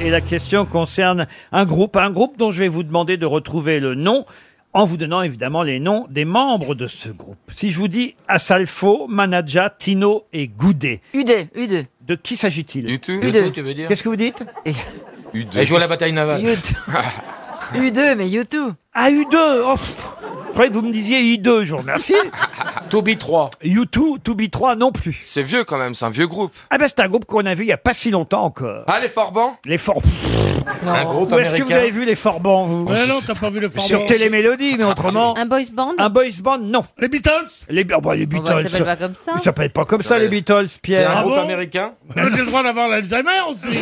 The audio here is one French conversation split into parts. et la question concerne un groupe, un groupe dont je vais vous demander de retrouver le nom en vous donnant évidemment les noms des membres de ce groupe. Si je vous dis Asalfo, Manaja, Tino et Goudet, Udé, Udé. de qui s'agit-il Udé. tu veux dire Qu'est-ce que vous dites Elle joue à la bataille navale. U2, mais U2. Ah, U2 oh, pff. Je croyais que vous me disiez I2, je vous remercie. Toby 3. U2, 2B3 non plus. C'est vieux quand même, c'est un vieux groupe. Ah ben c'est un groupe qu'on a vu il n'y a pas si longtemps encore. Ah, les Forbans Les Forbans. Un groupe Où est-ce que vous avez vu les Forbans, vous Ouais, non, t'as pas vu Ah, le Sur format. Télémélodie, mais autrement... Un boys band Un boys band, non. Les Beatles Les, oh, bah, les On va- Beatles. Ça s'appelle pas comme ça. Ils s'appellent pas comme ça, Ouais. les Beatles, C'est Pierre. un Ah groupe bon américain J'ai le droit d'avoir l'Alzheimer aussi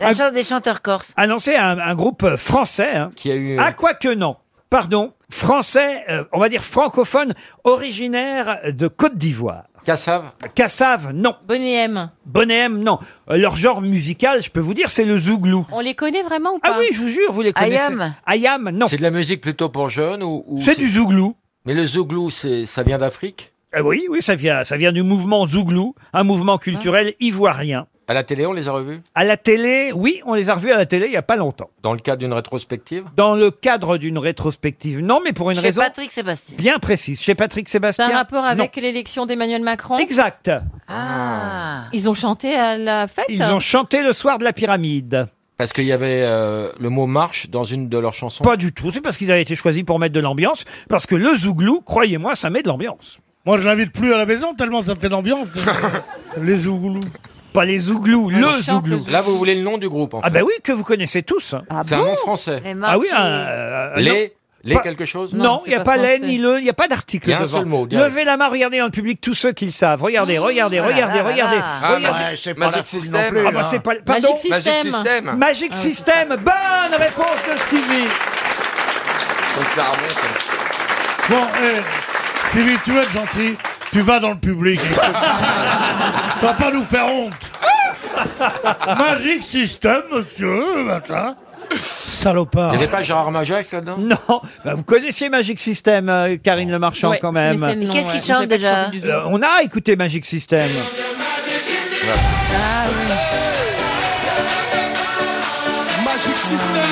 La chose des chanteurs corses. Annoncé Ah un, un groupe français. Hein. qui a eu. euh, Ah, quoique non. Pardon. Français, euh, on va dire francophone, originaire de Côte d'Ivoire. Cassave. Cassave, non. Bonnie M. Bonhème, non. Euh, Leur genre musical, je peux vous dire, c'est le zouglou. On les connaît vraiment ou pas Ah oui, je vous jure, vous les connaissez. Ayam. Ayam, non. C'est de la musique plutôt pour jeunes ou. ou C'est du zouglou. Mais le zouglou, c'est ça vient d'Afrique. Euh, oui, oui, ça vient, ça vient du mouvement zouglou, un mouvement culturel ivoirien. Ah. À la télé, on les a revus À la télé, oui, on les a revus à la télé il y a pas longtemps. dans le cadre d'une rétrospective. Dans le cadre d'une rétrospective, non, mais pour une Chez raison Patrick Sébastien. bien précise. Chez Patrick C'est Sébastien. un rapport non. avec l'élection d'Emmanuel Macron. Exact. Ah. Ils ont chanté à la fête. Ils ont chanté le soir de la pyramide. Parce qu'il y avait euh, le mot marche dans une de leurs chansons. Pas du tout. C'est parce qu'ils avaient été choisis pour mettre de l'ambiance. Parce que le zouglou, croyez-moi, ça met de l'ambiance. Moi, je l'invite plus à la maison tellement ça fait d'ambiance. les Zouglous. Pas les zouglous, le chante le zouglou. zouglou. Là, vous voulez le nom du groupe en fait. Ah ben oui, que vous connaissez tous. Ah C'est un bon nom français. Les Ah oui, marchés. un- euh, non. les les Pas- quelque chose Non, Non, il c'est n'y a pas pas les français. ni le, il n'y a pas d'article Il y a un devant. seul mot, direct. Levez la main, regardez dans le public tous ceux qui le savent. Ah, Regardez, regardez, là regardez, là là regardez. là. Ah, Regardez. Magic- Ouais, c'est pas la Magic foule non System. plus. Ah bah c'est pas pardon. Magic Magic System. Ah, System. Magic System. Bonne réponse de Stevie. Donc ça remonte. Bon, eh, Sylvie, tu veux être gentil, tu vas dans le public. tu vas pas nous faire honte. Magic System, monsieur, machin. Il Salopard. n'y avait pas Gérard Majax là-dedans Non, bah, vous connaissiez Magic System, euh, Karine Le Marchand Ouais, quand mais c'est même. le nom, Qu'est-ce ouais. qu'ils Vous chantent avez pas déjà chanté du Euh, on a écouté Magic System. Magic System,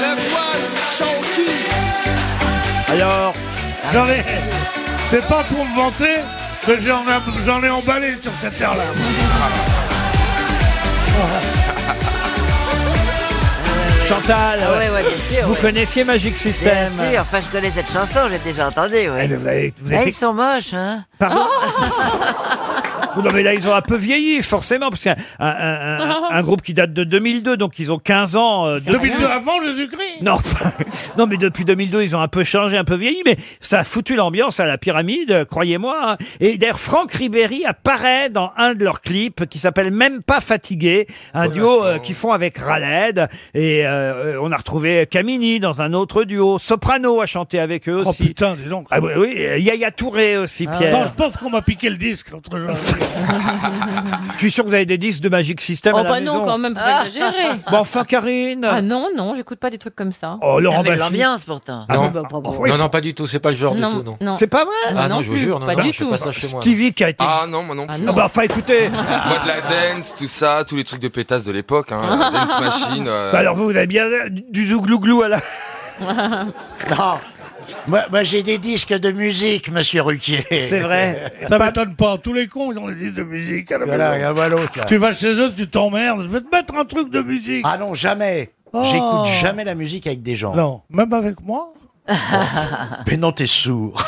la voile, Chantilly. Alors, J'en ai. C'est pas pour me vanter, mais j'en ai, j'en ai emballé sur cette terre-là. Ah. Chantal, Ah ouais, ouais, bien sûr. vous ouais. connaissiez Magic Bien System sûr, enfin je connais cette chanson, j'ai déjà entendu, Eh ben, ouais. vous avez- vous Ah, avez- ils sont moches, hein Pardon Non mais là ils ont un peu vieilli forcément parce qu'un un, un- un- un groupe qui date de 2002 donc ils ont 15 ans euh, de- 2002 avant Jésus-Christ. non, enfin, non, mais depuis 2002, ils ont un peu changé, un peu vieilli, mais ça a foutu l'ambiance à la pyramide, euh, croyez-moi. hein. Et d'ailleurs, Franck Ribéry apparaît dans un de leurs clips qui s'appelle Même pas fatigué, un Oh, duo euh, qu'ils font avec Raled. Et euh, euh, on a retrouvé Camini dans un autre duo. Soprano a chanté avec eux Oh aussi. putain, dis donc. Ah, Ah oui, oui, euh, Yaya Touré aussi, Pierre. Non, je pense qu'on m'a piqué le disque l'autre jour. Je suis sûr que vous avez des disques de Magic System à Oh la bah maison. Ah. non, quand même, faut pas exagérer. Bon, enfin, Karine. Ah non, non, j'écoute pas des trucs comme ça. Oh, Laurent Ah, mais Baffy. l'ambiance pourtant. Non. bah, bravo. oui, non, non, pas du tout. C'est pas le genre du non, tout, non. non. C'est pas vrai Ah non, non je plus, vous jure, non, pas non, du je fais tout. pas ça chez moi. Stevie qui a été... Ah non, moi non Ah plus. Ah non. bah, enfin, écoutez. Moi de la dance, tout ça, tous les trucs de pétasse de l'époque, hein, la dance machine. euh, Bah alors vous, vous avez bien euh, du- du zouglouglou à la... Non. Moi, moi, j'ai des disques de musique, monsieur Ruquier. C'est vrai. Ça m'étonne pas. Tous les cons, ils ont des disques de musique à la Voilà, maison. regarde moi l'autre, là. Tu vas chez eux, tu t'emmerdes. Je vais te mettre un truc de musique. Ah non, jamais. Oh. J'écoute jamais la musique avec des gens. Non, même avec moi. Mais non, t'es sourd.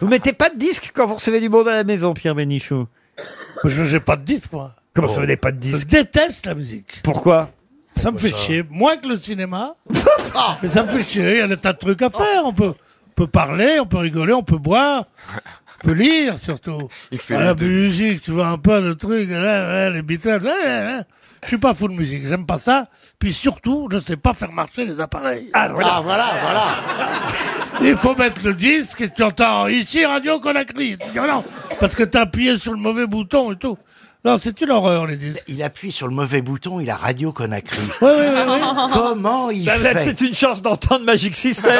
Vous mettez pas de disque quand vous recevez du monde à la maison, Pierre Bénichou Je n'ai pas de disque, moi. Comment ça, vous n'avez pas de Je disque déteste la musique. Pourquoi Ça me fait chier. Moins que le cinéma. mais ça me fait chier. Il y a des tas de trucs à faire. On peut, on peut parler, on peut rigoler, on peut boire. On peut lire, surtout. Il fait Ah, les la deux. musique, tu vois un peu le truc. là, là, les Beatles. là, là, là. Je suis pas fou de musique. J'aime pas ça. Puis surtout, je sais pas faire marcher les appareils. Ah, voilà. Ah, voilà, voilà. Il faut mettre le disque et tu entends ici Radio Conakry. Tu dis, oh non, parce que t'as appuyé sur le mauvais bouton et tout. Non, c'est une horreur les disques. Il appuie sur le mauvais bouton, il a Radio Conakry. Oui, oui, oui, oui. Comment il Bah, vous avez fait peut-être une chance d'entendre Magic System.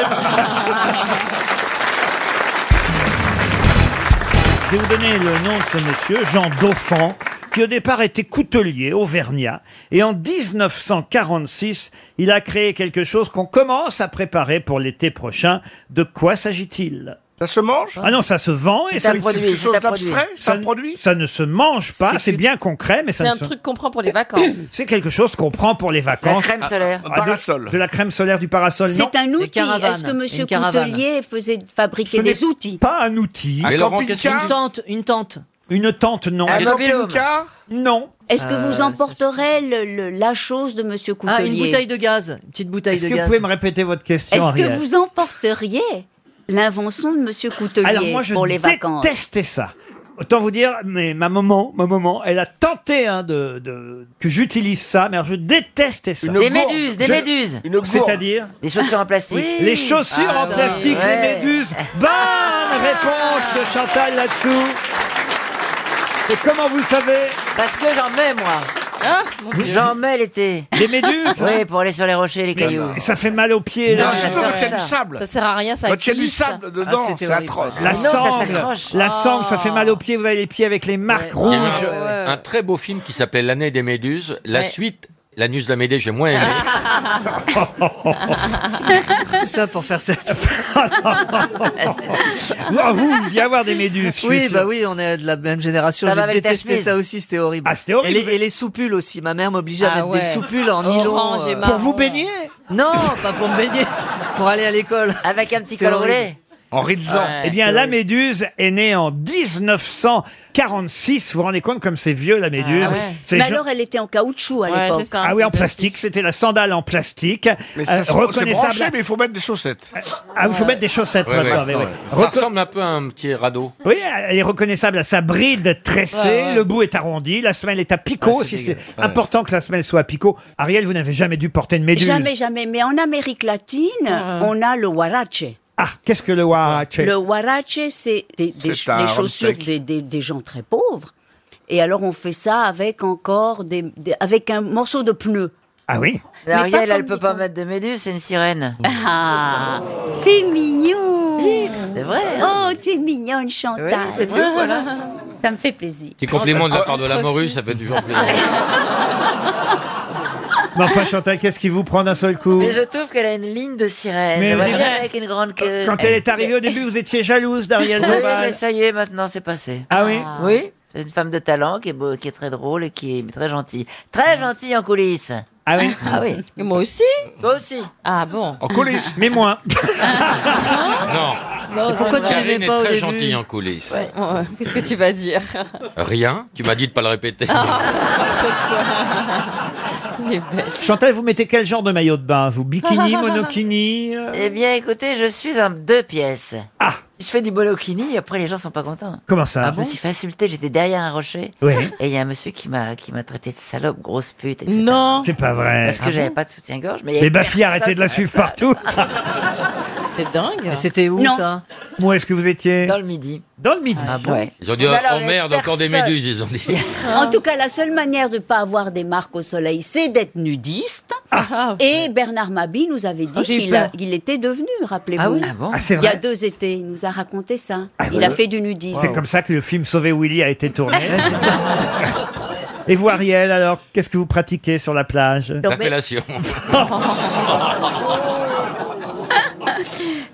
Je vais vous donner le nom de ce monsieur, Jean Dauphin. qui au départ était coutelier, auvergnat. Et en 1946, il a créé quelque chose qu'on commence à préparer pour l'été prochain. De quoi s'agit-il Ça se mange Ah non, ça se vend et C'est ça... un produit, quelque c'est chose un produit. d'abstrait C'est ça un ne- produit ça ne se mange pas, C'est c'est bien concret, mais ça C'est ne un se... truc qu'on prend pour les vacances. C'est quelque chose qu'on prend pour les La vacances. crème solaire. Ah, de- Parasol. De, la crème solaire du parasol, non. C'est un outil. caravanes. Est-ce que Monsieur Une caravane. Coutelier faisait Ce fabriquer n'est des outils Pas un outil. Mais Un Laurent, camping-car tente, une tente. Une tente, non. Un mobilhome. camping-car Non. Est-ce que Euh, vous ça, emporterez le- le- la chose de Monsieur Coutelier Ah, une bouteille de gaz. Une petite bouteille Est-ce de que vous gaz. pouvez me répéter votre question, Est-ce que Ariel vous emporteriez l'invention de Monsieur Coutelier Alors moi, je pour les vacances détestais ça. Autant vous dire, mais ma maman, ma maman, elle a tenté hein, de, de- que j'utilise ça, mais alors je détestais ça. Une Des gourde. méduses, des Je- méduses. Une gourde. C'est-à-dire Des chaussures en plastique. les chaussures Ah, en ça, plastique, ouais. les méduses. Bonne réponse de Chantal là-dessous. Et comment vous le savez Parce que j'en mets, moi. Ah, mon Dieu. J'en mets l'été. Les méduses hein Oui, pour aller sur les rochers et les cailloux. Ça fait mal aux pieds. Non, là. Non, c'est j'adore pas quand il y a ça. du sable. Ça sert à rien, ça Quand il y a du glisse. sable dedans, Ah, c'était c'est horrible. atroce. La Non, ça sangle, s'accroche. la Ah. sangle, ça fait mal aux pieds. Vous avez les pieds avec les marques Ouais. Il y a eu rouges. ouais. un très beau film qui s'appelle L'année des méduses. La Ouais. suite, l'anus de la Médée, j'ai moins aimé. Tout ça pour faire cette. Ah, Oh, vous, il y avoir des méduses. je suis Oui, sûr. bah oui, on est de la même génération. Ça va J'ai avec ta détesté chemise. ça aussi, c'était horrible. Ah, c'était horrible. Et les, et les soupules aussi. Ma mère m'obligeait à Ah mettre des ouais. soupules en nylon. Orange et euh, marron. Pour vous baigner Non, pas pour me baigner, pour aller à l'école. Avec un petit C'était col horrible. roulé. En ridsant. Ouais. Eh bien, la méduse est née en 1946. Vous vous rendez compte comme c'est vieux, la méduse Ah ouais. C'est Mais Jean- alors, elle était en caoutchouc à Ouais, l'époque. c'est ça, Ah c'est oui, en plastique. plastique. C'était la sandale en plastique. Mais euh, ça se- c'est reconnaissable. branché, mais il faut mettre des chaussettes. Ah, il faut mettre des chaussettes Ouais, maintenant. ouais, oui, ouais. oui. Ça Reco- ressemble un peu à un petit radeau. Oui, elle est reconnaissable à sa bride tressée. Ouais, ouais. Le bout est arrondi. La semelle est à picot. Ouais, c'est si c'est dégueu. Ouais. important que la semelle soit à picot. Ariel, vous n'avez jamais dû porter une méduse. Jamais, jamais. Mais en Amérique latine, Ah. on a le huarache. Ah, qu'est-ce que le huarache Le huarache, c'est des, des C'est ch- un des rhum chaussures sec. des, des- des gens très pauvres. Et alors, on fait ça avec encore des, des- avec un morceau de pneu. Ah oui. Mais pas Ariel, comme elle peut dit-on. pas mettre de méduse, c'est une sirène. Ah, c'est mignon. C'est vrai. hein Oh, tu es mignonne, Oui, Chantal. c'est tout, voilà. Ça me fait plaisir. Petit compliment de la part de la morue, ça fait toujours plaisir. Mais enfin, Chantal, qu'est-ce qui vous prend d'un seul coup Mais je trouve qu'elle a une ligne de sirène. Mais Mais on dirait- avec une grande queue. Quand elle est arrivée au début, vous étiez jalouse d'Ariel Oui, mais Dombal. ça y est, maintenant c'est passé. Ah oui Oui. C'est une femme de talent qui est, beau- qui est très drôle et qui est très gentille. Très gentille en coulisses. Ah oui Ah oui. Et Moi aussi Toi aussi. Ah bon En coulisses. Mais moins. Non, Pourquoi tu Karine l'aimais est pas au très début gentille en coulisses. Euh, Qu'est-ce que tu vas dire Rien, tu m'as dit de pas le répéter. Ah, Il est bête. Chantal, vous mettez quel genre de maillot de bain Vous bikini, monokini euh, Eh bien, écoutez, je suis en deux pièces. Ah. Je fais du bolokini, après les gens sont pas contents. Ah Comment ça Ah je me suis fait insulter, j'étais derrière un rocher. Oui. Et il y a un monsieur qui m'a qui m'a traité de salope, grosse pute. etc. Non C'est pas vrai. Ah Parce que j'avais pas de soutien-gorge. Mais, il y Les avait Bafi, arrêtez de la personne suivre partout. C'est dingue Mais c'était où Non. ça Où est-ce que vous étiez Dans le midi. Dans le Ah ah midi. Ouais. Ils ont dit, Mais oh, alors, oh merde, encore des personne. méduses, ils ont dit. Hein? En tout cas, la seule manière de ne pas avoir des marques au soleil, c'est d'être nudiste. Ah. Et Bernard Mabi nous avait dit Oh, j'ai eu qu'il peur. a- il était devenu, rappelez-vous. Ah oui Ah bon Ah, c'est Il y vrai. a Ah, deux étés, il nous a raconté ça. il a fait du nudisme. C'est comme ça que le film Sauver Willy a été tourné. Et vous, Ariel, alors, qu'est-ce que vous pratiquez sur la plage Non mais, L'appellation.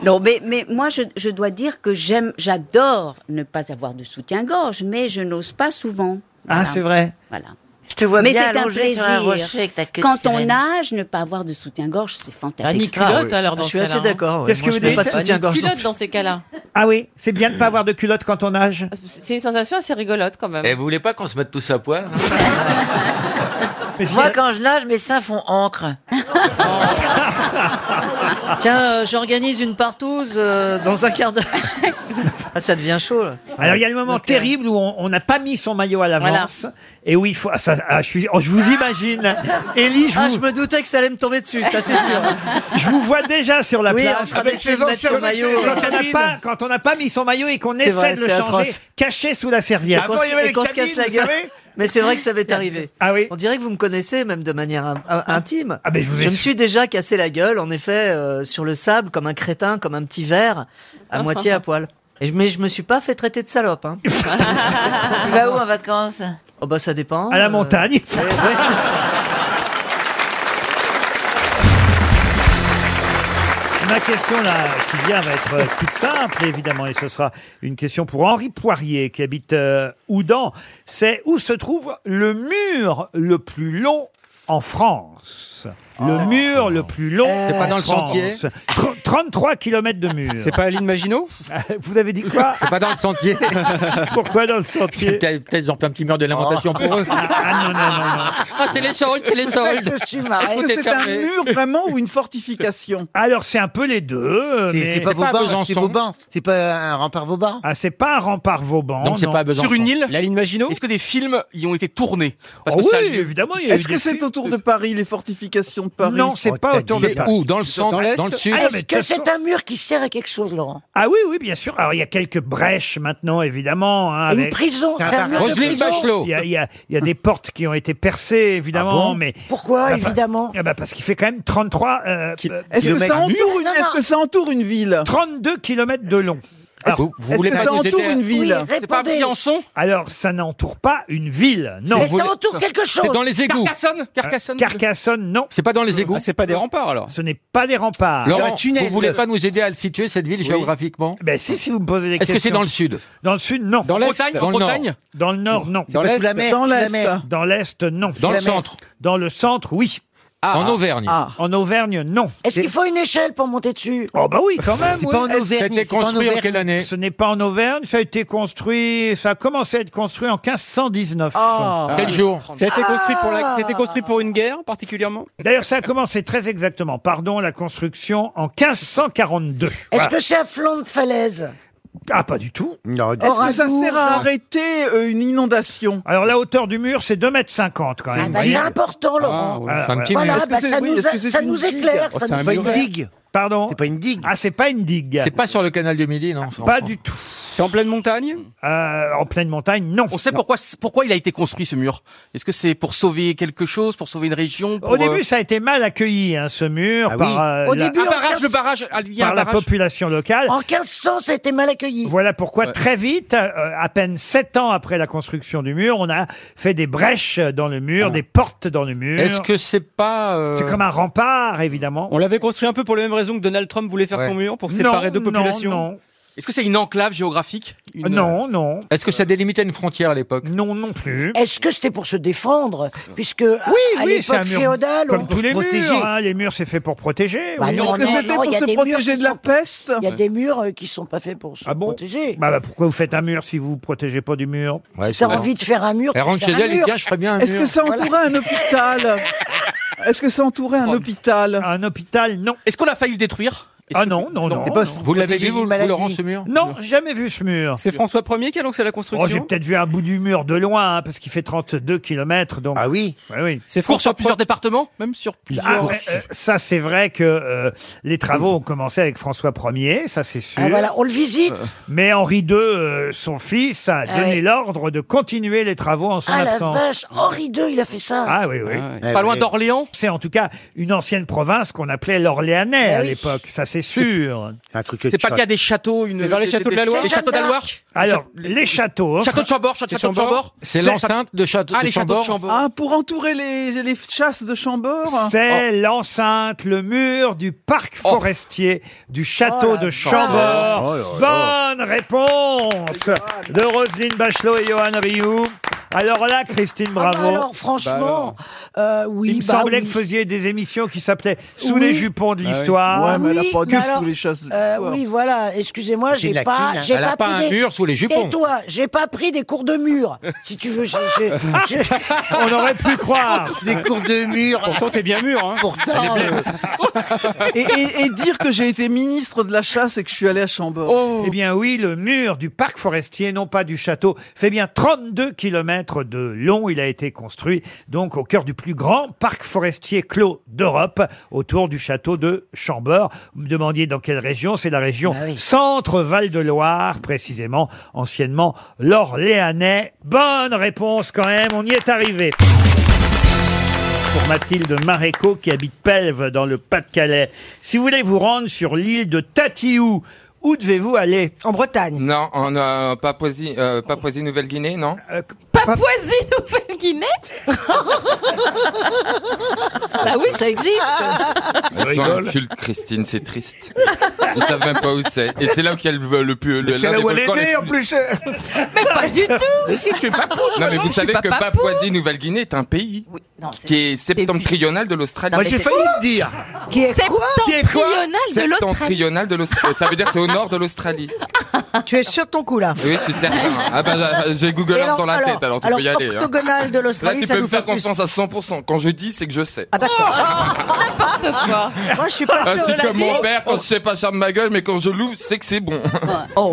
non, mais, mais moi, je, je dois dire que j'aime, j'adore ne pas avoir de soutien-gorge, mais je n'ose pas souvent. Ah, Voilà. c'est vrai. Voilà. Je te vois Mais bien c'est un allongé sur un plaisir. rocher avec ta queue de Quand on sirène. nage, ne pas avoir de soutien-gorge, c'est Ah, fantastique. ni culotte alors Je dans suis ce cas-là, assez hein. d'accord. ouais. Qu'est-ce que Moi, vous je mets dites Pas de Ah, ni de soutien-gorge. non culotte dans ces cas-là. Ah oui, c'est bien de pas avoir de culotte quand on nage. Ah, C'est une sensation assez rigolote quand même. Et vous voulez pas qu'on se mette tous à poil hein Mais si- Moi, quand je nage, mes seins font encre. plus. Tiens, euh, j'organise une partouze euh, dans un quart d'heure. ah, ça devient chaud. Là. Alors il y a le moment Donc, euh, terrible où on on n'a pas mis son maillot à l'avance et où il faut. ah, ça- ah, je, suis- oh, je vous imagine, Élie, je, Ah, je vous- me doutais que ça allait me tomber dessus, ça c'est sûr. je vous vois déjà sur la Oui, en plage. train mais d'essayer ces de mettre anciens son mecs, maillot. euh. Quand c'est- on n'a pas, quand on n'a pas mis son maillot et qu'on C'est essaie vrai, de le c'est changer, atroce. caché sous la serviette. qu'on Avant, il y se- avait et les qu'on se cabines, casse la vous gueule. savez Mais c'est vrai que ça m'est arrivé. Ah oui. On dirait que vous me connaissez, même de manière in- in- intime. Ah, mais je vous ai me su- suis déjà cassé la gueule, en effet, euh, sur le sable, comme un crétin, comme un petit verre, Ah. à moitié à poil. Et je, mais je me suis pas fait traiter de salope. Hein. Tu vas où en vacances Oh bah ça dépend. À la montagne. Eh, ouais, c'est- Ma question là qui vient va être euh, toute simple évidemment et ce sera une question pour Henri Poirier qui habite euh, Oudan. C'est où se trouve le mur le plus long en France Le mur le plus long. Ah. C'est pas en dans le France. sentier Tr- 33 km de mur. C'est pas à l'île Maginot Vous avez dit quoi C'est pas dans le sentier. Pourquoi dans le sentier Oh. Peut-être ils ont fait un petit mur de lamentation pour eux. ah, Ah, c'est les soldes, c'est les soldes. Tout est fermé. vraiment ou une fortification Alors c'est un peu les deux. C'est- mais- c'est pas C'est pas à Vauban, Besançon. c'est Vauban. C'est pas un rempart Vauban. Ah c'est pas un rempart Vauban. Donc, c'est Oh non. pas à Besançon. Sur une île La ligne Maginot. Est-ce que des films y ont été tournés Parce Oh que ça a oui, lieu. évidemment, il y a eu Est-ce que des c'est autour de Paris, les fortifications de Paris Ah, Non, c'est pas autour de Paris. Est-ce que c'est un mur qui sert à quelque chose, Laurent Ah oui, oui, bien sûr. Alors, il y a quelques brèches maintenant, évidemment. hein, Une prison, C'est un c'est un barrage. mur de Roselyne prison. Bachelot. Il y a, il y a- il y a des portes qui ont été percées, évidemment. Ah bon mais Pourquoi, Ah bah- évidemment ah bah Parce qu'il fait quand même 33 euh, euh, Est-ce que, ça entoure une... Non, est-ce que ça entoure une ville Ah, 32 km de long. vous- vous est-ce voulez que pas ça nous entoure aider à- une ville Oui, C'est pas répondez. Briançon Alors, ça n'entoure pas une ville. Non. Euh, Mais ça entoure quelque chose. Carcassonne Carcassonne Carcassonne, non. C'est pas dans les égouts. c'est pas des remparts alors. Ce n'est pas des remparts. Laurent, vous voulez pas nous aider à le situer cette ville géographiquement Ben si, si vous me posez des Est-ce questions. que c'est dans le sud Dans le sud, non. Dans l'est, Bretagne, dans le nord. Bretagne Dans le nord, non. C'est Dans pas l'est sous la mer, Dans sous la l'est. mer. Dans l'est, non. Dans le centre Dans le centre, oui. Ah. En Auvergne. Ah. En Auvergne, non. Est-ce qu'il faut une échelle pour monter dessus Oh bah oui, quand même. C'est oui. pas en Auvergne, Ça a été c'est pas en construit en Auvergne. quelle année Ce n'est pas en Auvergne, ça a été construit, ça a commencé à être construit en 1519. Ah. Ah. Ah. Quel jour Ça a été construit pour la- ça a été construit pour une guerre particulièrement D'ailleurs, ça a commencé très exactement, pardon, la construction en 1542. Est-ce Voilà. que c'est un flanc de falaise Ah, pas du tout. Est-ce que ça sert à arrêter euh, une inondation Alors, la hauteur du mur, c'est Ah, 2,50 mètres quand Ah même. bah, C'est Voyez. important, Ah, Laurent. Voilà, voilà. Voilà, bah, ça nous, a- ça nous éclaire. Oh, ça nous éclaire. Pardon C'est pas une digue. Ah, c'est pas une digue. C'est pas sur le canal du Midi, non Pas du tout. Euh, C'est en pleine montagne En pleine montagne, non. On sait pourquoi, pourquoi il a été construit ce mur. Est-ce que c'est pour sauver quelque chose, pour sauver une région pour, Au euh, Ah début, ça a été mal accueilli, hein, ce mur, par, euh, la, un barrage, le barrage, ah, il y a par un la barrage. population locale. En 1500, ça a été mal accueilli. Voilà pourquoi très vite, euh, à peine sept ans après la construction du mur, on a fait des brèches dans le mur, des portes dans le mur. Est-ce que c'est pas. euh, C'est comme un rempart, évidemment. On l'avait construit un peu pour les mêmes raisons que Donald Trump voulait faire Ouais. son mur pour Non, séparer deux non, populations. non. Ah, Est-ce que c'est une enclave géographique Une- Non, non. Est-ce que ça délimitait une frontière à l'époque Non, non plus. Eh, Est-ce que c'était pour se défendre Puisque à- Oui, Ah, à oui, c'est un l'époque mur. féodale, comme on tous les protéger. murs, hein, les murs, c'est fait pour protéger. Bah oui. non, non, non, il y a des murs qui sont pas- Il y a des murs euh, qui sont pas faits pour se Ah bon protéger. Bah, bah, pourquoi vous faites un mur si vous vous protégez pas du mur Si t'as envie de faire un mur, Elle tu rentre fais chez un elle et dit, mur. tiens, je ferais bien un Est-ce que mur. ça entourait un hôpital Est-ce que ça entourait Oh. un hôpital Un hôpital, non. euh, Est-ce qu'on a failli le détruire Ah non, non, non. Vous l'avez vu, vous, Laurent, ce mur Non, jamais vu ce mur. C'est François Ier qui a lancé la Oh, j'ai construction peut-être vu un bout du mur de loin, hein, parce qu'il fait 32 km. Donc... Ah oui oui. C'est Cours sur plusieurs départements Même sur plusieurs. Ah, mais, euh, ça, c'est vrai que euh, les travaux ont commencé avec François Ier, ça c'est sûr. Ah, voilà, on le visite. Mais Henri II, euh, son fils, a Ah donné oui. l'ordre de continuer les travaux en son Ah la absence. vache, Henri II, il a fait ça. Ah oui, oui. Pas Eh Ah, loin oui. d'Orléans C'est en tout cas une ancienne province qu'on appelait l'Orléanais Ah à oui. l'époque, ça c'est sûr. C'est pas le cas des châteaux une... C'est vers les châteaux de la Loire Les châteaux de la Loire Alors, les châteaux... hein. Château de Chambord, château de Chambord. C'est l'enceinte de château Ah, de les châteaux de Chambord. Ah, pour entourer les, les chasses de Chambord C'est Oh. l'enceinte, le mur du parc forestier du château Oh la de Chambord. vache. Oh là Bonne réponse de Roselyne Bachelot et Johan Rioux. Alors là, Christine Ah, bah Bravo. alors, Bah franchement, euh, oui, Il me bah semblait oui. que vous faisiez des émissions qui s'appelaient Sous Oui. les jupons de Ah l'histoire. Oui, mais alors, euh, l'histoire. oui, voilà, excusez-moi, C'est j'ai une pas, lacune, hein. j'ai Elle a pas pris un des- mur sous les jupons. Tais-toi, j'ai pas pris des cours de mur. Si tu veux, j'ai- j'ai- j'ai- On aurait pu croire. Des cours de mur. Pourtant, t'es bien mûr, hein Pourtant. Euh, et, et- et dire que j'ai été ministre de la chasse et que je suis allé à Chambord. Eh bien oui, le mur du parc forestier, non pas du château, fait bien 32 km de long. Il a été construit donc au cœur du plus grand parc forestier clos d'Europe, autour du château de Chambord. Vous me demandiez dans quelle région C'est la région Centre-Val-de-Loire, précisément, anciennement l'Orléanais. Bonne réponse quand même, on y est arrivé pour Mathilde Maréco qui habite Pelve dans le Pas-de-Calais. Si vous voulez vous rendre sur l'île de Tatiou où devez-vous aller En Bretagne. Non, en euh, Papouasie, euh, Papouasie Nouvelle-Guinée, non Papouasie Nouvelle-Guinée Bah oui, ça Ah. existe. Elles sont Ah, rigole. incultes, Christine, c'est triste. Ils savent même pas où c'est. Et c'est là où qu'elles veulent le plus. le- C'est l'un là des où elle est volcans les née, en plus- plus. Mais pas du tout. Mais si, tu es pas pour, Non, mais non, vous je savez suis que pas papou. Papouasie-Nouvelle-Guinée est un pays qui est septentrional de l'Australie. Moi, j'ai failli le dire. Qui est Septentrional de l'Australie. Septentrional de l'Australie. Ça veut dire que c'est au nord de l'Australie. Tu es sur ton coup là. Oui, je suis certain. Ah bah, j'ai Google Et Earth dans la alors- tête, alors tu alors, peux y aller. hein. octogonale de l'Australie, Là, tu ça peux nous me faire fait plus. confiance à 100%. Quand je dis, c'est que je sais. Ah d'accord. N'importe Ah, quoi. Moi je suis pas Ah, sûre. c'est comme mon père, quand je sais pas faire de ma gueule, mais quand je l'ouvre, c'est que c'est bon.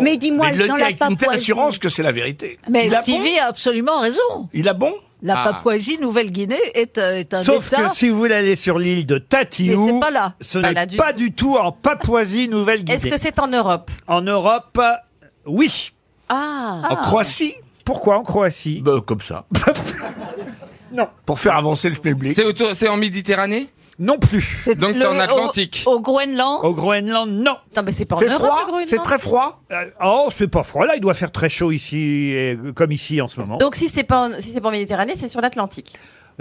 Mais dis-moi, Mais il le dans dit la avec une telle Papouasie- assurance que c'est la vérité. Mais il a bon Stevie a absolument raison. Il a bon La Ah. Papouasie-Nouvelle-Guinée est, euh, est un Sauf État. que si vous voulez aller sur l'île de Mais Tatiou, c'est pas là. ce Pas n'est là du pas du tout en Papouasie-Nouvelle-Guinée. Est-ce que c'est en Europe En Europe, euh, oui. Ah. En Croatie Pourquoi en Croatie Bah, comme ça. non. Pour faire avancer le public. C'est autour- c'est en Méditerranée Non plus. Donc c'est en Atlantique. Au, au Groenland. Au Groenland, non. Attends, mais c'est pas en C'est Europe, froid le Groenland. C'est très froid Euh, oh, c'est pas froid. Là, il doit faire très chaud ici, euh, comme ici en ce moment. Donc si c'est pas en, si c'est pas en Méditerranée, c'est sur l'Atlantique.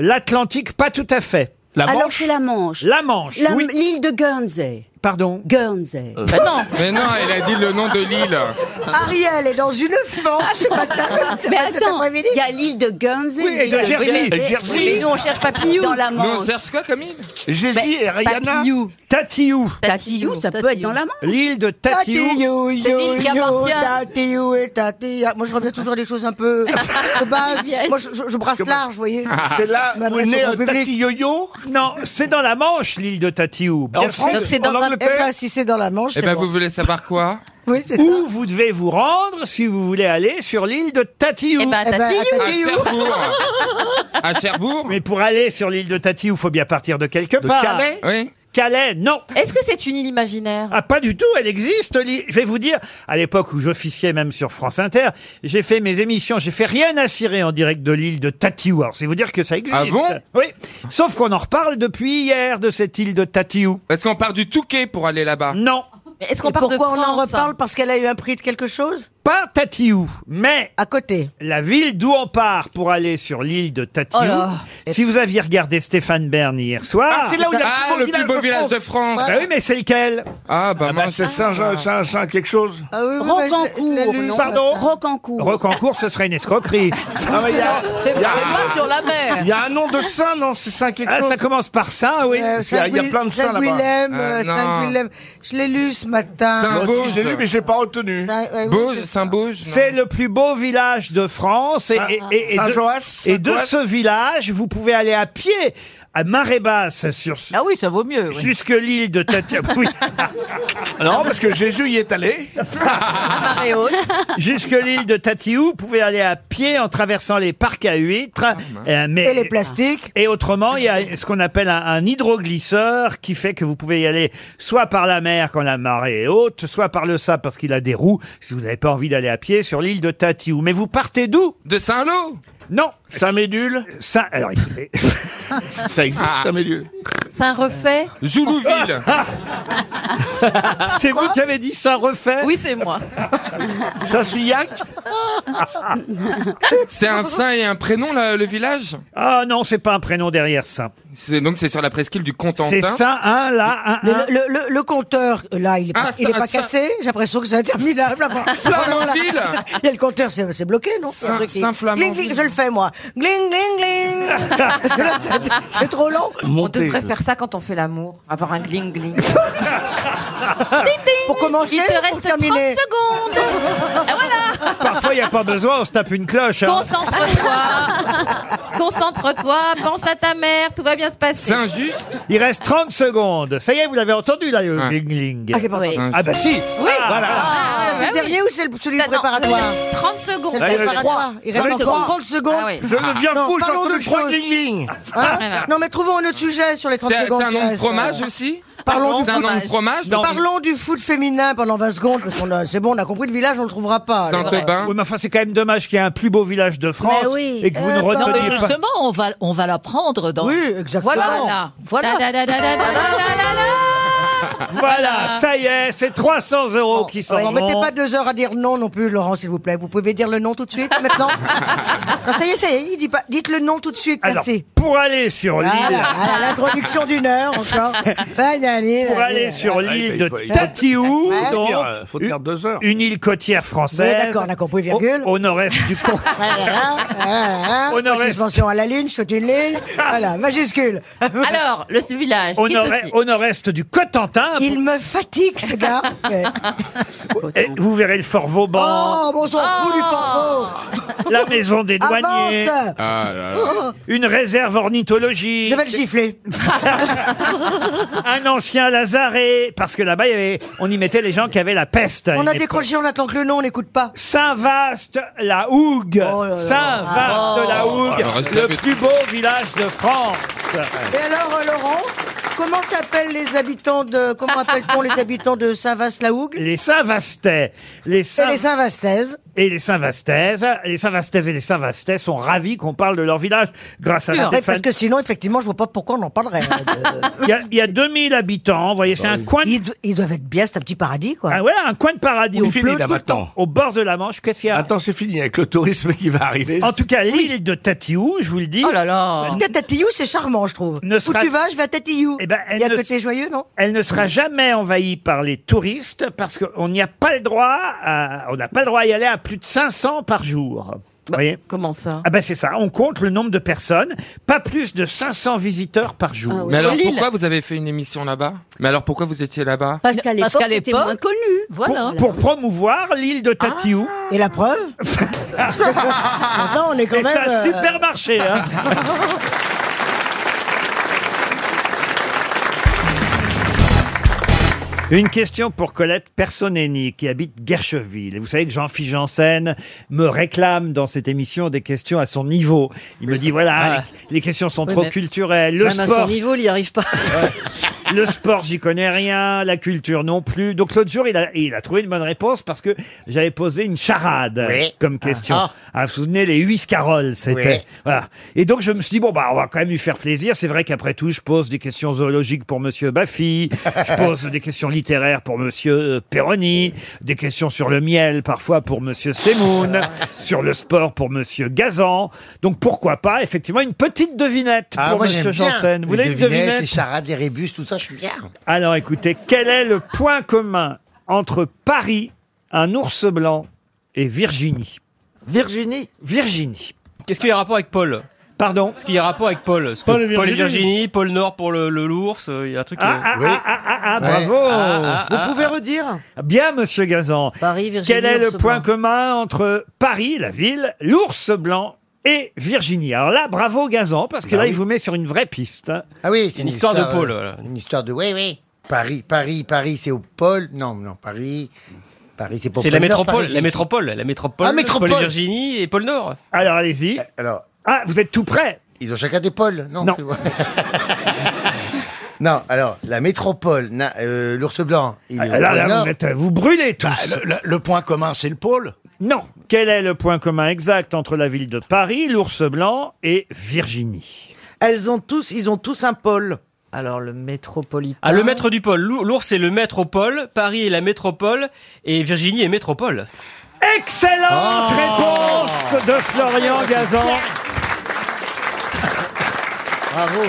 L'Atlantique, pas tout à fait. La Alors c'est la Manche. La Manche, La- oui. L'île de Guernsey. Pardon Guernsey. Bah non. Euh. Mais non, elle a dit le nom de l'île. Ariel est dans une Ah, fente Ah, ce matin. ce Mais matin, cet attends, après-midi. il y a l'île de Guernsey. Oui, et l'île de Jersey. Guernsey. Et Jersey. Mais nous on cherche papillou. Dans la Nous, on Manche. cherche quoi comme île Jésus et Rihanna Papillou. Tatiou. Ben, Tatiou, ça peut être dans la Manche. L'île de Tatiou. Tatiou, C'est yo, l'île qui yo, appartient. tatiou et tatiou. Moi, je reviens toujours à des choses un peu de base. Moi, je, je- je brasse large, vous voyez. Ah, C'est là Je où m'adresse est né au euh, grand public. Tati Yo-Yo Non, c'est dans la Manche, l'île de Tatiou. Bien En sûr. France, Donc c'est dans en un- Eh Angleterre ben, si c'est dans la Manche, Eh c'est ben, bon. vous voulez savoir quoi Oui, c'est ça. Où vous devez vous rendre si vous voulez aller sur l'île de Tatiou. Eh ben Eh ben, Tatiou. À Tatiou. Cherbourg. À Cherbourg Mais pour aller sur l'île de Tatiou, il faut bien partir de quelque part. Calais Oui. Calais, non. Est-ce que c'est une île imaginaire Ah, pas du tout, elle existe. l'île. Je vais vous dire, à l'époque où j'officiais même sur France Inter, j'ai fait mes émissions, j'ai fait rien à cirer en direct de l'île de Tatiou. Alors, c'est vous dire que ça existe. Ah bon Oui. Sauf qu'on en reparle depuis hier de cette île de Tatiou. Est-ce qu'on part du Touquet pour aller là-bas Non, Mais Est-ce Et qu'on parle de pourquoi France hein on en reparle Parce qu'elle a eu un prix de quelque chose pas Tatiou, mais à côté. la ville d'où on part pour aller sur l'île de Tatiou. Oh là. si vous aviez regardé Stéphane Bern hier soir. Ah, c'est là où il y a Ah, le plus beau village de France. Bah oui, mais c'est lequel Ah, bah, Ah, moi, c'est Saint-Jean, Saint-Saint, quelque chose Ah oui, oui, bah, je l'ai- je l'ai lu. non Pardon Rocancourt. Rocancourt, ce serait une escroquerie. Ah, mais il y a- C'est c'est il y a- pas sur la mer. Il y a un nom de saint, non C'est saint quelque Ah, chose ça commence par ça, oui. Euh, Il y a- il y a plein de saints là-bas. Saint-Guilhem, Ah, euh, non. Saint-Guilhem. Je l'ai lu ce matin. Moi Saint- aussi, Beauge. j'ai lu, mais Ah, je l'ai pas retenu. Saint- ouais, oui, Beauge, c'est- Saint-Beauge non C'est le plus beau village de France et, et- et- et de, Ah, Saint-Joas et de Saint-Joas ce village, vous pouvez aller à pied à marée basse sur ce- Ah oui, ça vaut mieux. oui. jusque l'île de Tatiou. oui. Non, parce que Jésus y est allé. Ah, marée haute jusque l'île de Tatiou, vous pouvez aller à pied en traversant les parcs à huîtres. Ah, euh, mais- Et les plastiques. Et autrement, il y a ce qu'on appelle un, un hydroglisseur qui fait que vous pouvez y aller soit par la mer quand la marée est haute, soit par le sable parce qu'il a des roues, si vous n'avez pas envie d'aller à pied sur l'île de Tatiou. Mais vous partez d'où De Saint-Lô Non, Saint-Médule ça... Alors écoutez, Ça existe, Ah. Ah. Saint-Médule Saint-Refait Joulouville. c'est vous qui avez dit ça refait Oui, c'est moi. Saint-Suyac C'est un saint et un prénom, là, le village Ah non, c'est pas un prénom derrière ça. C'est- Donc, c'est sur la presqu'île du Contentin. C'est ça, un, là, hein, un, Mais un. le, le- le- le compteur, euh, là, il est pas, Ah, il est ça- pas ça- cassé. J'ai l'impression que c'est interminable. là, pendant- pendant Flamanville la- Il y a le compteur, c'est c'est bloqué, non Saint- Truc qui- Saint-Flamanville. Gling, gling, Je le fais, moi. Gling, gling, gling. Parce que là, c'est- c'est trop long. On devrait faire ça quand on fait l'amour. Avoir un gling gling. ding ding. Pour commencer, Il te pour reste 30 terminer. secondes. Et voilà. Parfois, il n'y a pas besoin, on se tape une cloche. hein. Concentre-toi. Concentre-toi. Pense à ta mère. Tout va bien se passer. Saint-Just Il reste 30 secondes. Ça y est, vous l'avez entendu, là, le Ouais. gling-gling. Ah, j'ai pas entendu. Ah, bah si Ah, voilà. Ah, Ah, c'est le oui. Bah, dernier ou c'est le- celui Non, préparatoire 30 secondes. C'est le préparatoire. Il reste Ah, oui, encore trois. 30 secondes. Ah, oui. Je deviens Non, fou, j'ai parlons entendu d'autre trois chose. gling-gling. Hein Voilà. non, mais trouvons un autre sujet sur les 30 C'est c'est secondes. un qui nom de restent. fromage aussi Parlons du C'est un nom de fromage. fromage Non. Parlons du foot féminin pendant 20 secondes, parce qu'on a- c'est bon, on a compris le village, on le trouvera Ah, pas. alors. Saint-Aubin Oui, mais enfin, c'est quand même dommage qu'il y ait un plus beau village de France Mais oui. et que vous ne Eh ben, Non, mais reteniez pas. justement, on va, on va la prendre dans. Oui, exactement. Voilà. Voilà. Voilà. Da, da, da, da, da, da, da, da, da. Voilà, ça y est, c'est 300 euros qui s'en On vont. Oh, mettez pas deux heures à dire non non plus, Laurent, s'il vous plaît. Vous pouvez dire le non tout de suite, maintenant Non, Ça y est, ça y est, il dit pas. Dites le non tout de suite, Alors, merci. pour aller sur l'île... Voilà, voilà, l'introduction d'une heure encore. Banani, Pour banani. aller sur Ouais, l'île Ah, il de faut- il faut- Tatiou, Ouais. donc, Faut tenir- faut tenir une- deux heures. une île côtière française. Oui, d'accord, on a compris, au- virgule. Ah, Au nord-est du con- Au nord-est. Suspension à la lune, je saute une ligne. Voilà, majuscule. Alors, le village. au nord-est- au nord-est du Cotentin. Il me fatigue, ce gars. Mais- Et vous verrez le fort Vauban, Oh, bon sang, fout du corbeau. la maison des douaniers, Oh. Avance Ah une réserve ornithologique. Je vais le gifler. un ancien lazaret, parce que là-bas, il y avait- on y mettait les gens qui avaient la peste. à On une a époque. décroché, on attend que le nom, on n'écoute pas. Saint-Vaast, la Hougue. Oh Saint-Vaast de la Hougue, Alors, restez le plus beau village de France. Et alors, euh, Laurent, comment s'appellent les habitants de. Comment appelle-t-on les habitants de Saint-Vaast-la-Hougue Les Saint-Vastais, les Et les Saint-Vastaises. Et les Saint-Vastaises, les Saint-Vastaises et les Saint-Vastais sont ravis qu'on parle de leur village grâce à En fait, Parce Stéphane. que sinon, effectivement, je vois pas pourquoi on en parlerait. hein, Il y a, il y a 2000 habitants, vous voyez, c'est Bah un coin de... Ils, do- ils doivent être bien, c'est un petit paradis, quoi. Ah ouais, un coin de paradis. On où il finit pleut là tout le maintenant. temps, Au bord de la Manche, qu'est-ce qu'il y a Attends, c'est fini avec le tourisme qui va arriver. En tout cas, l'île de Tatiou, je vous le dis. Oh là là. En tout cas, Tatillou, c'est charmant, je trouve. Ne Où sera- tu vas, je vais à Tatillou. Eh ben, Il elle y a ne- côté joyeux, non Elle ne sera jamais envahie par les touristes parce qu'on n'y a pas le droit à, on n'a pas le droit à y aller à plus de 500 par jour. Bah, Vous voyez Comment ça Ah ben c'est ça, on compte le nombre de personnes, pas plus de 500 visiteurs par jour. Ah Mais alors pourquoi vous avez fait une émission là-bas Mais alors pourquoi vous étiez là-bas Parce qu'à l'époque, Parce qu'à c'était l'époque- moins connu. Pour, pour promouvoir l'île de Tatiou. Ah. Et la preuve Maintenant, on est quand Mais même. c'est un euh, supermarché, hein. Une question pour Colette Personeni qui habite Guercheville. Et vous savez que Jean-Philippe Janssen me réclame dans cette émission des questions à son niveau. Il me dit voilà, les les questions sont Ah. Oui, trop mais- culturelles, le Même à son sport, niveau, il n'y arrive pas. le sport, j'y connais rien, la culture non plus. Donc l'autre jour, il a, il a trouvé une bonne réponse parce que j'avais posé une charade euh, Oui. comme question. Ah. Ah. vous vous souvenez, les huit caroles, c'était. Oui. Voilà. Et donc je me suis dit, bon, bah, on va quand même lui faire plaisir. C'est vrai qu'après tout, je pose des questions zoologiques pour Monsieur Baffy, je pose des questions littéraires pour Monsieur euh, Perroni, des questions sur le miel parfois pour Monsieur Semoun, sur le sport pour Monsieur Gazan. Donc pourquoi pas, effectivement, une petite devinette Ah, pour moi, Monsieur j'aime bien. Janssen. Vous Les voulez une devinettes, devinette les charades, les rébus, tout ça, je suis bien. Alors écoutez, quel est le point commun entre Paris, un ours blanc, et Virginie Virginie Virginie. Qu'est-ce qu'il y a rapport avec Paul Pardon Ce qu'il y a rapport avec Paul. Parce que Paul et Paul et Virginie. Virginie, Paul Nord pour le, le l'ours, euh, il y a un truc. Ah, ah, ah, ah, ah, ah, bravo ah. redire Bien, monsieur Gazan. Paris, Virginie, Quel est le ours point blanc. commun entre Paris, la ville, l'ours blanc et Virginie Alors là, bravo Gazan, parce que Bah là, oui. il vous met sur une vraie piste. Ah oui, c'est Une histoire de pôle, euh, voilà. Une histoire de. Oui, oui. Paris, Paris, Paris, c'est au pôle. Non, non, Paris. Paris, c'est pour C'est la métropole, la métropole, la métropole. Ah, métropole. Euh, Paul et Virginie et Paul Nord. Alors allez-y. Alors. Ah, vous êtes tout prêt Ils ont chacun des pôles, non Non. non, alors, la métropole, na- euh, l'ours blanc. Il est au Ah, là, pôle là, Nord. vous, êtes- vous brûlez tous. le- point commun, c'est Bah, le pôle Non. Quel est le point commun exact entre la ville de Paris, l'ours blanc et Virginie Elles ont tous, ils ont tous un pôle. Alors le métropolitain. Ah, le maître du pôle. L'ou- L'ours est le maître au pôle, Paris est la métropole et Virginie est métropole. Ah. Excellente réponse de Florian Gazan. Bravo.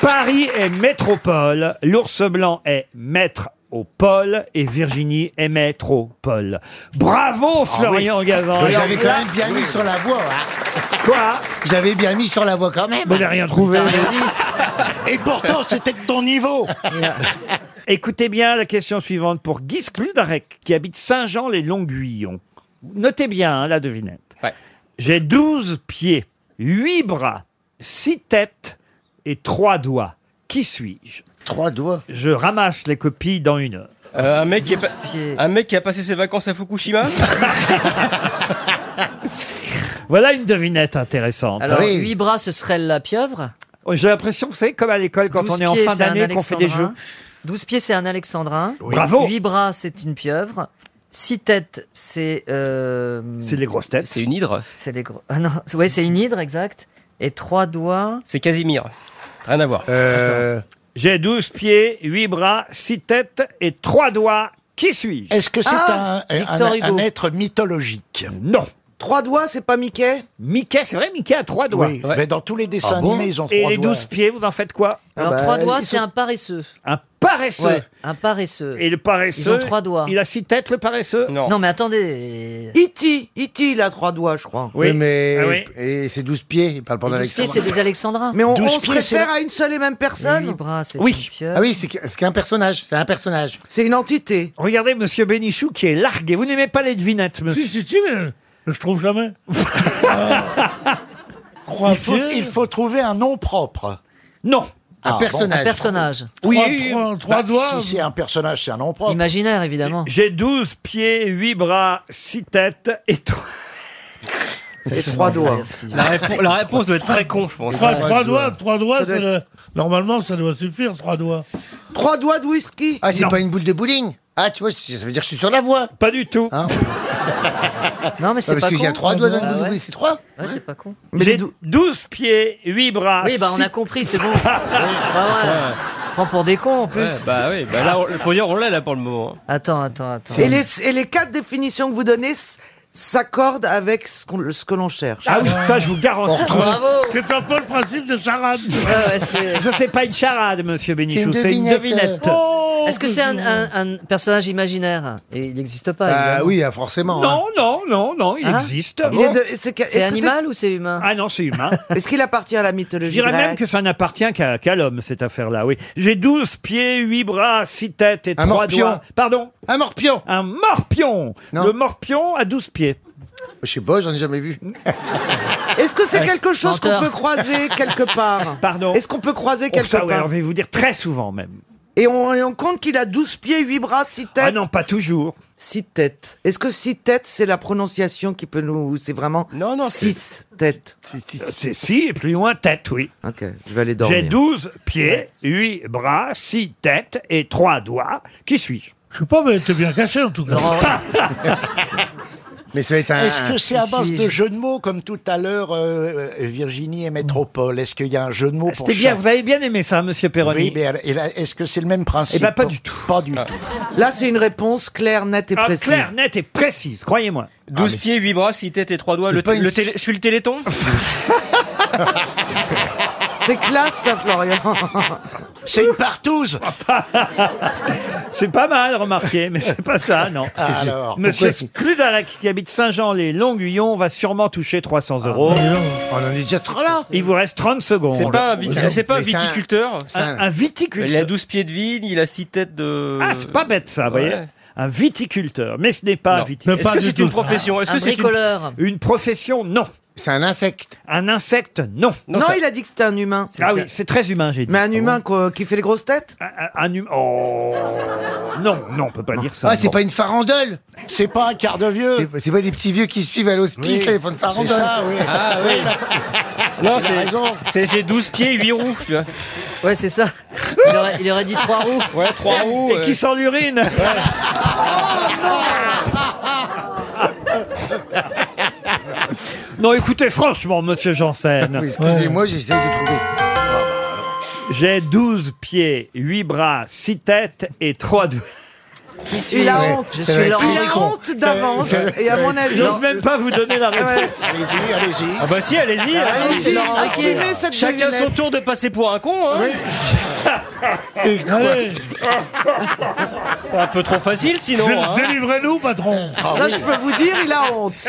Paris est métropole, l'ours blanc est maître au pôle et Virginie est maître au pôle. Bravo Oh, Florian Gazan. Ah Mais Alors J'avais quand là- même bien mis sur la voie. hein. Quoi J'avais bien mis sur la voie quand même. Vous n'avez rien trouvé. Et pourtant, c'était de ton niveau. Écoutez bien la question suivante pour Guy Skludarek, qui habite Saint-Jean-les-Longuillons. Notez bien hein, la devinette. J'ai 12 pieds, 8 bras, 6 têtes et 3 doigts. Qui suis-je 3 doigts Je ramasse les copies dans une heure. Euh, un, mec qui est pa- un mec qui a passé ses vacances à Fukushima. Voilà une devinette intéressante. Oh, Alors, huit bras, ce serait la pieuvre. J'ai l'impression, vous savez, comme à l'école, quand 12 on est en pieds, fin c'est un d'année, qu'on fait des jeux. alexandrin. 12 pieds, c'est un alexandrin. Oui. Bravo. 8 bras, c'est une pieuvre. 6 têtes, c'est. euh, C'est les grosses têtes. C'est une hydre. C'est les gros. Ah non, c'est- ouais, c'est une hydre, exact. Et 3 doigts. C'est Casimir. Rien à voir. Euh, J'ai 12 pieds, 8 bras, 6 têtes et 3 doigts. Qui suis-je Est-ce que c'est Ah, un- un- Victor un- Hugo. un être mythologique Non. Trois doigts, c'est pas Mickey Mickey, c'est vrai, Mickey a trois doigts. Oui, mais dans tous les dessins Ah bon animés, ils ont Et trois les doigts. Bah, 12 pieds, vous en faites quoi Ah Alors, trois doigts, c'est un paresseux. Un paresseux. Ouais, un paresseux. Et le paresseux. Ils ont trois doigts. Il a six têtes, le paresseux Non. mais attendez. Iti, Iti, il a trois doigts, je crois. Oui, mais. Ah oui. Et c'est 12 pieds, il parle pas Les d'Alexandre. c'est des Alexandrins. Mais on, Douze on se pieds, c'est réfère vrai. à une seule et même personne Oui. Ah oui, c'est que- c'est qu'un personnage, c'est un personnage. C'est une entité. Regardez Monsieur Bénichou qui est largué. Vous n'aimez pas les devinettes, monsieur Si, si, si, mais je trouve jamais. il, faut, il faut trouver un nom propre. Non. Ah, Un personnage. Un personnage. Oui, Trois- trois- Bah, trois doigts. Si c'est un personnage, c'est un nom propre. Imaginaire, évidemment. J'ai 12 pieds, 8 bras, 6 têtes et 3... Et trois doigts. La, répo- la réponse doit être très con, je pense. Trois, trois doigts, trois doigts, Ça doit c'est être- le- normalement, ça doit suffire, trois doigts. Trois doigts de whisky. Ah, c'est Non. pas une boule de bowling Ah, tu vois, c'est- ça veut dire que je suis sur la voie. Hein Pas du tout. Non, mais Ah, c'est parce pas qu'il y a con. trois doigts dans le Ah bout du ouais. bout, c'est trois. Ouais, c'est pas con. J'ai 12 pieds, 8 Ah, bras... Oui, bah on six- a compris, c'est bon. Bah ouais. Prends pour des cons en plus. Ouais, bah oui, bah là, on- faut dire, on l'a là pour le moment. hein. Attends, attends, attends. Et les, et les quatre définitions que vous donnez s- s'accordent avec ce, qu'on- ce que l'on cherche. Ah oui, ça je vous garantis. C'est un peu le principe de charade. euh, Ça c'est pas une charade, Monsieur Bénichou, c'est une devinette. Est-ce que c'est un, un- un personnage imaginaire Et il n'existe pas. Oh Bah évidemment. oui, ah, forcément. Non, Oh non, non, non, il Hein existe. Il est de- c'est que- C'est est-ce que animal ou c'est humain Ah non, c'est humain. Est-ce qu'il appartient à la Je mythologie dirais même grecque que ça n'appartient qu'à qu'à l'homme, cette affaire-là, oui. J'ai 12 pieds, 8 bras, 6 têtes et Un 3 morpion. doigts. Pardon Un morpion Un morpion Non. Le morpion a 12 pieds. Je sais pas, j'en ai jamais vu. Est-ce que c'est quelque chose qu'on menteur. peut croiser quelque part Pardon Est-ce qu'on peut croiser Oh, quelque ça, ouais, part alors, je vais vous dire très souvent même. et on, et on compte qu'il a 12 pieds, 8 bras, 6 têtes Ah non, pas toujours. 6 têtes. Est-ce que 6 têtes, c'est la prononciation qui peut nous... C'est vraiment 6 têtes Euh, C'est si, et plus loin, tête, oui. Ok, je vais aller dormir. J'ai 12 pieds, 8 bras, 6 têtes et 3 doigts. Qui suis-je Je sais pas, mais t'es bien caché en tout cas. Mais ça va être un. Est-ce que c'est à base de jeux de mots, comme tout à l'heure, euh, euh, Virginie et Métropole Est-ce qu'il y a un jeu de mots pour C'était bien, chaque- vous avez bien aimé ça, monsieur Perroni. Oui, mais alors, et là, est-ce que c'est le même principe Eh ben, pas du tout. Pas du tout. Ah. Là, c'est une réponse claire, nette et Ah, précise. claire, nette et précise, croyez-moi. 12 pieds, 8 bras, 6 têtes et 3 doigts. Le, Ah, pas une- le télé- Je suis le téléthon C'est classe, ça, Florian. C'est une partouze C'est pas mal, remarqué, mais c'est pas ça, non. Ah, alors, Monsieur pourquoi- Kludarek, qui habite Saint-Jean-les-Longuillons, va sûrement toucher 300 euros. On en est déjà trop là. Il vous reste 30 secondes. C'est pas un, vit- Mais c'est pas un c'est un- viticulteur. c'est Un, un Il a viticulteur. 12 pieds de vigne, il a 6 têtes de. Ah, c'est pas bête, ça, vous Ouais. voyez. Un viticulteur, mais ce n'est pas un Non. viticulteur. Est-ce que c'est une profession Est-ce que c'est une- Une profession, non. C'est un insecte. Un insecte, non. Non, il a dit que c'était un humain. Ah oui, c'est très humain, j'ai dit. Mais un humain quoi, qui fait les grosses têtes Un, un humain. Oh Non, non, on peut pas dire ça. Ah, c'est Bon. pas une farandole C'est pas un quart de vieux C'est- C'est pas des petits vieux qui se suivent à l'hospice, Oui, là, ils font une c'est farandole. ça, oui. Ah oui. Il Non, a c'est. raison. c'est- J'ai 12 pieds, 8 roues, tu vois. Ouais, c'est ça. Il aurait, il aurait dit trois roues. Ouais, 3 roues. Et qui sent l'urine Non, écoutez, franchement, monsieur Janssen. Oui, excusez-moi, j'essaie de trouver. J'ai 12 pieds, 8 bras, 6 têtes et 3 doigts. Qui suis Il a Ouais, honte. ça va être Il très a con. honte d'avance. Ça va- ça va- Et à ça va mon être avis. J'ose même pas vous donner la réponse. Allez-y, allez-y. Ah bah si, allez-y. Allez-y, allez-y. Laurent Ruquier. Assumez cette Chacun devinette. son tour de passer pour un con, hein. C'est quoi Allez, C'est un peu trop facile sinon. dé- hein. délivrez-nous, patron. Ah. Ça, je peux vous dire, il a honte.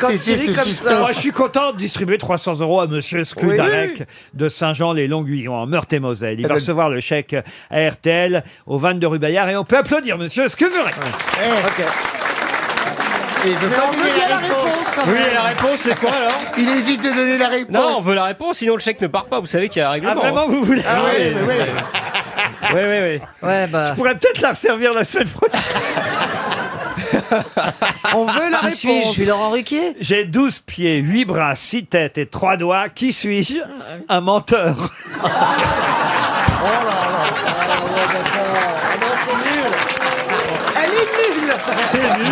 Quand il cesser rit ce comme suspense. ça. Moi, Ah, je suis content de distribuer 300 euros à Monsieur Skludarek de Saint-Jean-les-Longuillons, en Eh Meurthe-et-Moselle. ben, Il va recevoir le chèque à RTL au 22 rue Bayard et on peut applaudir Monsieur Skludarek. Eh. Et il veut Mais pas on donner veut bien la réponse, quand Oui, même. la réponse c'est quoi alors Il évite de donner la réponse. Non, on veut la réponse, sinon le chèque ne part pas. Vous savez qu'il y a un Ah, règlement. vraiment, vous voulez Ah oui, oui, oui, oui. hein. Oui, oui, oui. Ouais, bah. Je pourrais peut-être la resservir la semaine prochaine. On veut la Qui suis-je Je réponse. suis Laurent Ruquier J'ai 12 pieds, 8 bras, 6 têtes et 3 doigts. Qui suis-je Un menteur. Elle est nul C'est nulle. nul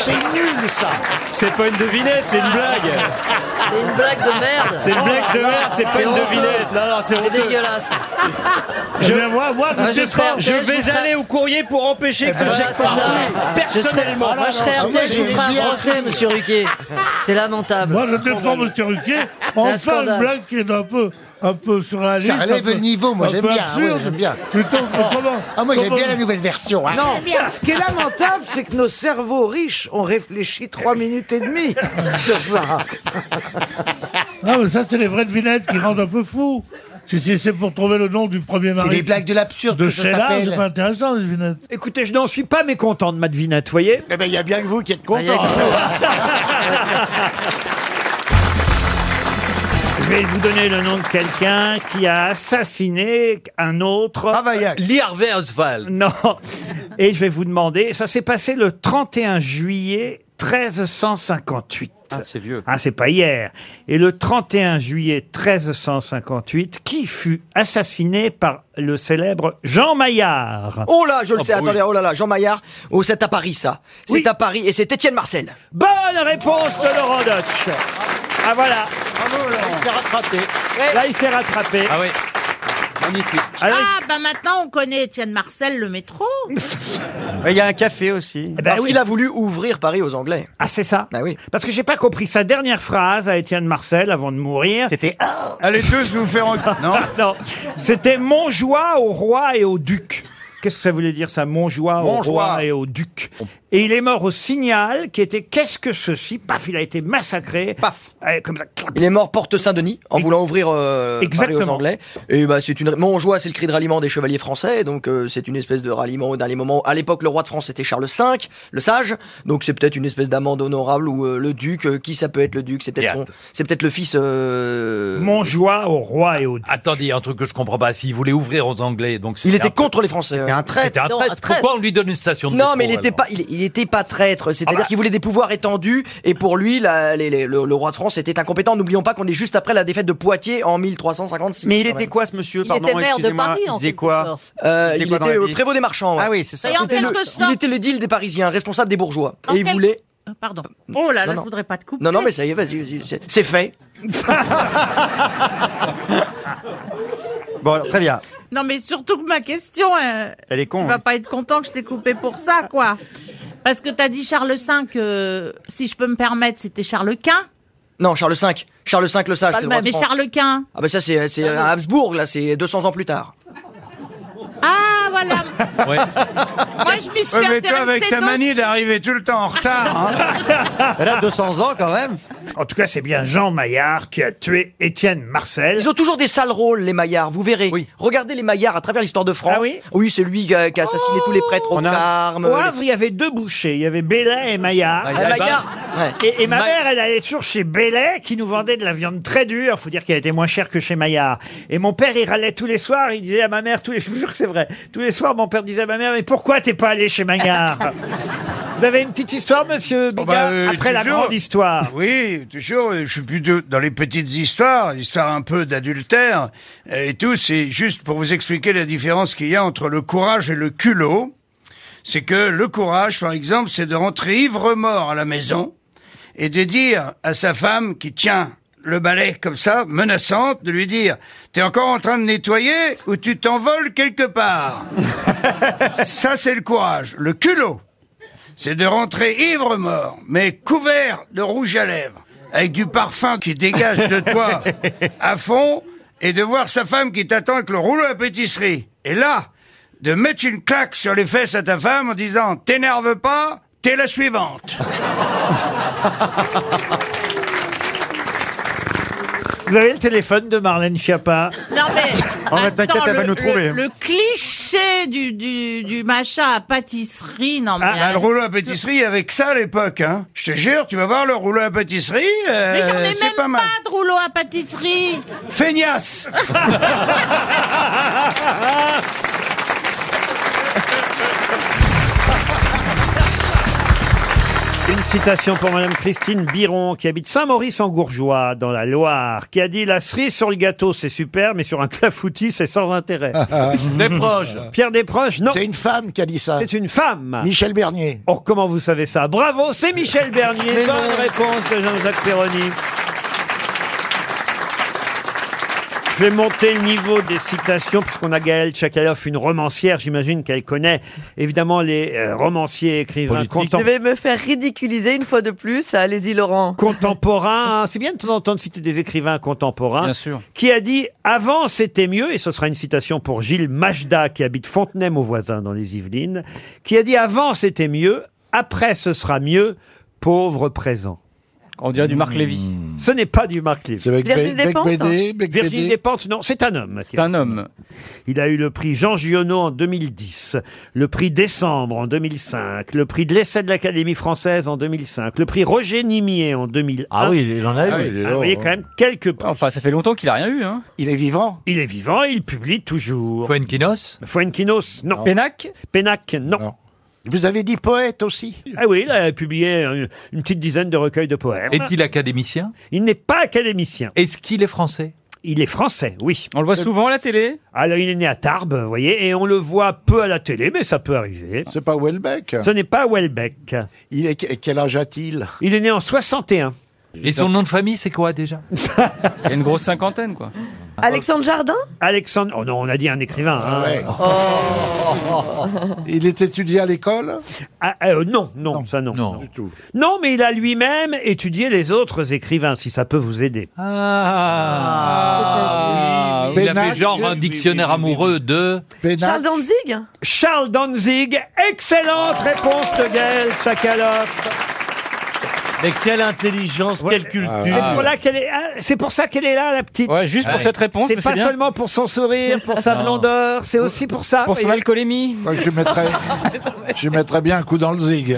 C'est nul, ça C'est pas une devinette, c'est une blague. C'est une blague de merde. C'est une blague de merde, c'est pas une honteux. devinette. Non, non, c'est C'est honteux. dégueulasse. Je, Moi, je serai RTL, je vais vous ferai- aller au courrier pour empêcher que ce Voilà, chèque c'est soit ça. Je serai- Ah, personnellement. Moi, je serai RTL, je vous ferai un procès, monsieur Ruquier. C'est lamentable. Moi, je défends Monsieur Ruquier. Enfin, une blague qui est un peu, un peu sur la liste. Ça relève un peu- le niveau, moi un j'aime peu bien. ah ouais, Absurde. j'aime bien. Plutôt que Ah. comment- Ah, moi j'aime comment- bien la nouvelle version. hein. Non, ce qui est lamentable, c'est que nos cerveaux riches ont réfléchi trois minutes et demie sur ça. Non, mais ça, c'est les vraies devinettes qui rendent un peu fou. Si, si c'est pour trouver le nom du premier mari. des blagues de l'absurde. De que ça Sheila, s'appelle. c'est pas intéressant, les devinettes. Écoutez, je n'en suis pas mécontent de ma devinette, vous voyez Eh bien, il y a bien que vous qui êtes Ah, content. Je vais vous donner le nom de quelqu'un qui a assassiné un autre. Ah, bah, Ravaillac. Non. Et je vais vous demander, ça s'est passé le 31 juillet 1358. Ah, c'est vieux. Ah, c'est pas hier. Et le 31 juillet 1358, qui fut assassiné par le célèbre Jean Maillard Oh là, je le sais, Ah bah oui. attendez, oh là là, Jean Maillard, oh, c'est à Paris ça. C'est à Paris et c'est Étienne Marcel. Bonne réponse de Laurent oh. Deutsch. Ah voilà. Il s'est rattrapé. Là, il s'est rattrapé. Ah oui. Magnifique. Ah, bah maintenant on connaît Étienne Marcel, le métro. Euh, Il y a un café aussi. ben parce oui. qu'il a voulu ouvrir Paris aux Anglais. Ah, c'est ça Parce que j'ai pas compris sa dernière phrase à Étienne Marcel avant de mourir. C'était ah Allez tous vous faire en... Non, non. C'était mon joie au roi et au duc. Qu'est-ce que ça voulait dire ça Mon joie au Mon roi joie. et au duc. Et il est mort au signal qui était qu'est-ce que ceci Paf, il a été massacré. Paf. comme ça. clap. Il est mort porte Saint-Denis en voulant ouvrir euh, Paris aux Exactement. Anglais. Et bah c'est une mon joie, c'est le cri de ralliement des chevaliers français. Donc euh, c'est une espèce de ralliement au dernier moment. À l'époque, le roi de France était Charles V, le sage. Donc c'est peut-être une espèce d'amende honorable ou euh, le duc. euh, qui ça peut être le duc C'est peut-être son- c'est peut-être le fils. euh, Mon joie au roi et au Attendez, il y a un truc que je comprends pas. S'il voulait ouvrir aux Anglais, donc Il était contre Euh, les Français. C'était un traître. C'était un traître. Pourquoi on lui donne une station de métro, Non, mais il était alors Ah bah. pas, il, il était pas traître. C'est-à-dire qu'il voulait des pouvoirs étendus, et pour lui, la- les- les- le, le roi de France était incompétent. N'oublions pas qu'on est juste après la défaite de Poitiers en 1356. Mais il quand était même. quoi, ce monsieur Il Pardon, était maire de excusez-moi, Paris, il en faisait quelque quoi sorte. Euh, Il Il, faisait quoi dans était la euh, vie prévôt des marchands. ouais. Ah oui, c'est ça. Et en C'était le- quelque sorte- il était le deal des Parisiens, responsable des bourgeois. En et il quel- voulait. Euh, Pardon. Oh là là, Non, je non. voudrais pas te couper. Non, non, mais ça y est, vas-y, vas-y, c'est- c'est fait. Bon, alors, très bien. Non, mais surtout que ma question, euh, Elle est con. tu vas pas être content que je t'ai coupé pour ça, quoi. Parce que t'as dit Charles V, euh, si je peux me permettre, c'était Charles Quint. Non, Charles V. Charles V, le sage. c'est le roi de mais France. Charles Quint. Ah bah ça c'est c'est à Habsbourg là, c'est 200 ans plus tard. Ah, voilà. Moi, je m'y suis Ouais, mais toi, intéressée avec ta d'autres- manie d'arriver tout le temps en retard. hein. Elle a 200 ans quand même. En tout cas, c'est bien Jean Maillard qui a tué Étienne Marcel. Ils ont toujours des sales rôles les Maillards, vous verrez. Regardez les Maillards à travers l'histoire de France. oui. c'est lui qui a, qui a assassiné tous les prêtres au carme. Au Havre, il y avait deux bouchers. Il y avait Bellet et Maillard. Ah, Maillard. Et, et ma Ma- mère, elle allait toujours chez Bellet, qui nous vendait de la viande très dure. Faut dire qu'elle était moins chère que chez Maillard. Et mon père, il râlait tous les soirs. Il disait à ma mère, tous les, je vous jure que c'est vrai. Tous les soirs, mon père disait à ma mère, mais pourquoi t'es pas allé chez Maillard? Vous avez une petite histoire, monsieur Oh, Bigard, bah, euh, après la toujours. grande histoire. Oui, toujours. euh, Je suis plutôt dans les petites histoires, histoire un peu d'adultère euh, et tout. C'est juste pour vous expliquer la différence qu'il y a entre le courage et le culot. C'est que le courage, par exemple, c'est de rentrer ivre-mort à la maison et de dire à sa femme qui tient le balai comme ça, menaçante, de lui dire « T'es encore en train de nettoyer ou tu t'envoles quelque part ?» Ça, c'est le courage. Le culot, c'est de rentrer ivre-mort, mais couvert de rouge à lèvres, avec du parfum qui dégage de toi à fond, et de voir sa femme qui t'attend avec le rouleau à pâtisserie. Et là, de mettre une claque sur les fesses à ta femme en disant « T'énerve pas, t'es la suivante !» Vous avez le téléphone de Marlène Schiappa Non mais. Oh, mais t'inquiète, Attends, elle va le- nous trouver, le- hein. Le, cliché du, du, du machin à pâtisserie, non mais. Ah, le rouleau à pâtisserie avec ça à l'époque, hein. Je te jure, tu vas voir le rouleau à pâtisserie, euh, Mais j'en ai c'est pas même mal. pas de rouleau à pâtisserie. Feignasse Une citation pour Madame Christine Biron, qui habite Saint-Maurice-en-Gourgeois, dans la Loire, qui a dit « La cerise sur le gâteau, c'est super, mais sur un clafoutis, c'est sans intérêt. » Desproges. Pierre Desproches, non. C'est une femme qui a dit ça. C'est une femme. Michel Bernier. Oh, comment vous savez ça Bravo, c'est Michel Bernier. Mais Bonne non. réponse de Jean-Jacques Perroni. Je vais monter le niveau des citations, puisqu'on a Gaël Tchakaloff, une romancière, j'imagine qu'elle connaît évidemment les euh, romanciers, écrivains, Je contemporains. vais me faire ridiculiser une fois de plus. Allez-y, Laurent. contemporain, hein. c'est bien de temps en temps de citer des écrivains contemporains, qui a dit « Avant, c'était mieux », et ce sera une citation pour Gilles Majda, qui habite Fontenay-Mauvoisin, dans les Yvelines, qui a dit « Avant, c'était mieux, après, ce sera mieux, pauvre présent ». On dirait du Mmh. Marc Lévy. Ce n'est pas du Marc Lévy. Virginie Bec- Despentes, Bédé, hein. Bec- Virginie Bédé. Despentes, non, c'est un homme. C'est un homme. Il a eu le prix Jean Giono en 2010, le prix Décembre en 2005, le prix de l'essai de l'Académie française en 2005, le prix Roger Nimier en 2001. Ah oui, il en a eu, il est Ah, là, vous voyez, hein. quand même quelques prix. Enfin, ça fait longtemps qu'il a rien eu. hein. Il est vivant. Il est vivant, il publie toujours. Fuenquinos Fuenquinos, non. Pénac Pénac, non. Vous avez dit poète aussi Ah oui, il a publié euh, une petite dizaine de recueils de poèmes. Est-il académicien Il n'est pas académicien. Est-ce qu'il est français Il est français, oui. On le voit souvent à la télé Alors, il est né à Tarbes, vous voyez, et on le voit peu à la télé, mais ça peut arriver. C'est pas Welbeck Ce n'est pas Welbeck. Il est, quel âge a-t-il Il est né en 61. Et son nom de famille, c'est quoi déjà Il y a une grosse cinquantaine, quoi. Alexandre Jardin Alexandre... Oh non, on a dit un écrivain. hein. Il est étudié à l'école Ah, euh, non, non, ça non. Non. Non, mais il a lui-même étudié les autres écrivains, si ça peut vous aider. Ah, Il avait Pénac. genre un dictionnaire amoureux de... Charles Danzig Charles Danzig, excellente réponse de Gaël Sakaloff. Mais quelle intelligence, quelle culture. Ah. C'est pour, là qu'elle est- ah, c'est pour ça qu'elle est là, la petite. Ouais, juste pour Ouais. cette réponse, C'est mais pas c'est bien. seulement pour son sourire, pour sa Ah. Non. blondeur, c'est aussi pour ça. pour son alcoolémie. Moi, je mettrais- Je mettrais bien un coup dans le zig.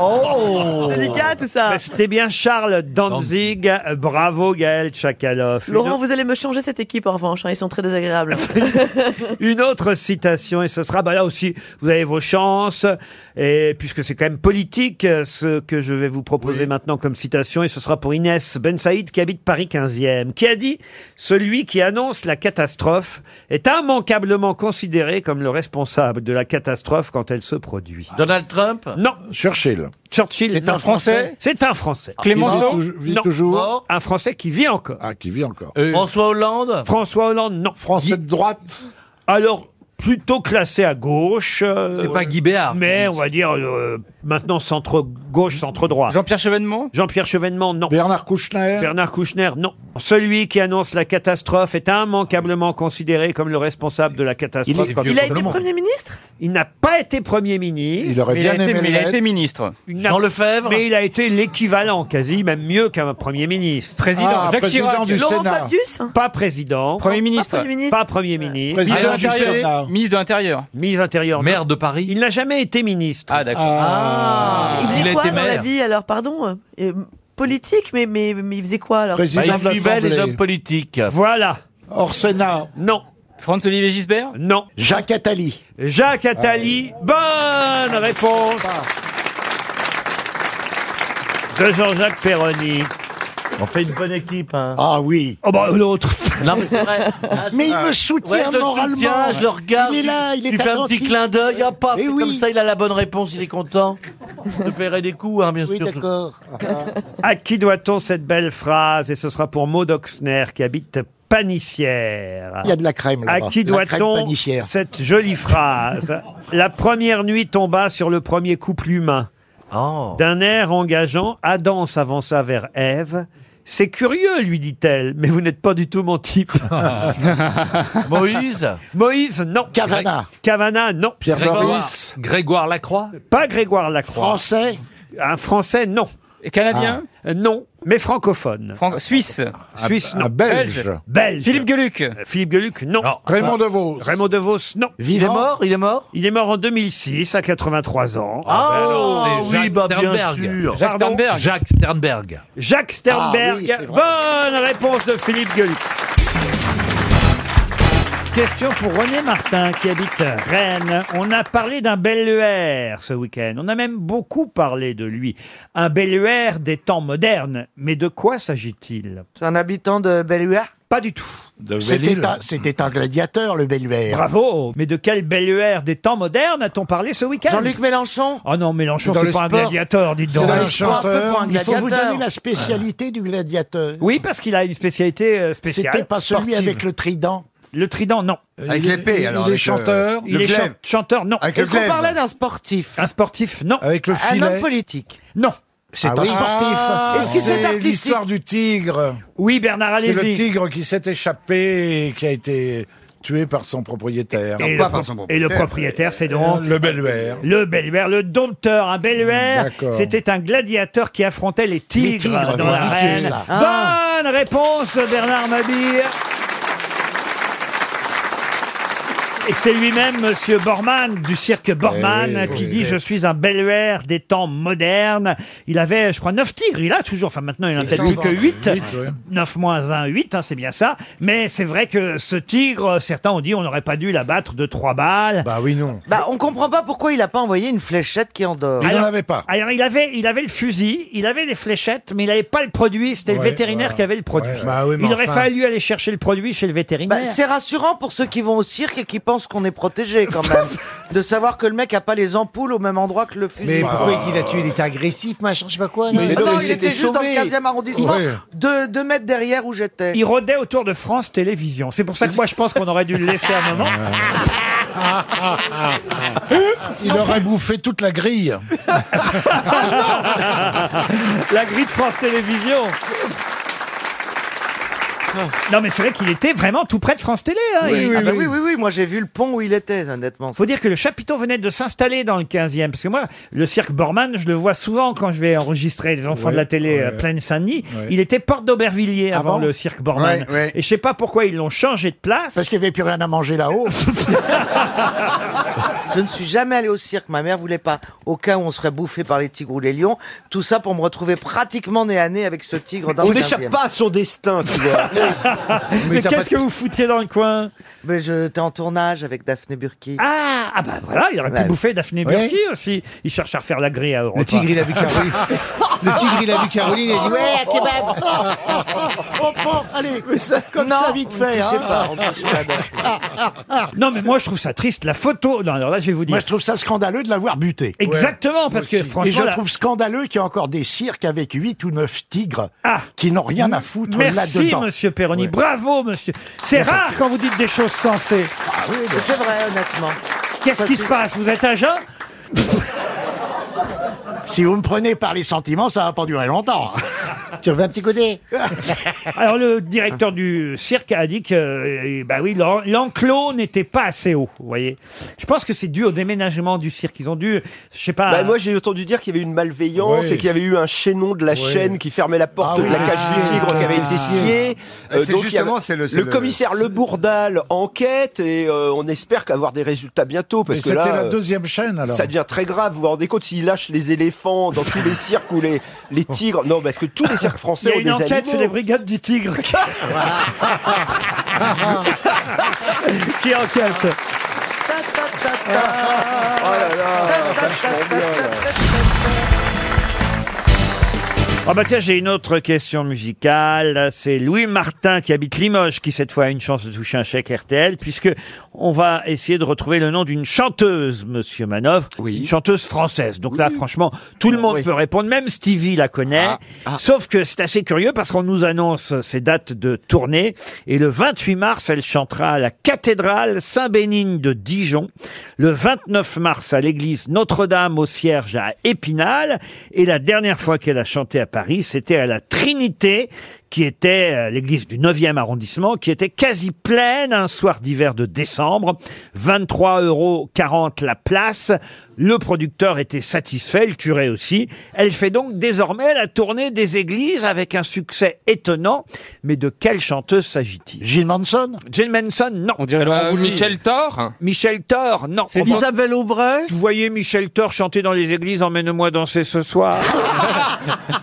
Oh Délicat, tout ça. C'était bien Charles Danzig. Bravo Gaël Tchakaloff. Laurent, Une- vous allez me changer cette équipe en revanche. hein, Ils sont très désagréables. Une autre citation, et ce sera, bah là aussi, vous avez vos chances, et puisque c'est quand même politique, euh, ce que je vais vous proposer maintenant comme citation, et ce sera pour Inès Ben Saïd, qui habite Paris 15e, qui a dit « Celui qui annonce la catastrophe est immanquablement considéré comme le responsable de la catastrophe quand elle se produit. » Donald Trump Non. Churchill. Churchill, C'est non. un Français C'est un Français. Ah, Clémenceau il vit tou- vit Non. toujours Un Français qui vit encore. Ah, qui vit encore. François Hollande François Hollande, non. Français de droite Alors, plutôt classé à gauche. C'est pas Guy Béard. Mais on va dire euh, maintenant centre-gauche, centre-droit. Jean-Pierre Chevènement Jean-Pierre Chevènement, non. Bernard Kouchner Bernard Kouchner, non. Celui qui annonce la catastrophe est immanquablement considéré comme le responsable de la catastrophe. Il a été Premier ministre Il n'a pas été Premier ministre. Il aurait Mais il bien a été- aimé mais il a l'être. été ministre. Il n'a- Mais il a été l'équivalent, quasi, même mieux qu'un Premier ministre. Président. Ah, Jacques président Chirac. du Laurent Sénat. Fabius Pas président. Premier Pas ministre. Premier ministre. Pas Premier ministre. Président Ministre de du l'Intérieur. Sénat. Ministre de l'Intérieur. Ministre intérieur. Maire de Paris. Il n'a jamais été ministre. Ah, d'accord. Ah. Il faisait Il a quoi dans été la maire. vie alors Pardon euh, euh, Politique, mais, mais, mais il faisait quoi alors Bah, Bah, Président de l'Assemblée. politiques. Voilà. Hors Sénat. Non. France-Olivier Gisbert Non. Jacques Attali. Ah Jacques Attali. Bonne réponse. De Jean-Jacques Perroni. On fait une bonne équipe. Ah oui. Oh bah l'autre. Mais il me soutient Ouais, je le moralement. soutiens, je le regarde. Il est là, il est Tu fais un petit attentif. clin d'œil, hop, paf, Mais et oui. comme ça, il a la bonne réponse, il est content. Je te paierai des coups, hein, bien sûr. À qui doit-on cette belle phrase Et ce sera pour Maud Oxner qui habite Panissière. Il y a de la crème, là-bas. À qui La crème doit-on panissière. cette jolie phrase La première nuit tomba sur le premier couple humain. Oh. D'un air engageant, Adam s'avança vers Ève. C'est curieux, lui dit-elle, mais vous n'êtes pas du tout mon type. Moïse Moïse, non. Cavana. Cavana, non. Grégoire, Grégoire Lacroix Pas Grégoire Lacroix. Français Un Français, non. Canadien Euh, Non, mais francophone. Ah, Suisse. Suisse, non. Belge. Euh, Philippe Gueluc. Philippe Gueluc, non. Raymond DeVos. Raymond DeVos, non. Il est mort Il est mort Il est mort en 2006, à 83 ans. Ah, ben alors, c'est oui, Jacques bah, bien Sternberg. sûr. Jacques Pardon Sternberg. Jacques Sternberg. Ah Jacques Sternberg. Ah oui, c'est vrai. Bonne réponse de Philippe Gueluc. Question pour René Martin qui habite Rennes. On a parlé d'un belluaire ce week-end. On a même beaucoup parlé de lui. Un belluaire des temps modernes. Mais de quoi s'agit-il C'est un habitant de E Belluaire Pas du tout. C'était un, c'était un gladiateur, le E Belluaire. Bravo Mais de quel belluaire des temps modernes a-t-on parlé ce week-end Jean-Luc Mélenchon Oh non, Mélenchon, Dans c'est le pas un sport. gladiateur, dites C'est donc. dans le sport, un peu pour un Il faut vous gladiateur. donner la spécialité du gladiateur. Oui, parce qu'il a une spécialité euh, spéciale. C'était pas celui avec le trident. Le trident, non. Avec l'épée, Il- alors, il est avec, euh, chanteur. Il le est chan- glaive. chanteur, non. Avec le Est-ce qu'on glaive. parlait d'un sportif Un sportif, non. Avec le Un homme filet. politique Non. C'est Ah un oui. sportif. Ah, Est-ce que c'est artistique l'histoire du tigre. Oui, Bernard, C'est le allez-y. tigre qui s'est échappé et qui a été tué par son propriétaire. Et, le, pro- et le propriétaire, c'est donc Le Belluaire. Le Belluaire, le dompteur, un Belluaire. D'accord. C'était un gladiateur qui affrontait les tigres, tigres, dans voilà, c'est l'arène. ça. Bonne réponse de Bernard Mabir. Et c'est lui-même, Monsieur Bormann, du cirque Bormann, Eh oui, qui oui, dit oui. Je suis un belluaire des temps modernes ». Il avait, je crois, 9 tigres. Il a toujours, enfin maintenant, il en a peut-être plus que 8. Huit, ouais. 9 moins 1, 8, hein, c'est bien ça. Mais c'est vrai que ce tigre, certains ont dit on n'aurait pas dû l'abattre de 3 balles. Bah oui, non. Bah, on comprend pas pourquoi il a pas envoyé une fléchette qui endort. Alors- pas. Alors, il avait, il avait le fusil, il avait les fléchettes, mais il n'avait pas le produit. C'était le Ouais, vétérinaire voilà. qui avait le produit. Ouais, bah oui, mais il aurait enfin- fallu aller chercher le produit chez le vétérinaire. Bah, c'est rassurant pour ceux qui vont au cirque et qui pensent qu'on est protégé quand même. de savoir que le mec a pas les ampoules au même endroit que le fusil. bah. Mais pourquoi il l'a tué Il était agressif, machin, je sais pas quoi. Non, non, il était juste dans le 15e arrondissement, Ouais. deux, deux mètres derrière où j'étais. Il rôdait autour de France Télévisions. C'est pour ça que moi, je pense qu'on aurait dû le laisser un moment. Il aurait bouffé toute la grille. Ah Ah La grille de France Télévisions. Non, mais c'est vrai qu'il était vraiment tout près de France Télé. hein. Oui, Il- oui, Ah bah oui, oui, oui, moi j'ai vu le pont où il était, honnêtement. Faut dire que le chapiteau venait de s'installer dans le 15e. Parce que moi, le cirque Borman, je le vois souvent quand je vais enregistrer les enfants Ouais, de la télé ouais. euh, pleine Saint-Denis. Ouais. Il était porte d'Aubervilliers avant Ah bon le cirque Borman. Ouais, ouais. Et je sais pas pourquoi ils l'ont changé de place. Parce qu'il n'y avait plus rien à manger là-haut. Je ne suis jamais allé au cirque, ma mère voulait pas. Au cas où on serait bouffé par les tigres ou les lions, tout ça pour me retrouver pratiquement nez à nez avec ce tigre dans On le n'échappe 15e. pas à son destin, tu vois. Ah. Mais qu'est-ce que vous foutiez dans le coin Mais j'étais en tournage avec Daphné Burki. Ah, ah bah voilà, il aurait pu Ouais. bouffer Daphné Ouais. Burki aussi. Il cherche à refaire la grille à Europe. Le tigre, il a vu Caroline. Le tigre, il a vu Caroline et il a dit oh, Ouais, kebab Oh, bon, allez, comme Non, ça, vite on ne fait. touchez hein. pas, on ne touche pas, Daphné. oh. Non, mais moi, Ah, je trouve ça triste. La photo. Non, alors là, je vais vous dire. Moi, je trouve ça scandaleux de l'avoir buté. Exactement, parce que Et je franchement. la- trouve scandaleux qu'il y ait encore des cirques avec 8 ou 9 tigres Ah. qui n'ont rien à foutre Merci, là-dedans. monsieur Perroni. Bravo, monsieur. C'est rare quand vous dites des choses sensées. C'est vrai, honnêtement. Qu'est-ce qui se passe Vous êtes à jeun Si vous me prenez par les sentiments, ça va pas durer longtemps. tu veux un petit côté Alors, le directeur du cirque a dit que, euh, bah oui, l'en- l'enclos n'était pas assez haut, vous voyez. Je pense que c'est dû au déménagement du cirque. Ils ont dû, je sais pas. Bah, moi, j'ai entendu dire qu'il y avait une malveillance Ouais. et qu'il y avait eu un chaînon de la chaîne qui fermait la porte de la Ah oui, cage du scié. tigre qui avait été sciée. Ah, c'est donc, il y justement, avait- c'est le- le, c'est le- commissaire Le Bourdal enquête et euh, on espère qu'avoir des résultats bientôt parce Mais que c'était là, la euh, deuxième chaîne alors. ça devient très grave. Vous vous rendez compte s'il lâche les éléphants dans tous les cirques ou les, les tigres Non, parce que tous les cirques Il y français a ont une des enquête animaux. sur les brigades du tigre qui Bah, qui enquête. Ah bah tiens, j'ai une autre question musicale. C'est Louis Martin qui habite Limoges qui cette fois a une chance de toucher un chèque RTL puisque on va essayer de retrouver le nom d'une chanteuse, Monsieur Manov, une chanteuse française. Donc là, franchement, tout le monde peut répondre, même Stevie la connaît. Sauf que c'est assez curieux parce qu'on nous annonce ses dates de tournée et le 28 mars, elle chantera à la cathédrale Saint-Bénigne de Dijon, le 29 mars à l'église Notre-Dame au Cierge à Épinal et la dernière fois qu'elle a chanté à Paris, c'était à la Trinité qui était euh, l'église du 9e arrondissement qui était quasi pleine un soir d'hiver de décembre, 23,40 euros la place. Le producteur était satisfait, le curé aussi. Elle fait donc désormais la tournée des églises avec un succès étonnant. Mais de quelle chanteuse s'agit-il Jill Manson Jill Manson, non. On dirait Euh, Michel Thor Michel Thor, non. C'est Isabelle Ah, Aubrey Vous voyez Michel Thor chanter dans les églises, emmène-moi danser ce soir.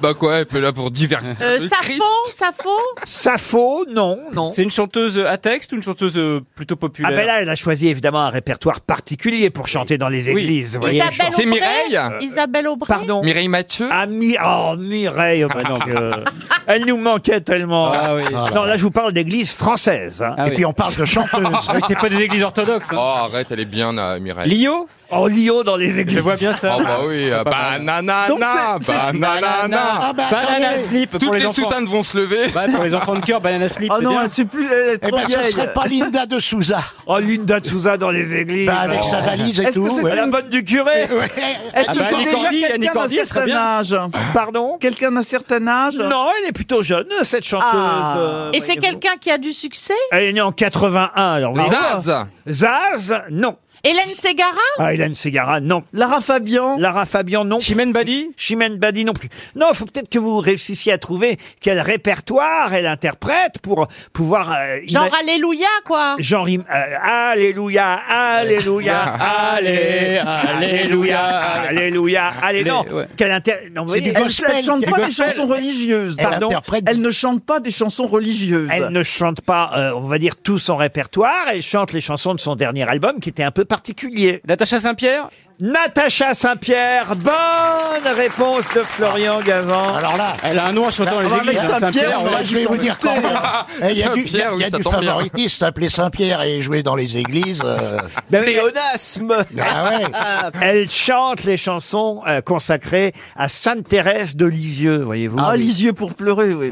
Bah quoi, elle peut là pour divers. Euh, Sappho, Sappho Sappho, non, non. C'est une chanteuse à texte ou une chanteuse euh, plutôt populaire Ah ben là, elle a choisi évidemment un répertoire particulier pour chanter dans les Oui. églises. vous voyez. Isabelle Aubray Euh, Isabelle Aubray Pardon Mireille Mathieu Ah, Mi- oh, Mireille bah non, que- Elle nous manquait tellement. Ah, Non, là, je vous parle d'église française. hein. Et Ah oui. puis, on parle de chanteuse. Oui, c'est pas des églises orthodoxes. Oh, arrête, elle est bien, euh, Mireille. Oh, Lio dans les églises. Je vois bien ça. Oh, bah oui, euh, banana, Donc, c'est- c'est- banana. Ah, bah, Banana attendez. slip pour Toutes les, les enfants. soutanes vont se lever. Ouais, pour les enfants de cœur, banana Ah slip. c'est bien. Eh ben, ce serait pas Linda de Souza. Oh, Linda de Souza dans les églises. Bah, avec sa valise et Est-ce que tout, c'est ouais. La bonne du curé. Est-ce que Ah bah, c'est c'est Annie déjà Cordy, déjà quelqu'un Annie d'un Cordy, elle serait certain bien. âge Pardon Quelqu'un d'un certain âge Non, elle est plutôt jeune, cette chanteuse. Ah. euh, Et c'est voyez-vous. quelqu'un qui a du succès Elle Eh, est née en 81. Alors, vous- Zaz. Zaz, non. Hélène Ségara Ah, Hélène Ségara, non. Lara Fabian Lara Fabian, non. Chimène Badi Chimène Badi, non plus. Non, il faut peut-être que vous réussissiez à trouver quel répertoire elle interprète pour pouvoir... euh, Genre ima- Alléluia, quoi Genre, im- euh, alléluia, alléluia, allé, alléluia, alléluia, allez, non, quelle inter... non, vous C'est voyez, du gospel. elle- Elle chante du pas des gospel. chansons religieuses. Elle Pardon interprète- Elle ne chante pas des chansons religieuses. Elle ne chante pas, euh, on va dire, tout son répertoire. Elle chante les chansons de son dernier album qui était un peu particulier. Natacha Saint-Pierre Natacha Saint-Pierre, bonne réponse de Florian Gazan. Alors là, Elle a un nom en Bah, Ah, chantant les églises. hein, Saint-Pierre, ouais. je vais vous dire quand même. Eh, Il y a du, il y a- il y a du favoritisme, s'appeler Saint-Pierre et jouer dans les églises. euh. Ben Pléonasme Ah Elle chante les chansons euh, consacrées à Sainte Thérèse de Lisieux, voyez-vous. Ah, Lisieux pour pleurer, oui.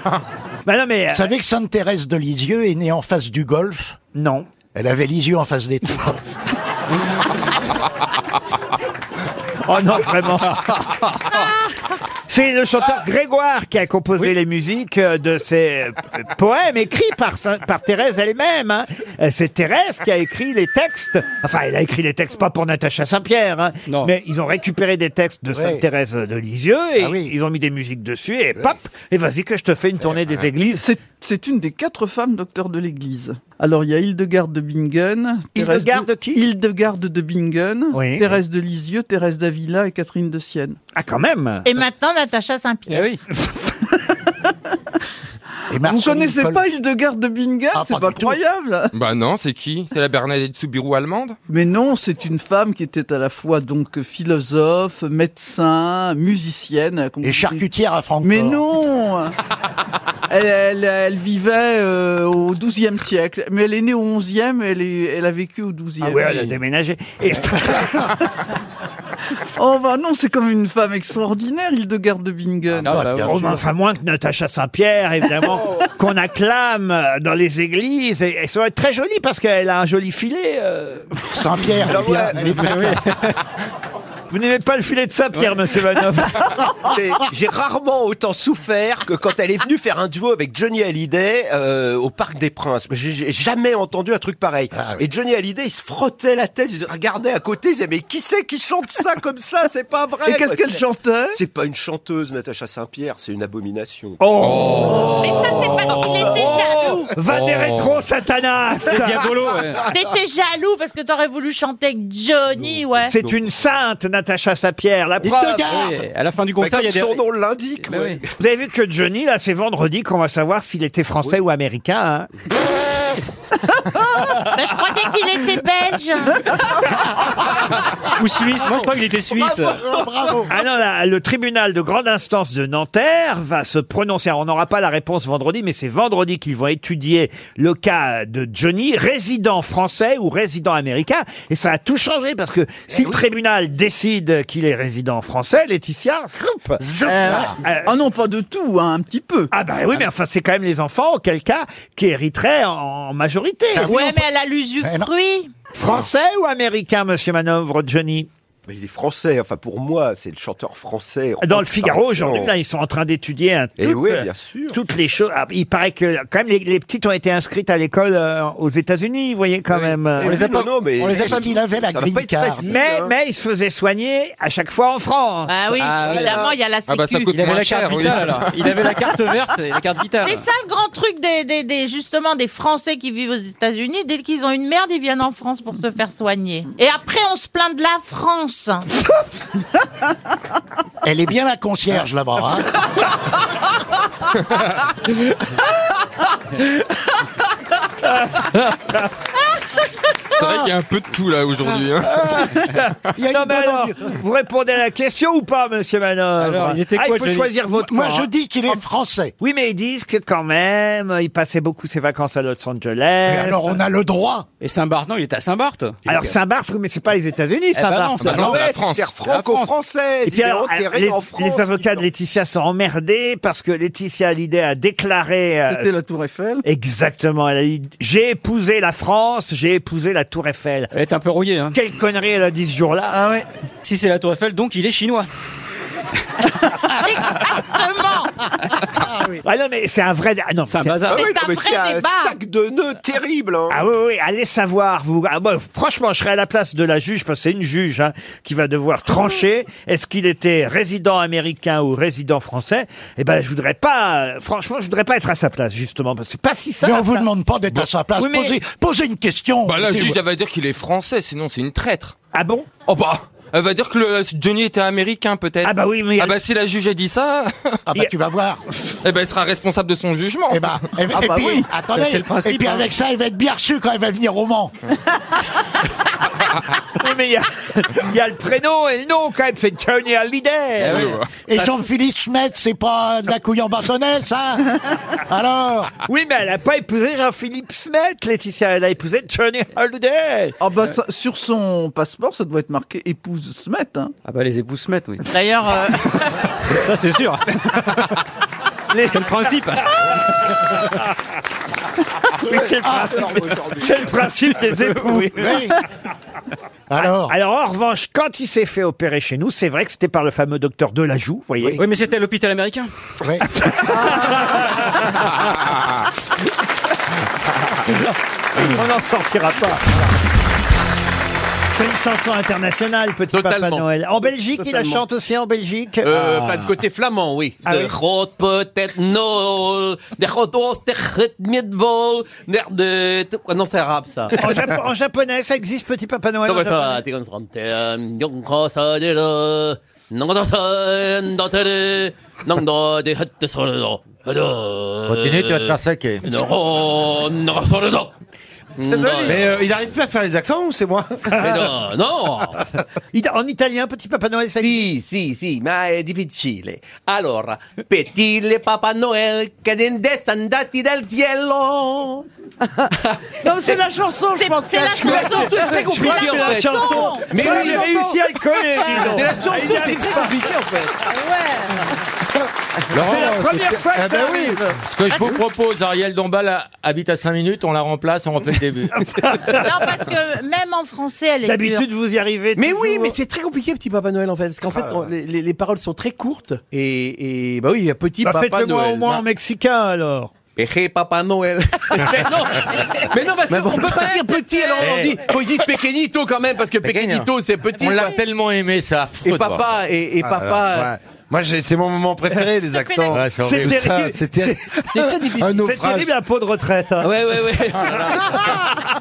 Bah non, mais. Vous savez que Sainte-Thérèse de Lisieux est née en face du golfe Non. Elle avait Lisieux en face des tours. Oh non, vraiment. C'est le chanteur Grégoire qui a composé les musiques euh, de ces euh, poèmes écrits par, Saint- par Thérèse elle-même. hein. Euh, C'est Thérèse qui a écrit les textes. Enfin, elle a écrit les textes pas pour Natacha Saint-Pierre, hein, mais ils ont récupéré des textes de Ouais. Sainte-Thérèse de Lisieux Ah et ils ont mis des musiques dessus et pop, et vas-y que je te fais une tournée des églises. C'est- C'est une des quatre femmes docteurs de l'Église. Alors il y a Hildegarde de Bingen, Thérèse Hildegarde qui Hildegarde de Bingen, Oui. Thérèse de Lisieux, Thérèse d'Avila et Catherine de Sienne. Ah quand même Et maintenant, Natacha Saint-Pierre. Vous connaissez pas Hildegarde de Bingen C'est pas incroyable Bah non, c'est qui C'est la Bernadette Soubirou allemande Mais non, c'est une femme qui était à la fois donc philosophe, médecin, musicienne. Et charcutière à Francfort. Mais non elle, elle- elle vivait euh, au XIIe siècle, mais elle est née au XIe, elle, est- elle a vécu au XIIe. Ah ouais, elle a déménagé. Ah Et- oh bah non, c'est comme une femme extraordinaire, Hildegarde de Bingen. bah Oh, mais enfin, moins que Natacha Saint-Pierre, évidemment, Oh. qu'on acclame euh, dans les églises. Et, et ça va être très joli parce qu'elle a un joli filet. euh. Saint-Pierre, elle est bien, elle est Vous n'aimez pas le filet de Saint-Pierre, monsieur Manoff Mais J'ai rarement autant souffert que quand elle est venue faire un duo avec Johnny Hallyday euh, au Parc des Princes. Mais J'ai j'ai jamais entendu un truc pareil. Ah Et Johnny Hallyday, il se frottait la tête, il se regardait à côté, il disait mais qui c'est qui chante ça comme ça C'est pas vrai. Et qu'est-ce qu'elle chantait C'est pas une chanteuse, Natacha Saint-Pierre, c'est une abomination. Oh, Oh. Mais ça c'est pas Il était jaloux Va Oh. des rétros, Satanas C'est Diabolo, ouais. T'étais jaloux parce que t'aurais voulu chanter avec Johnny, ouais. C'est une sainte, Natacha Saint-Pierre, la preuve. Bah, Oui, à la fin du concert, il y a des. l'indique. Mais oui. Vous avez vu que Johnny, là, c'est vendredi qu'on va savoir s'il était français ou américain. hein. Bah, je croyais qu'il était belge. Ou suisse. Moi, je crois qu'il était suisse. Ah non, là, le tribunal de grande instance de Nanterre va se prononcer. Alors, On n'aura pas la réponse vendredi, mais c'est vendredi qu'ils vont étudier le cas de Johnny, résident français ou résident américain. Et ça a tout changé parce que Eh si le tribunal décide qu'il est résident français, Laetitia, floup, euh, Ah non, pas de tout, hein, un petit peu. Ah bah oui, mais enfin, c'est quand même les enfants, auquel cas, qui hériteraient en- en majorité. Ah Ouais, mais elle a l'usufruit. Français ou américain, monsieur Manœuvre, Johnny Mais il est français, enfin pour moi, c'est le chanteur français. Ah, Dans le Figaro, aujourd'hui, là, ils sont en train d'étudier hein, Eh toutes, oui, euh, bien sûr. toutes les choses. Ah, Il paraît que, quand même, les, les petites ont été inscrites à l'école euh, aux États-Unis, vous voyez, quand même. euh. Eh oui, non, non, mais est-ce qu'il avait la Ça va green pas être card facile, mais, hein. mais il se faisait soigner à chaque fois en France. Ah oui, Ah, évidemment, voilà. il y a la Ah bah, ça Sécu. coûte Il avait moins la carte cher, oui. vitale, alors. Il avait la carte verte et la carte vitale. C'est ça le grand truc des, des, des- justement des Français qui vivent aux États-Unis. Dès qu'ils ont une merde, ils viennent en France pour se faire soigner. Et après, on se plaint de la France. tous. Elle est bien la hein. concierge là-bas. C'est vrai qu'il y a un peu de tout là aujourd'hui. hein. non, mais alors, vous répondez à la question ou pas, monsieur Manon Alors, il était ah, quoi, il faut Johnny choisir votre hein. Moi, je dis qu'il est français. Oui, mais ils disent que quand même, il passait beaucoup ses vacances à Los Angeles. Mais alors, on a le droit. Et Saint-Barth, non, il était à Saint-Barth. Alors, Saint-Barth, oui, mais c'est pas les Eh États-Unis, ben Saint-Barth. Ah Ah, franco-française. Et puis alors, euh, les, les avocats de Laetitia sont emmerdés parce que Laetitia Hallyday a déclaré. euh, C'était la Tour Eiffel. Exactement. Elle a dit J'ai épousé la France, j'ai épousé la Tour Eiffel. Elle est un peu rouillée. Hein. Quelle connerie elle a dit ce jour-là. Ah ouais. Si c'est la Tour Eiffel, donc il est chinois. Exactement. Ah non mais c'est un vrai. ah non, c'est un Ah oui, non, mais c'est un sac de nœuds terrible. hein. ah oui, oui, oui, allez savoir, vous. Ah, moi, franchement, je serais à la place de la juge, parce que c'est une juge hein, qui va devoir trancher. Est-ce qu'il était résident américain ou résident français Eh ben, je voudrais pas. euh, Franchement, je voudrais pas être à sa place, justement, parce que c'est pas si simple. hein. Mais on vous demande pas d'être à sa place. Oui, mais- Posez, posez une question. Bah là, juge, elle va dire qu'il est français, sinon c'est une traître. Oh, Ah bon Oh bah Elle va dire que le- Johnny était américain peut-être. Ah bah oui, mais. Ah bah si la juge a dit ça. Ah bah tu vas voir. Eh ben elle sera responsable de son jugement. Eh bah, Et, Ah, et puis, attendez, et hein. puis avec ça, elle va être bien reçue quand elle va venir au Mans. Oui, mais il y, a- il y a le prénom et le nom quand même, c'est Johnny Eh Hallyday. Et Jean-Philippe Schmitt, c'est pas de la couille en bâtonnet, ça Alors Oui, mais elle a pas épousé Jean-Philippe Smet, Laetitia. Elle a épousé Johnny Hallyday. Ah bah, ça- sur son passeport, ça doit être marqué épouse Smet. Hein. Ah bah les épouses mettent, oui. D'ailleurs, euh, Ça c'est sûr. C'est le principe. Oui, c'est le principe, c'est le principe des époux. Oui. Oui. Ah, Alors, en revanche, quand il s'est fait opérer chez nous, c'est vrai que c'était par le fameux docteur Delajoux, vous voyez. Oui, mais c'était à l'hôpital américain. On n'en sortira pas. C'est une chanson internationale, petit Papa Totalement. Noël. En Belgique, il Totalement. la chante aussi en Belgique. Euh, Ah. Pas de côté flamand, oui. Ah de oui. groot peut-être nol, de groot os, de groot midbol, de- de... de- Non, c'est arabe, ça. En, japo- en japonais, ça existe, petit Papa Noël. Non, en mais ça japonais. va, t'es comme ça, t'es, euh, yon, gros, ça, de le, euh, non, dans ça, dans ta le, non, dans des hut, de sur le dos, de le, Continue, tu vas te faire saquer. non, oh, non, sur le dos. Non, Mais euh, il arrive plus à faire les accents ou c'est moi Mais non, non. Ita- En italien, petit Papa Noël, ça Sì, sì, sì, ma è difficile. Allora, petile Papa Noel, che descendati dal cielo. Non, mais c'est la chanson, je pense. c'est la chanson, c'est très compliqué, Je crois que en fait. Mais Je crois oui, que j'ai la réussi chanson. à le coller, dis donc. C'est la chanson, Il y c'est arrive très pas. compliqué, en fait. Ah C'est la première fois Eh Ah, que ben ben ça arrive. Ce que je vous propose, Ariel Dombal a- habite à 5 minutes, on la remplace, on refait le début. non, parce que même en français, elle est dure. vous y arrivez. Ah Mais oui, mais c'est très compliqué, petit Papa Noël, en fait. Parce qu'en fait, on- les, les- les paroles sont très courtes. Et, et bah oui, il y a petit Bah, Papa Faites-le Noël. moi au moins bah. en mexicain, alors. Peje Papa Noël. mais non, mais non parce qu'on peut pas dire petit, alors on Eh. dit, faut qu'ils disent pequeñito quand même, parce que pequeñito c'est petit. On l'a quoi. tellement aimé, ça. affreux Et de papa, voir. et- et Ah, papa- là, là, ouais. Moi, j'ai- c'est mon moment préféré, les accents. Ouais, c'est horrible. Tout ça, c'est terrible. Un C'est naufrage. terrible, un pot de retraite. hein. Ouais, ouais, ouais. Ah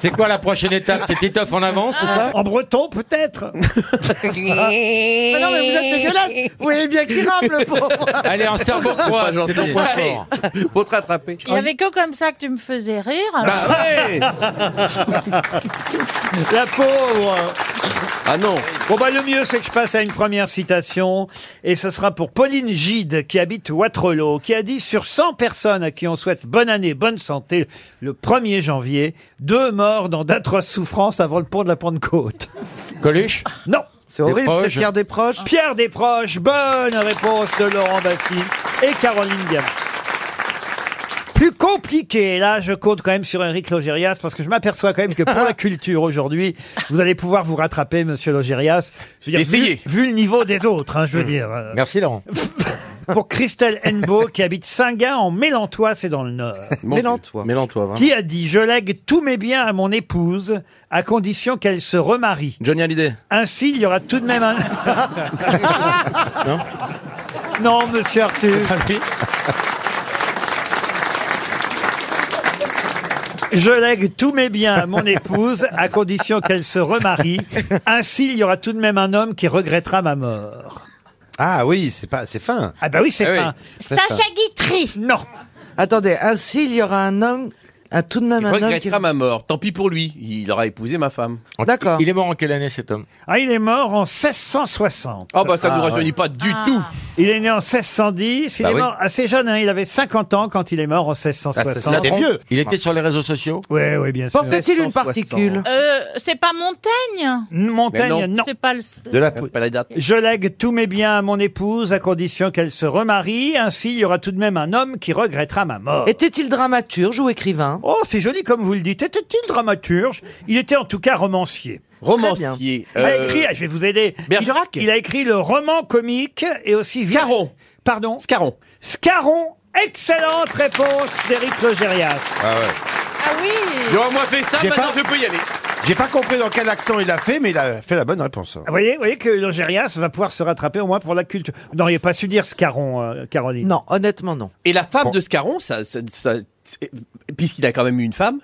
C'est quoi la prochaine étape C'est Titoff en avance, c'est ça En breton, peut-être. Ah Mais non, mais vous êtes dégueulasse. Vous voyez bien qu'il rame, le pauvre. Allez, en cerveau froid, c'est ton point fort. Pour te rattraper. Il y avait que comme ça que tu me faisais rire. alors- Bah La pauvre Ah non Bon bah le mieux c'est que je passe à une première citation et ce sera pour Pauline Gide qui habite Waterloo qui a dit sur 100 personnes à qui on souhaite bonne année, bonne santé le 1er janvier, deux morts dans d'atroces souffrances avant le pont de la Pentecôte. Coluche Non. C'est horrible, Desproges c'est Pierre Desproges Pierre Desproges, bonne réponse de Laurent Baffy et Caroline Diamant. Plus compliqué, là je compte quand même sur Eric Logérias parce que je m'aperçois quand même que pour la culture aujourd'hui, vous allez pouvoir vous rattraper, monsieur Logérias. Je veux dire, Essayez. Vu, vu le niveau des autres, hein, je veux Hmm. dire. euh, Merci, Laurent. Pour Christelle Henbo qui habite Saint-Gin en Mélantois, c'est dans le Nord. Mélantois. Mélantois, Qui a dit Je lègue tous mes biens à mon épouse, à condition qu'elle se remarie. Johnny Hallyday. Ainsi, il y aura tout de même un. non Non, monsieur Arthur. Je lègue tous mes biens à mon épouse, à condition qu'elle se remarie. Ainsi, il y aura tout de même un homme qui regrettera ma mort. Ah oui, c'est pas, c'est fin. Ah bah oui, c'est fin. Sacha Guitry. Non. Attendez, ainsi il y aura un homme, un, tout de même Il un homme qui... regrettera ma mort. Tant pis pour lui. Il aura épousé ma femme. D'accord. Il est mort en quelle année cet homme Ah, il est mort en 1660. Ah bah, ça nous Ah, rajeunit ouais. pas du Ah. tout. Il est né en 1610. Il Bah est oui. mort assez jeune. hein, Il avait 50 ans quand il est mort en 1660. Ah, c'était vieux. Il était sur les réseaux sociaux Oui, oui, bien sûr. Portait-il une particule Euh, c'est pas Montaigne Montaigne, Mais non. non. C'est pas le... Je lègue tous mes biens à mon épouse à condition qu'elle se remarie. Ainsi, il y aura tout de même un homme qui regrettera ma mort. Était-il dramaturge ou écrivain Oh, c'est joli comme vous le dites. Était-il dramaturge Il était en tout cas romancier. Romancier. Il a Euh, écrit, ah, je vais vous aider. Bergerac Il a écrit le roman comique et aussi... Scarron. Pardon Scarron. Scarron. Excellente réponse d'Éric Logérias. Ah ouais. Ah oui J'aurais moins fait ça, maintenant, je peux y aller. J'ai pas compris dans quel accent il a fait, mais il a fait la bonne réponse. Vous voyez, vous voyez que Logérias va pouvoir se rattraper au moins pour la culture. Vous n'auriez pas su dire Scarron, euh, Caroline. Non, honnêtement non. Et la femme de Scarron, ça, ça- ça- puisqu'il a quand même eu une femme,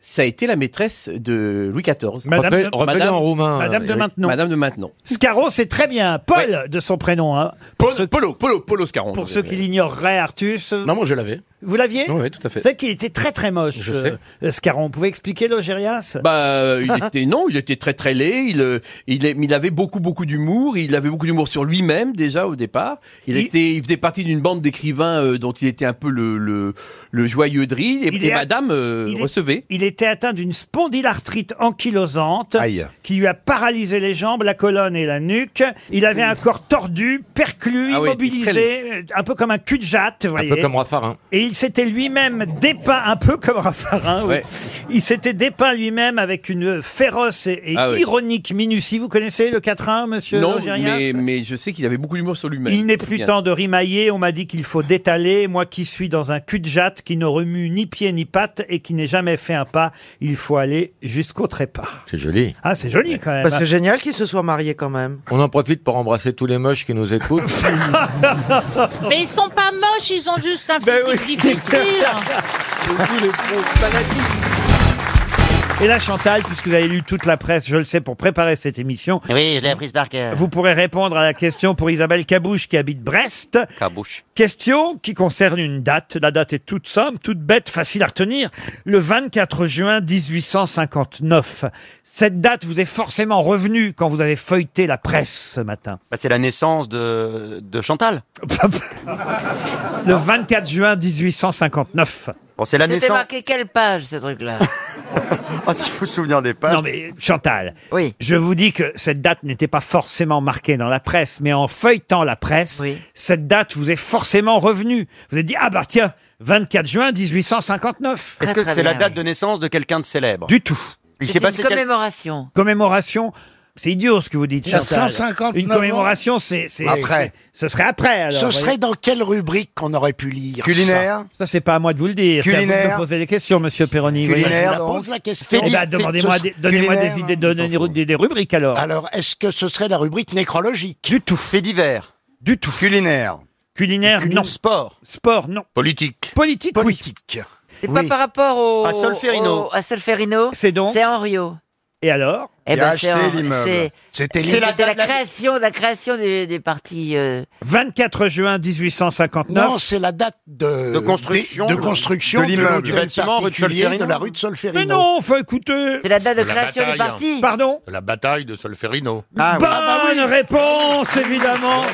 ça a été la maîtresse de Louis XIV. Madame Refais- de- refais-le en roumain, Madame euh, de oui. Maintenon. Madame de Maintenon. Scarron, c'est très bien. Paul, de son prénom. Hein. Polo, Polo, Polo, Polo Scarron. Pour ceux qui l'ignoreraient, Artus. Non, moi je l'avais. Vous l'aviez Oui, oui, tout à fait. C'est qu'il était très très moche. Je euh, euh, Scaron, vous pouvez expliquer Logérias Bah, euh, il était non, il était très très laid. Il, euh, il, est- il avait beaucoup beaucoup d'humour. Il avait beaucoup d'humour sur lui-même déjà au départ. Il, était, il faisait partie d'une bande d'écrivains euh, dont il était un peu le le, le joyeux de rire. Il Et, et est- Madame euh, il est- recevait. Il était atteint d'une spondylarthrite ankylosante qui lui a paralysé les jambes, la colonne et la nuque. Il avait un corps tordu, perclu, Ah oui, immobilisé, euh, un peu comme un cul de jatte, vous Un voyez. peu comme Raffarin. Et il s'était lui-même dépeint, un peu comme Raffarin, oui. Ouais. il s'était dépeint lui-même avec une féroce et, et Ah oui. ironique minutie. Vous connaissez le quatrain, monsieur non, Logérias mais, mais je sais qu'il avait beaucoup d'humour sur lui-même. Il n'est plus Bien. temps de rimailler, on m'a dit qu'il faut détaler. Moi qui suis dans un cul de jatte, qui ne remue ni pied ni patte et qui n'ai jamais fait un pas, il faut aller jusqu'au trépas. C'est joli. Ah, c'est joli quand même. Bah, c'est génial qu'il se soit marié quand même. On en profite pour embrasser tous les moches qui nous écoutent. Mais ils sont pas moches, ils ont juste un physique difficile. Et là, Chantal, puisque vous avez lu toute la presse, je le sais, pour préparer cette émission. Eh Oui, je l'ai apprise par cœur. Vous pourrez répondre à la question pour Isabelle Cabouche qui habite Brest. Cabouche. Question qui concerne une date. La date est toute simple, toute bête, facile à retenir. Le 24 juin 1859. Cette date vous est forcément revenue quand vous avez feuilleté la presse ce matin. Bah, c'est la naissance de, de Chantal. Le 24 juin 1859. Bon, c'est la C'était naissance. marqué quelle page ce truc-là Ah, si vous vous souvenez des pages. Non mais Chantal, je vous dis que cette date n'était pas forcément marquée dans la presse, mais en feuilletant la presse, cette date vous est forcément revenue. Vous avez dit ah bah tiens, 24 juin 1859. Est-ce que c'est la date de naissance de quelqu'un de célèbre Du tout. Il C'est s'est une passé quel- commémoration. commémoration C'est idiot ce que vous dites. Il y a Chantal. 159 Une commémoration, c'est c'est- Après. c'est- Ce serait après. Alors, Ce voyez. serait dans quelle rubrique qu'on aurait pu lire ça Ça, c'est pas à moi de vous le dire. c'est à vous de me Culinaire. poser les questions, Monsieur Perroni. voyez. Culinaire, donc. Pose la question. Eh ben, Fais- fais- demandez-moi ce- des- donnez-moi culinaire, des idées, donnez-moi des, des rubriques alors. Alors, est-ce que ce serait la rubrique nécrologique Du tout. Fait divers. Du tout. Culinaire. Culinaire, non. Culinaire, Sport. Sport, non. Politique. Politique, Politique. C'est pas par rapport au. À Solferino. au- à Solferino. C'est donc C'est Henriot. Et alors Eh ben, c'est en- c'est- C'était c'est l'immeuble. la, création, la création du- des partis. euh, 24 juin 1859. Non, c'est la date de, De construction. de, de construction De l'immeuble. du Du bâtiment, rue de particulier Solferino. de la rue de Solferino. Mais non, enfin écoutez. C'est la date de création du parti. Pardon La bataille de Solferino. Ah, Bonne bah réponse, évidemment.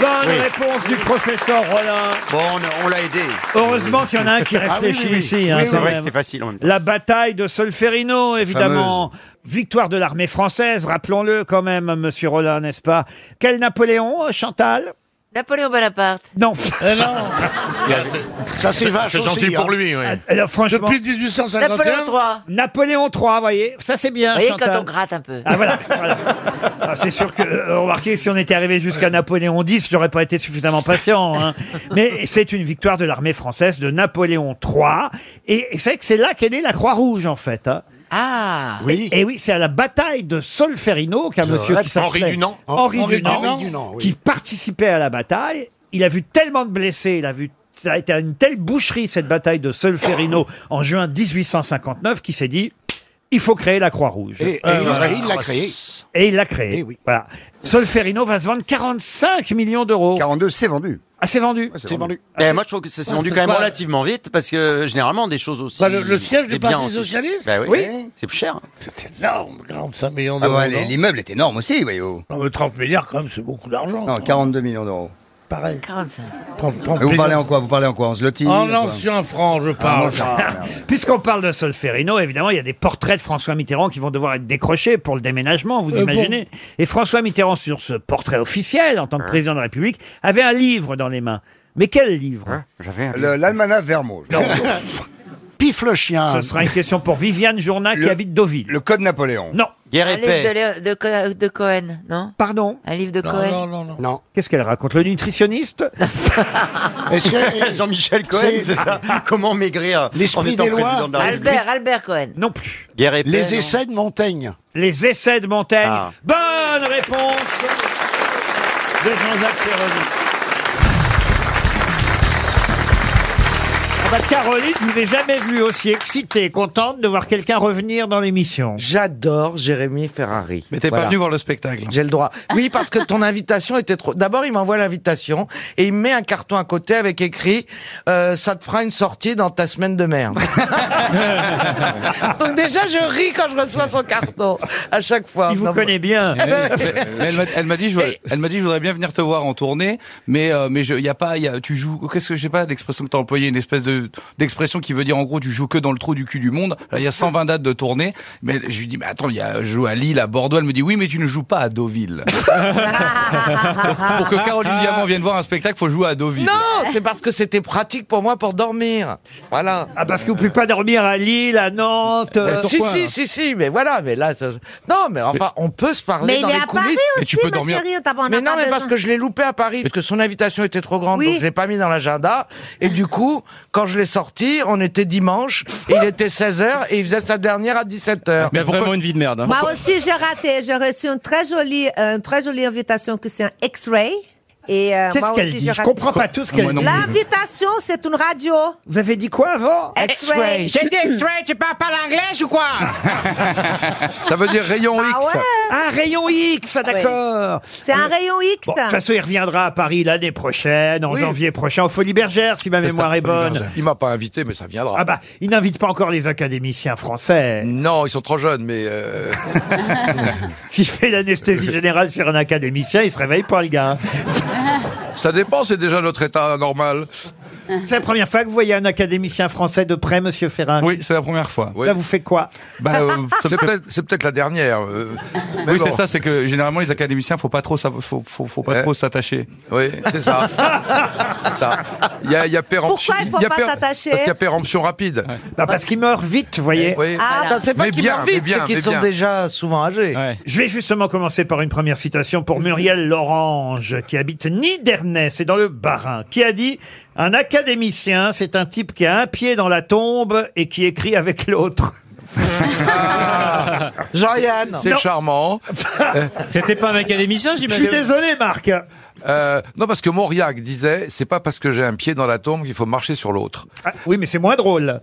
Bonne Oui. réponse du professeur Rollin. Bon, on, on l'a aidé. Heureusement qu'il y en a un Ah Ah qui réfléchit ici. hein, c'est quand vrai que même. c'était facile en même temps. La bataille de Solferino, évidemment. Victoire de l'armée française, rappelons-le quand même, monsieur Rollin, n'est-ce pas Quel Napoléon, euh, Chantal Napoléon Bonaparte. Non. Ah, Ça, c'est vache C'est gentil aussi, pour hein. lui, oui. Alors, franchement. Depuis 1851. Napoléon III. Napoléon III, voyez. Ça, c'est bien. Vous voyez, Chantal. quand on gratte un peu. Ah, voilà, voilà. Ah, c'est sûr que, euh, remarquez, si on était arrivé jusqu'à Napoléon X, j'aurais pas été suffisamment patient. hein. Mais c'est une victoire de l'armée française de Napoléon III. Et c'est vrai que c'est là qu'est née la Croix-Rouge, en fait. hein. Ah Oui. Et, oui, c'est à la bataille de Solferino qu'un Je monsieur qui rêve. Henri s'appelait Dunant. Henri Henri Dunant, Dunant, oui. qui participait à la bataille. Il a vu tellement de blessés, il a vu ça a été une telle boucherie, cette bataille de Solferino en juin 1859, qu'il s'est dit, il faut créer la Croix-Rouge. Et- et il- et il l'a Eh créée. Et il l'a créée. Voilà. Solferino va se vendre 45 millions d'euros. 42, c'est vendu. Ah, c'est vendu. Ah, Eh, Ah, moi, je trouve que ça s'est vendu quand même relativement vite parce que euh, généralement, des choses aussi. Bah, le- le siège du des biens Parti aussi- Socialiste Bah oui. Oui. C'est plus cher. C'est énorme, 45 millions Ah d'euros. ouais, les- L'immeuble est énorme aussi, voyez-vous. 30 milliards, quand même, c'est beaucoup d'argent. Non, 42 millions d'euros. Pareil. Vous parlez en quoi Vous parlez en quoi En zloty En ancien franc, Ah, je parle. Puisqu'on parle de Solferino, évidemment, il y a des portraits de François Mitterrand qui vont devoir être décrochés pour le déménagement, vous Euh, imaginez. Et François Mitterrand, sur ce portrait officiel en tant que président de la République, avait un livre dans les mains. Mais quel livre Le- L'almanach Vermo. Pif le chien. Ce sera une question pour Viviane Journa qui habite Deauville. Le code Napoléon. Non. Un livre de, Léo- de Co- de Cohen, non Pardon Un livre de Non, Cohen non, Qu'est-ce qu'elle raconte Le nutritionniste Jean-Michel Cohen, c'est, ça Comment maigrir en étant président de la République Albert, Albert Cohen. Non plus. Guerre épais, non Ah. de Montaigne. Les essais de Montaigne. Bonne réponse de Jean-Jacques Ferroni. Ah bah, Caroline, je vous ai jamais vu aussi excitée, contente de voir quelqu'un revenir dans l'émission. J'adore Jérémy Ferrari. Mais t'es pas venu voir le spectacle. J'ai le droit. Oui, parce que ton invitation était trop. D'abord, il m'envoie l'invitation et il me met un carton à côté avec écrit euh, Ça te fera une sortie dans ta semaine de merde. Donc déjà, je ris quand je reçois son carton à chaque fois. Il vous connaît bien. Eh ben, Eh elle m'a- elle m'a dit, je voudrais- elle m'a dit, je voudrais bien venir te voir en tournée, mais euh, mais je- y a pas, y a, tu joues. oh, Qu'est-ce que je sais pas l'expression que t'as employée, une espèce de d'expression qui veut dire en gros tu joues que dans le trou du cul du monde. Là, Il y a 120 dates de tournée, mais je lui dis mais attends, il y a je joue à Lille, à Bordeaux. Elle me dit oui, mais tu ne joues pas à Deauville. Pour que Caroline Diamant vienne voir un spectacle, faut jouer à Deauville. Non, c'est parce que c'était pratique pour moi pour dormir. Voilà. Ah, parce que vous pouvez pas dormir à Lille, à Nantes. Euh, euh, si, pourquoi, si, hein si, si, mais voilà, mais là, ça- non, mais enfin, on peut se parler Mais il dans est les à coulisses. Paris Mais tu aussi, peux ma dormir. chérie, t'as pas- on mais n'a non, pas mais besoin. parce que je l'ai loupé à Paris, parce que son invitation était trop grande, Oui. donc je l'ai pas mis dans l'agenda. Et du coup, quand je l'ai sorti, on était dimanche, et il était 16h, et il faisait sa dernière à 17h. Mais vraiment une vie de merde. hein. Moi aussi, j'ai raté. J'ai reçu une très jolie, euh, une très jolie invitation que c'est un X-ray. Et euh, Qu'est-ce moi qu'elle aussi, dit j'ai Je raté. comprends pas tout ce qu'elle dit. L'invitation, c'est une radio. Vous avez dit quoi avant X-ray. J'ai dit X-ray, tu parles pas l'anglais ou quoi Ça veut dire rayon Ah X. ouais Un rayon X, ah, d'accord. C'est un rayon X. Bon, de toute façon, il reviendra à Paris l'année prochaine, en Oui. janvier prochain, aux Folies Bergères, si ma C'est ça, mémoire est Folies bonne. Bergères. Il m'a pas invité, mais ça viendra. Mm. Ah bah, il n'invite pas encore les académiciens français. Non, ils sont trop jeunes, mais euh, Si je fais l'anesthésie générale sur un académicien, il se réveille pas, le gars. ça dépend. C'est déjà notre état normal. C'est la première fois que vous voyez un académicien français de près, monsieur Ferrin Oui, c'est la première fois. Ça vous fait quoi Bah, euh, ça me C'est fait- peut-être- c'est peut-être la dernière. euh, oui, c'est ça. C'est que généralement les académiciens, faut pas trop, s'av- faut, faut, faut pas trop s'attacher. Eh. Oui, c'est ça. ça. Il y a, il y a péremption. Pourquoi il faut y a pas pér- s'attacher Parce qu'il y a péremption rapide. Bah, parce qu'ils meurent vite, vous voyez. Oui. Ah, non, c'est pas Mais qu'ils bien, meurent vite, mais bien, c'est qu'ils mais sont bien. déjà souvent âgés. Mhm. Je vais justement commencer par une première citation pour Muriel Lorange, qui habite Nidernais, c'est dans le Bas-Rhin, qui a dit « Un académicien, c'est un type qui a un pied dans la tombe et qui écrit avec l'autre. Ah. Jean-Yann. C'est Non. charmant. C'était pas un académicien, » Je suis j'imagine. désolé, Marc. Euh, non, parce que Mauriac disait, c'est pas parce que j'ai un pied dans la tombe qu'il faut marcher sur l'autre. Ah, Euh, oui, mais c'est moins drôle.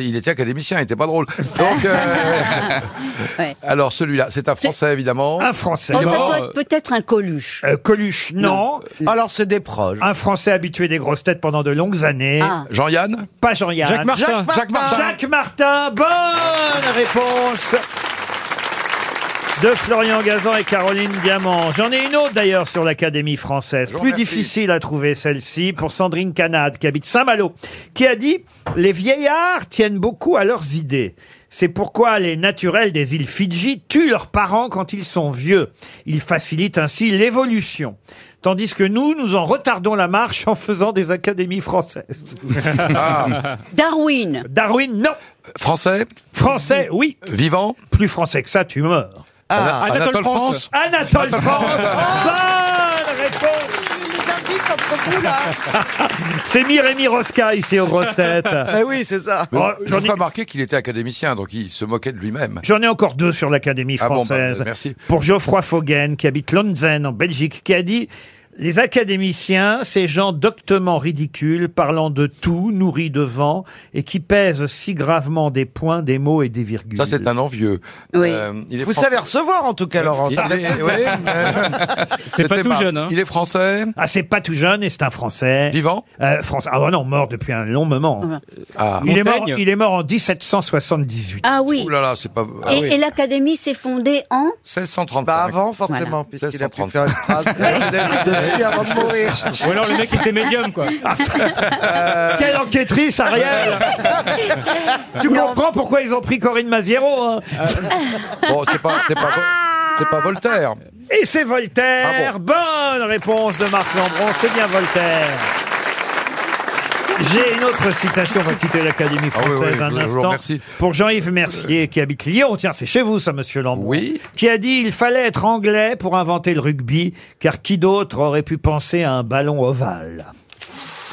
il était académicien, il était pas drôle. Donc, euh, alors celui-là, c'est un Français évidemment. Un Français. Il est mort, euh, peut-être un Coluche. Euh, Coluche, non. Alors, c'est des proches. Un Français habitué des grosses têtes pendant de longues années. Ah. Jean-Yann Pas Jean-Yann. Jacques Martin. Jacques Martin. Jacques Martin. Jacques Martin. Bonne réponse de Florian Gazan et Caroline Diamant. J'en ai une autre d'ailleurs sur l'Académie française. Plus difficile à trouver celle-ci pour Sandrine Canade qui habite Saint-Malo, qui a dit « Les vieillards tiennent beaucoup à leurs idées. C'est pourquoi les naturels des îles Fidji tuent leurs parents quand ils sont vieux. Ils facilitent ainsi l'évolution. Tandis que nous, nous en retardons la marche en faisant des académies françaises. Ah. Darwin. Darwin, non. Français Français, oui. Vivant Plus français que ça, tu meurs. Ah, Anatole Anatole France. France. Anatole Anatole France. France. Bonne réponse. hein. C'est Mireille Rosca ici aux grosses têtes. Ah Mais Bah oui, c'est ça. Mais Euh, Oh, je j'en ai- n'ai pas marqué qu'il était académicien, donc il se moquait de lui-même. J'en ai encore deux sur l'Académie Ah bon, bah, française. merci. Pour Geoffroy Foghen, qui habite Lonzen en Belgique, qui a dit Les académiciens, ces gens doctement ridicules, parlant de tout, nourris de vent, et qui pèsent si gravement des points, des mots et des virgules. Ça, c'est un envieux. Oui. Euh, il est Vous français. savez recevoir en tout cas, Laurent. Il est- oui, C'est pas C'était tout jeune, hein. Il est français. Ah, c'est pas tout jeune et c'est un Français. Vivant Français. Ah ouais, non, mort depuis un long moment. Ah. Il, est mort, Montaigne. il est mort en 1778. Ah oui. Ouh là là, c'est pas. ah Et, oui. et l'académie s'est fondée en 1635. Bah, avant, forcément, puisqu'il a pu faire une phrase euh, dessus avant de mourir. Ou alors le mec était médium, quoi. Ah, Quelle enquêtrice, Ariel Tu comprends pourquoi ils ont pris Corinne Maziero hein Euh, Bon, c'est pas, c'est pas, Vol- c'est pas Voltaire. Ah Et c'est Voltaire. Bonne réponse de Marc Lambron, c'est bien Voltaire. J'ai une autre citation, on va quitter l'Académie Ah oui, française oui, un je vous instant. remercie. Pour Jean-Yves Mercier, qui habite Lyon, tiens, c'est chez vous ça, monsieur Lambron. Qui a dit, il fallait être anglais pour inventer le rugby, car qui d'autre aurait pu penser à un ballon ovale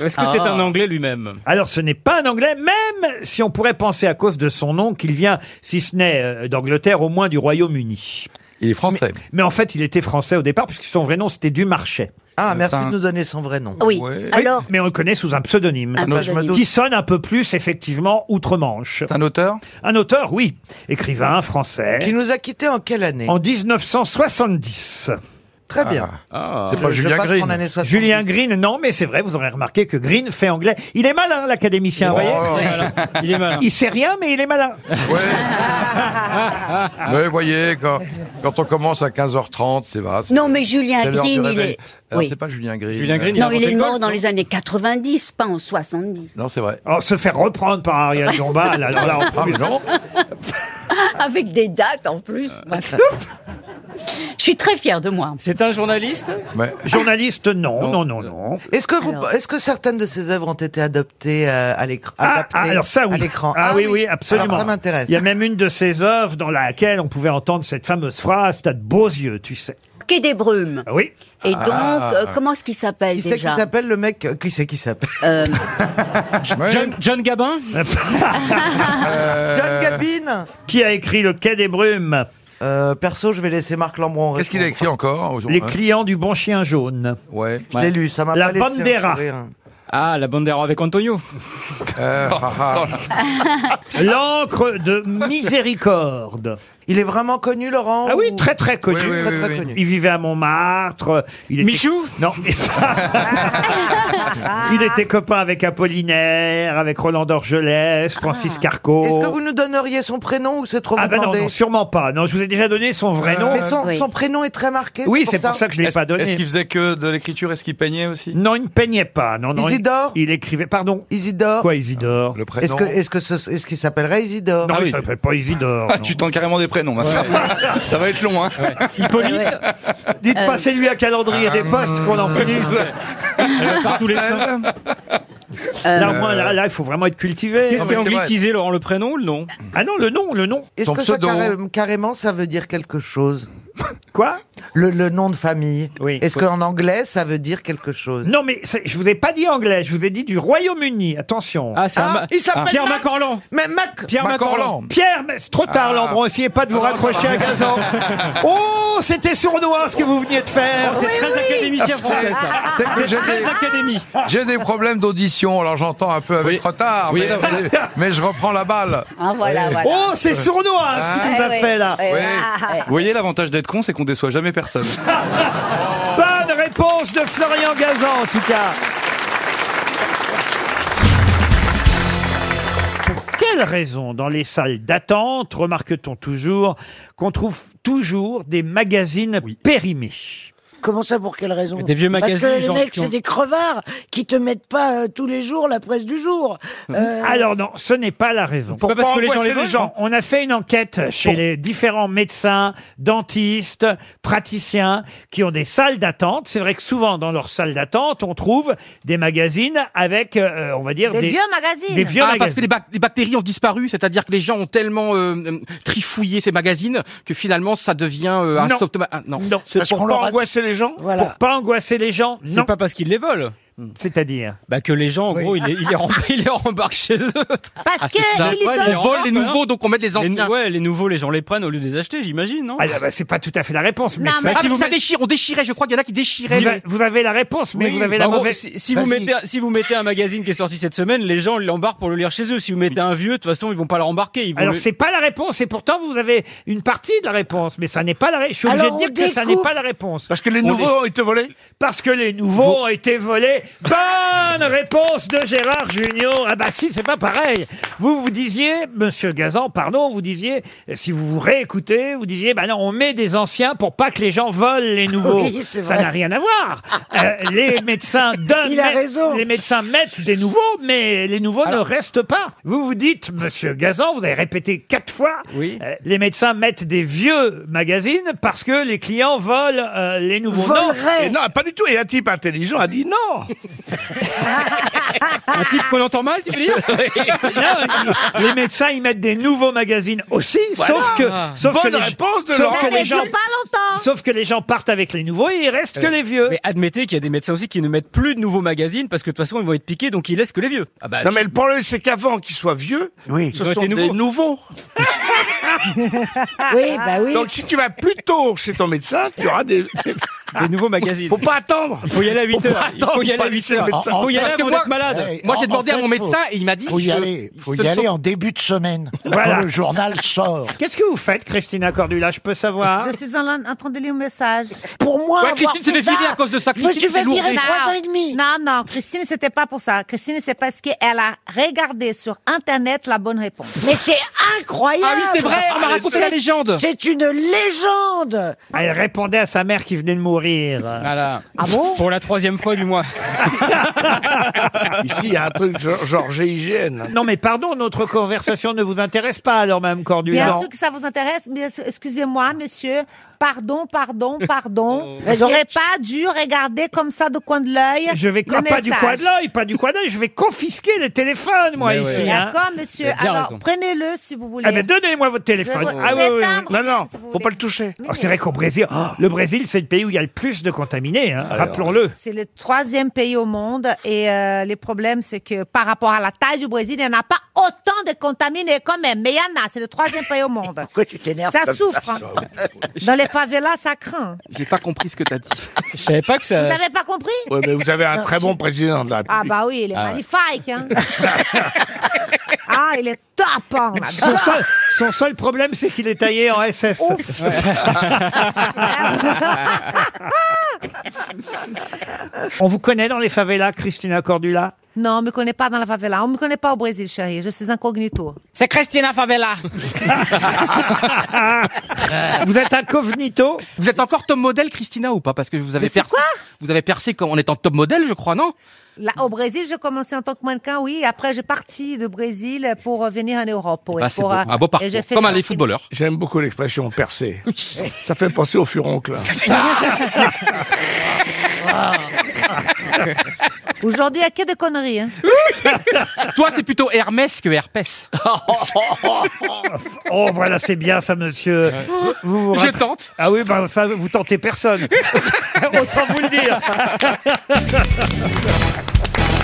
Est-ce que c'est Ah. un anglais lui-même alors, ce n'est pas un anglais, même si on pourrait penser à cause de son nom qu'il vient, si ce n'est euh, d'Angleterre, au moins du Royaume-Uni. Il est français. Mais, mais en fait, il était français au départ, puisque son vrai nom, c'était Dumarchais. Ah, merci de nous donner son vrai nom. Oui. Alors, mais on le connaît sous un pseudonyme, Un Non, je pseudonyme. me doute. qui sonne un peu plus effectivement outre-Manche. Un auteur Un auteur, oui, écrivain français. Qui nous a quittés en quelle année En 1970. Très bien. Ah. C'est pas Je- je Julien passe Green. en année 70. Julien Green, non, mais c'est vrai, vous aurez remarqué que Green fait anglais. Il est malin, l'académicien, Oh, vous voyez Il est malin. Il sait rien, mais il est malin. Ah. Mais voyez, quand, quand on commence à 15h30, c'est vaste. Non, mais Julien C'est l'heure du Green, il réveil. est- Alors, oui. c'est pas Julien Green. Julien Green, non, il est mort dans les années 90, pas en 70. Non, c'est vrai. Alors, Oh, se faire reprendre par Ariel Dombal, alors là, en Ah, mais plus. non. Avec des dates en plus. Je suis très fière de moi. C'est un journaliste Journaliste, non, non, non, non. Est-ce que, vous, est-ce que certaines de ces œuvres ont été adoptées euh, à l'écran Ah, alors ça, oui. à l'écran Ah, oui, oui, absolument. Alors, ça m'intéresse. Il y a même une de ses œuvres dans laquelle on pouvait entendre cette fameuse phrase T'as de beaux yeux, tu sais. Quai des Brumes. Ah Oui. Et donc, Ah. euh, comment est-ce qu'il s'appelle Qui c'est qui déjà s'appelle le mec euh, Qui c'est qui s'appelle Euh, John, John Gabin John Gabin Euh, Qui a écrit Le Quai des Brumes Euh, Perso, je vais laisser Marc Lambron. Qu'est-ce qu'il a écrit encore hein Les clients du bon chien jaune. Ouais. Je l'ai lu, ça m'a La pas laissé hein. un Bandera. sourire. Ah, la Bandera avec Antonio. Euh, Oh L'encre de miséricorde. Il est vraiment connu, Laurent Ah oui, ou- très très connu. Oui, oui, Très, oui, très oui. connu. Il vivait à Montmartre. euh, Il était... Michou Non. il était copain avec Apollinaire, avec Roland d'Orgelès, Francis Carco. Ah. Est-ce que vous nous donneriez son prénom ou c'est trop Ah vous ben non, demander non, sûrement pas. Non, je vous ai déjà donné son vrai nom. Euh, Mais son, son prénom est très marqué. Oui, c'est pour ça que je l'ai Est-ce- pas donné. Est-ce qu'il faisait que de l'écriture Est-ce qu'il peignait aussi Non, il ne peignait pas. Non, non. il- Isidore Il, écrivait. Pardon. Isidore. Quoi, Isidore Le Est-ce que est-ce que ce- est-ce qu'il s'appellerait Isidore Non, Ah il s'appelle pas Isidore. Ah, tu tentes carrément des prénoms. hein. Ça va être long. Hein. Dites Euh. passez-lui un calendrier Ah. des postes qu'on Euh, en finisse. Euh, Là, au moins, là, là, il faut vraiment être cultivé. Qu'est-ce qui est anglicisé, Laurent Le prénom ou le nom Ah non, le nom, le nom. Est-ce que ça, carré- carrément ça veut dire quelque chose Quoi le, le nom de famille. Oui. Est-ce qu'en anglais ça veut dire quelque chose Non, mais c'est- je vous ai pas dit anglais, je vous ai dit du Royaume-Uni. Attention. Ah, Ah, il s'appelle Pierre Mac. Macorlan. Mais Mac. Pierre Macorlan. Pierre, mais c'est trop tard, Ah. Lambron. Essayez pas de vous Ah, non, raccrocher ça va. à Gazan. oh, c'était sournois ce que vous veniez de faire. Oh, c'est Oui, très oui. académicien français, ça. C'est que C'est j'ai très des- académie. J'ai des problèmes d'audition, alors j'entends un peu avec retard, Oui. mais, mais je reprends la balle. Ah, voilà, Oui. voilà. Eh Oh, c'est sournois ce qu'il nous a fait Ah, là. Vous voyez, l'avantage d'être con, c'est qu'on déçoit jamais personne. Bonne réponse de Florian Gazan, en tout cas. Pour quelle raison, dans les salles d'attente, remarque-t-on toujours qu'on trouve toujours des magazines périmés Comment ça, pour quelle raison Des vieux magazines, Parce que les genre, mecs, qui ont- c'est des crevards qui te mettent pas euh, tous les jours la presse du jour. Euh, Alors non, ce n'est pas la raison. C'est pas parce que les gens les veulent, On a fait une enquête chez les différents médecins, dentistes, praticiens qui ont des salles d'attente. C'est vrai que souvent dans leurs salles d'attente, on trouve des magazines avec, euh, on va dire, Des vieux magazines. Des vieux Ah, magazines. parce que les, bac- les bactéries ont disparu, c'est-à-dire que les gens ont tellement euh, euh, trifouillé ces magazines que finalement ça devient euh, un Non. symptôme. ah, non, C'est pour pas angoisser les gens Pour pas angoisser les gens, non. Hmm. C'est pas parce qu'ils les volent. C'est-à-dire Bah que les gens, en gros, ils les, ils les rem- ils les rembarquent chez eux. Ah, Parce que il est ouais, dans ils le volent les corps, nouveaux, hein. donc on met les anciens. Les- ouais, les nouveaux, les gens les prennent au lieu de les acheter, j'imagine, non Ah, bah, c'est pas tout à fait la réponse, mais Non, ça- mais Ah, si vous vous ça mettez- déchire, on déchirait, je crois qu'il y en a qui déchiraient. Vous a- vous avez la réponse, mais vous avez la Bah, En gros, mauvaise- Si, si vous Vas-y. mettez, si vous mettez un magazine qui est sorti cette semaine, les gens l'embarquent pour le lire chez eux. Si vous mettez un vieux, de toute façon, ils vont pas le rembarquer. Ils vont Alors le- c'est pas la réponse et pourtant vous avez une partie de la réponse mais ça n'est pas la réponse. Je suis obligé Alors, de dire on que ça n'est découpe. pas la réponse. Parce que les nouveaux ont été volés Parce que les nouveaux ont été volés. Bonne réponse de Gérard Junior. Ah bah si, c'est pas pareil. Vous vous disiez monsieur Gazan, pardon, vous disiez euh, si vous vous réécoutez, vous disiez bah non, on met des anciens pour pas que les gens volent les nouveaux. Oui, c'est ça vrai. n'a rien à voir. Euh, les médecins donnent Il a met- les médecins mettent des nouveaux mais les nouveaux ne restent pas. Vous vous dites monsieur Gazan, vous avez répété quatre fois euh, oui. les médecins mettent des vieux magazines parce que les clients volent euh, les nouveaux. Et non, pas du tout. Et un type intelligent a dit non. Un type qu'on entend mal, tu veux dire Non, les médecins ils mettent des nouveaux magazines aussi, Voilà. sauf que Ah. sauf Bonne que les, réponse de sauf Laurent. que Ça les ne gens dure pas longtemps. Sauf que les gens partent avec les nouveaux et il reste que les vieux. Euh, Mais admettez qu'il y a des médecins aussi qui ne mettent plus de nouveaux magazines parce que de toute façon ils vont être piqués donc ils laissent que les vieux. Ah bah, non, mais le problème, c'est qu'avant qu'ils soient vieux, Ils ce ont été sont des nouveaux. nouveaux. Oui, bah oui. Donc, si tu vas plus tôt chez ton médecin, tu auras des. Des nouveaux magazines. Faut pas attendre. Il faut y aller à 8 Faut pas heures. Il faut y attendre, aller à pas 8 chez le heures. médecin. Il faut y aller Parce que avant moi- d'être malade. Hey, moi en- j'ai en demandé à fait, mon médecin faut- et il m'a dit. Faut y je- aller. Faut ce y ne aller sont- en début de semaine. Voilà. Quand le journal sort. Qu'est-ce que vous faites, Christina Cordula Je peux Ah. savoir Je suis en, en train de lire un message. Pour moi, Ouais, Christine s'est défilée à cause de ça. Christine, tu vas c'est lourd. virer Non. trois ans et demi. Non, non, Christine, c'était pas pour ça. Christine, c'est parce qu'elle a regardé sur Internet la bonne réponse. Mais c'est incroyable Ah oui, c'est vrai, on m'a raconté C'est- la légende. C'est une légende Ah, Elle répondait à sa mère qui venait de mourir. Voilà. Ah bon Pour la troisième fois du mois. Ici, il y a un truc genre, genre GIGN. Non mais pardon, notre conversation ne vous intéresse pas alors même Cordula. Bien Non. sûr que ça vous intéresse, mais es- excusez-moi, monsieur. Pardon, pardon, pardon. Oh. J'aurais pas dû regarder comme ça de coin de l'œil. Je vais le ah, pas du message. coin de l'œil, pas du coin de l'œil, je vais confisquer les téléphones moi Mais ici. ouais. hein. D'accord, monsieur. Vous avez bien raison. Alors, prenez-le si vous voulez. Ah ben donnez-moi votre téléphone. Je vais- Ah je vais oui, oui, oui. éteindre, Non, non, si vous faut pas voulez. le toucher. c'est vrai qu'au Brésil, oh, le Brésil c'est le pays où il y a le plus de contaminés, hein, rappelons-le. C'est le troisième pays au monde et euh, le problème, c'est que par rapport à la taille du Brésil, il n'y en a pas autant de contaminés quand même. Mais il y en a, c'est le troisième pays au monde. Pourquoi tu t'énerves Ça comme souffre. ça hein. Dans les favelas, ça craint. J'ai pas compris ce que t'as dit. Je savais pas que Vous ça. n'avez pas compris Euh, Ouais, mais vous avez un très bon président de la Ah République. bah oui, il est Ah ouais. magnifique. hein. ah, il est top. hein, on Son adore. seul, son seul problème, c'est qu'il est taillé en SS. Ouf. On vous connaît dans les favelas, Christina Cordula Non, on me connaît pas dans la favela. On me connaît pas au Brésil, chérie. Je suis incognito. C'est Christina Favela. Vous êtes incognito. Vous êtes encore top modèle, Christina, ou pas Parce que vous avez Mais c'est percé. vous avez percé quand on est en top modèle, je crois, non Là, au Brésil, j'ai commencé en tant que mannequin, oui. Après, j'ai parti du Brésil pour euh, venir en Europe. oui, Bah, c'est pour, beau. euh, Un beau parcours. et j'ai fait Comme le un des marketing. footballeurs. J'aime beaucoup l'expression percée. Ça fait penser au furoncle. hein. Aujourd'hui, il n'y a que des conneries. hein. Toi, c'est plutôt Hermès que Herpès. Oh, voilà, c'est bien ça, monsieur. Vous vous Je rappelez- tente. Ah oui, ben ça, vous tentez personne. Autant vous le dire.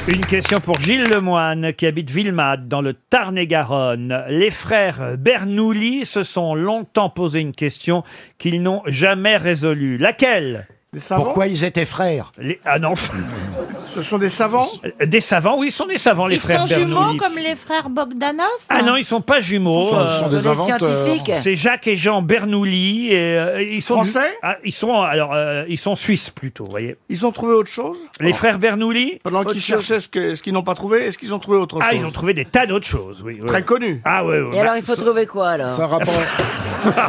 Une question pour Gilles Lemoine, qui habite Villemade, dans le Tarn-et-Garonne. Les frères Bernoulli se sont longtemps posé une question qu'ils n'ont jamais résolue. Laquelle Pourquoi ils étaient frères Les- Ah non Ce sont des savants Des savants, oui, ils sont des savants, les Ils frères sont Bernoulli. jumeaux comme les frères Bogdanov Ah non, ils sont pas jumeaux. Ce sont- ce sont des Ce sont des inventeurs. inventeurs. scientifiques. C'est Jacques et Jean Bernoulli. Et, euh, ils sont Français Ah, Ils sont alors euh, ils sont suisses plutôt, vous voyez. Ils ont trouvé autre chose Les frères Bernoulli. Pendant Autre qu'ils chose. cherchaient ce que- ce qu'ils n'ont pas trouvé, est-ce qu'ils ont trouvé autre chose Ah, ils ont trouvé des tas d'autres choses, oui. oui. Très connus. Ah ouais. ouais, Et bah, alors il faut trouver quoi alors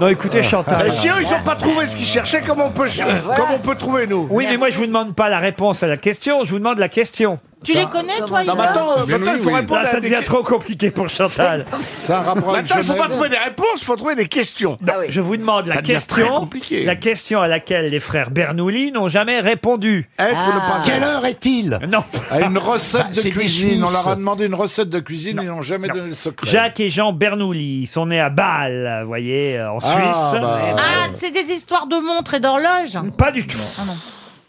Non, écoutez, Chantal. Et si eux, Eh, ils n'ont pas trouvé ce qu'ils cherchaient, comment on peut, cher- comment on peut trouver, nous Oui, mais moi je vous demande pas la réponse à la question, je vous demande la question. Tu les connais toi Non, mais Yvan attends, euh, maintenant, il faut répondre Là, à ça des devient trop compliqué pour Chantal. Ça Maintenant, il ne faut pas trouver des réponses, il faut trouver des questions. Ah Je vous demande Ça la devient très question, compliqué. la question à laquelle les frères Bernoulli n'ont jamais répondu. Être ou ne pas Ah. Quelle heure est-il Non. À Ah, une recette Ah, Bah, de c'est des cuisine. On Suisses. leur a demandé une recette de cuisine, ils n'ont jamais donné le secret. Ah, Jacques et Jean Bernoulli sont nés à Bâle, vous voyez, euh, en Ah, Suisse. bah. Ah, c'est des histoires de montres et d'horloges. Pas du tout.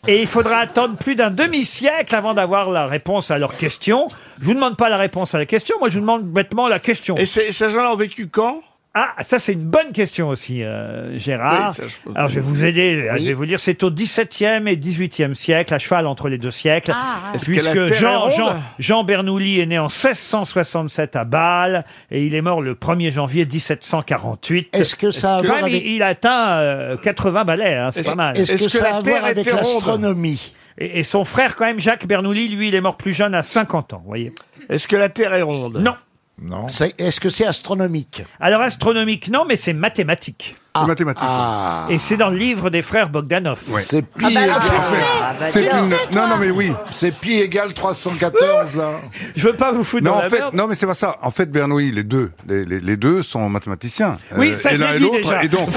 Et il faudra attendre plus d'un demi-siècle avant d'avoir la réponse à leur question. Je vous demande pas la réponse à la question, moi je vous demande bêtement la question. Et ces gens-là ont vécu quand ah, ça c'est une bonne question aussi, euh, Gérard. Oui, ça, je peux- Alors je vais vous aider, euh, Oui. je vais vous dire, c'est au XVIIe et XVIIIe siècle, à cheval entre les deux siècles, Ah, ah. Est-ce que la puisque Terre est Jean, ronde Jean, Jean Bernoulli est né en 1667 à Bâle et il est mort le 1er janvier 1748. Est-ce que ça a à Quand voir même, avec- il, il atteint euh, 80 balais, hein, c'est Est-ce- pas mal. est-ce que Est-ce que ça a la à voir Terre avec était ronde l'astronomie et, et son frère quand même, Jacques Bernoulli, lui, il est mort plus jeune à 50 ans, vous voyez. Est-ce que la Terre est ronde Non. Non. Est-ce que c'est astronomique Alors astronomique, non, mais c'est mathématique. c'est mathématique. Et c'est dans le livre des frères Bogdanov. C'est Ah bah, bah, pi euh, égale- Ah Ah, bah, C'est pi- Non, non, mais oui. C'est pi égale 314, là. Je veux pas vous foutre dans non, en la fait, merde. Non, mais c'est pas ça. En fait, Bernoulli, les deux, les, les- les deux sont mathématiciens. Euh, Oui, ça, et je l'un l'ai et dit l'autre. déjà. Et donc,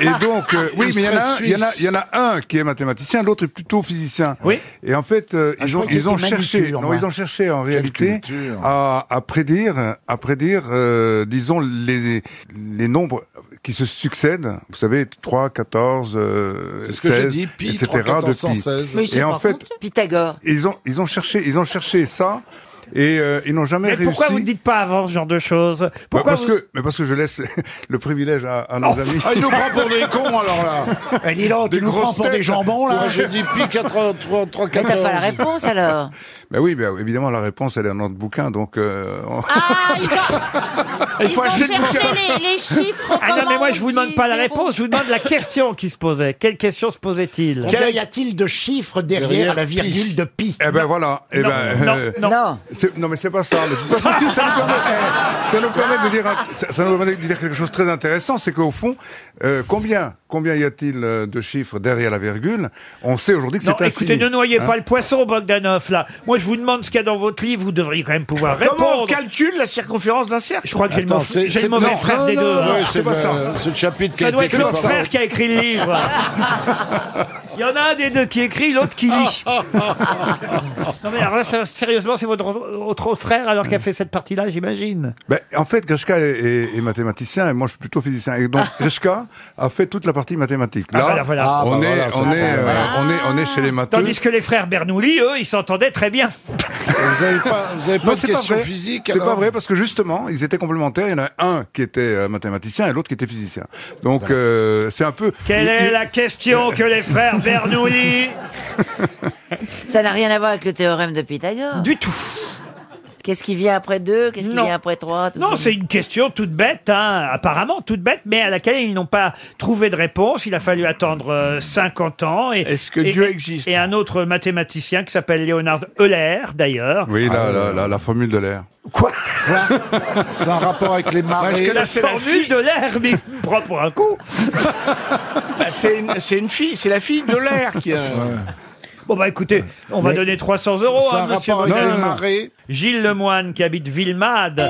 et donc, euh, oui, Il mais il y en a serait un- il y, en a- suisse. il y en a un qui est mathématicien, l'autre est plutôt physicien. Oui. Et en fait, euh, Ah, je ils ont, croyais ils qu'il ont était cherché, manucure, non, moi. ils ont cherché en réalité culture. à, à prédire, à prédire, euh, disons les les nombres qui se succèdent. Vous savez, 3, 14, euh, C'est ce que j'ai 16, dit, pi, etc. 3, 14, de pi. 116. Mais Et en fait, Pythagore. ils ont, ils ont cherché, ils ont cherché ça. Et euh, ils n'ont jamais Mais réussi. pourquoi vous ne dites pas avant ce genre de choses Pourquoi Bah, parce vous- Oh. que, mais parce que je laisse le privilège à, à nos amis. Ah, il nous prend pour des cons, alors là. Eh, dis donc, tu Des nous grosses prends pour des têtes. jambons, là. Moi, j'ai dit pi 4, 3, 3, 14. Mais t'as pas la réponse alors. Ben oui, ben, évidemment, la réponse, elle est dans notre bouquin, donc... euh, on- Ah. Il faut Ils ont acheter le cherché bouquin. les- les chiffres, Ah non, mais comment moi on je vous dit, demande pas la c'est réponse, je vous demande la question qui se posait. Quelle question se posait-il Combien y a-t-il de chiffres derrière la virgule de pi Eh ben voilà, eh Non, ben, non, euh, non. Non. c'est- non, mais c'est pas ça. Mais de toute façon, si, ça, nous permet, eh, ça nous permet de dire, un- ça, ça nous permet de dire quelque chose de très intéressant, c'est qu'au fond, euh, combien, combien y a-t-il euh, de chiffres derrière la virgule On sait aujourd'hui que c'est Non, infini. écoutez, ne noyez Hein pas le poisson, Bogdanov, là. Moi, je vous demande ce qu'il y a dans votre livre, vous devriez quand même pouvoir Comment on répondre. calcule la circonférence d'un cercle Je crois que j'ai le mauvais- j'ai le mauvais frère des deux. hein. C'est le chapitre qui a Ça doit été être l'autre écrit par- frère qui a écrit le livre. Il y en a un des deux qui écrit, l'autre qui lit. Non mais alors là, ça, sérieusement, c'est votre autre frère alors qu'il a fait cette partie-là, j'imagine. Ben, en fait, Grishka est, est- est mathématicien et moi je suis plutôt physicien. Et donc Grishka a fait toute la partie mathématique. Ah, Là, voilà, voilà. Ah, on bah, est, voilà, c'est on ça. est, euh, Voilà. on est, on est chez les matheux. Tandis que les frères Bernoulli, eux, ils s'entendaient très bien. Vous avez pas, vous avez pas Non, de c'est pas question vrai. physique C'est pas alors vrai parce que justement, ils étaient complémentaires. Il y en a un qui était euh, mathématicien et l'autre qui était physicien. Donc euh, c'est un peu. Quelle il- est il- la question que les frères Bernoulli Ça n'a rien à voir avec le théorème de Pythagore. Du tout. Qu'est-ce qui vient après 2 Qu'est-ce qui Non. vient après 3 Non, c'est une question toute bête, hein, apparemment toute bête, mais à laquelle ils n'ont pas trouvé de réponse. Il a fallu attendre euh, 50 ans. Est-ce que Dieu existe Et un autre mathématicien qui s'appelle Leonard Euler, d'ailleurs. Oui, la, Ah. la, la, la formule de l'air. C'est un rapport avec les marées. Parce que la formule de l'air, mais propre pour un coup. Bah, c'est une, c'est une fille, c'est la fille de l'air qui. euh, a- Bon bah écoutez, on va Mais donner 300 euros c'est à un monsieur rapport avec Bogdanov. les Gilles Lemoine qui habite Villemade.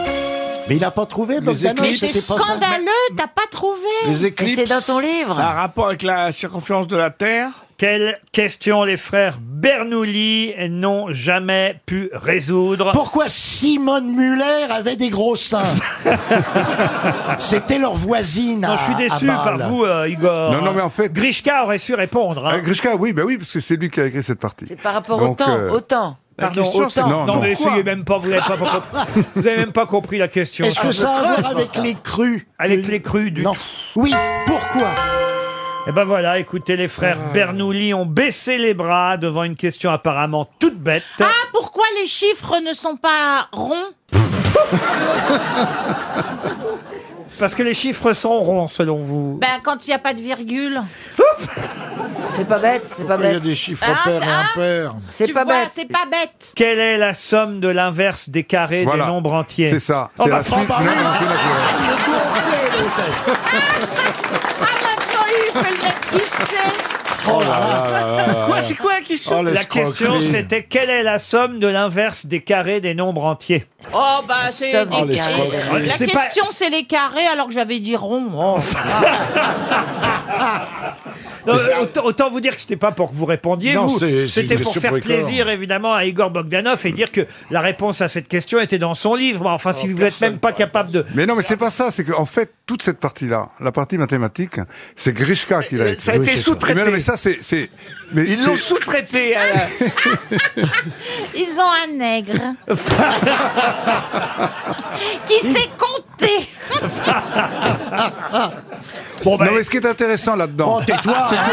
Mais il n'a pas trouvé Bogdanov, Mais c'est c'était pas ça. scandaleux, t'as pas trouvé. Ça a un rapport avec la circonférence de la Terre. Quelle question les frères Bernoulli n'ont jamais pu résoudre Pourquoi Simone Muller avait des gros seins C'était leur voisine. Non, à- je suis Ah, déçu bah, à par Bâle. vous, euh, Igor. Non, non, mais en fait. Grishka aurait su répondre. hein. Euh, Grishka, oui, ben oui, parce que c'est lui qui a écrit cette partie. Par rapport au Donc, temps, euh, au temps. la Pardon, question, au c'est- temps. non, Non, mais Pourquoi essayez même pas, vous n'avez pas, compris- vous avez même pas compris la question. Ah, Est-ce que ça a à voir avec les crues Avec les crues du Oui, pourquoi Ah. Et ben voilà, écoutez, les frères Bernoulli ont baissé les bras devant une question apparemment toute bête. Ah, pourquoi les chiffres ne sont pas ronds Parce que les chiffres sont ronds, selon vous. Ben, quand il n'y a pas de virgule. C'est pas bête, c'est pas bête. Ah, ça- impair. C'est tu pas vois, bête. C'est pas bête. Quelle est la somme de l'inverse des carrés Voilà. des nombres entiers C'est ça, Oh, Ah, c'est bah, la suite. franc, Non, bah, oui. non, c'est la- Oh là ah. Ah, là là là là. Quoi, c'est quoi la question Oh, La l'escroquerie. question, c'était quelle est la somme de l'inverse des carrés des nombres entiers Oh, bah, c'est. Ça, des oh, les carrés. escroqueries. La C'est pas- question, c'est les carrés, alors que j'avais dit rond. Oh. Non, euh, autant, autant vous dire que c'était pas pour que vous répondiez, Non, vous. c'est- c'est C'était une pour question faire pour les plaisir, évidemment, à Igor Bogdanov et dire que la réponse à cette question était dans son livre. Mais Enfin, si vous n'êtes même pas capable de... Mais non, mais c'est pas ça. C'est qu'en fait, toute cette partie-là, la partie mathématique, c'est Grishka qui l'a Mais, écrit. ça a été Oui, c'est sous-traité. Mais, non, mais ça, c'est. c'est- mais Ils c'est- l'ont sous-traité. euh. à la- Ils ont un nègre qui sait compter. non, mais ce qui est intéressant là-dedans. Bon, tais-toi, hein. c'est que- Non,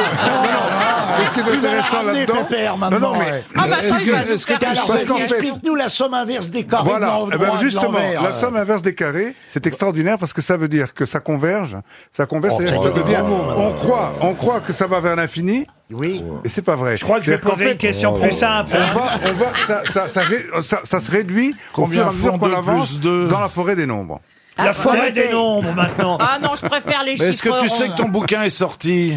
non, mais ce qui est Tu vas la intéressant ramener, là-dedans. Pépère, non, non, maintenant, mais. ouais. Ah, bah, ça, Est-ce il va que- nous est-ce que faire- tu- Alors, parce qu'en vas-y, fait, explique-nous la somme inverse des carrés de Voilà, l'en- Eh ben, droit et de justement, l'envers, la euh. somme inverse des carrés, c'est extraordinaire parce que ça veut dire que ça converge, ça converge, Oh, c'est-à-dire que ça oh là devient. là là là On là croit, on croit que ça va vers l'infini. Oui. Et c'est pas vrai. Je crois que je vais poser une question plus simple. On va, on va, ça, ça, ça, ré- ça- ça se réduit Combien au fur et à mesure font qu'on deux avance plus deux dans la forêt des nombres. La forêt des nombres, maintenant. Ah non, je préfère les chiffres. Est-ce que tu sais que ronds. ton bouquin est sorti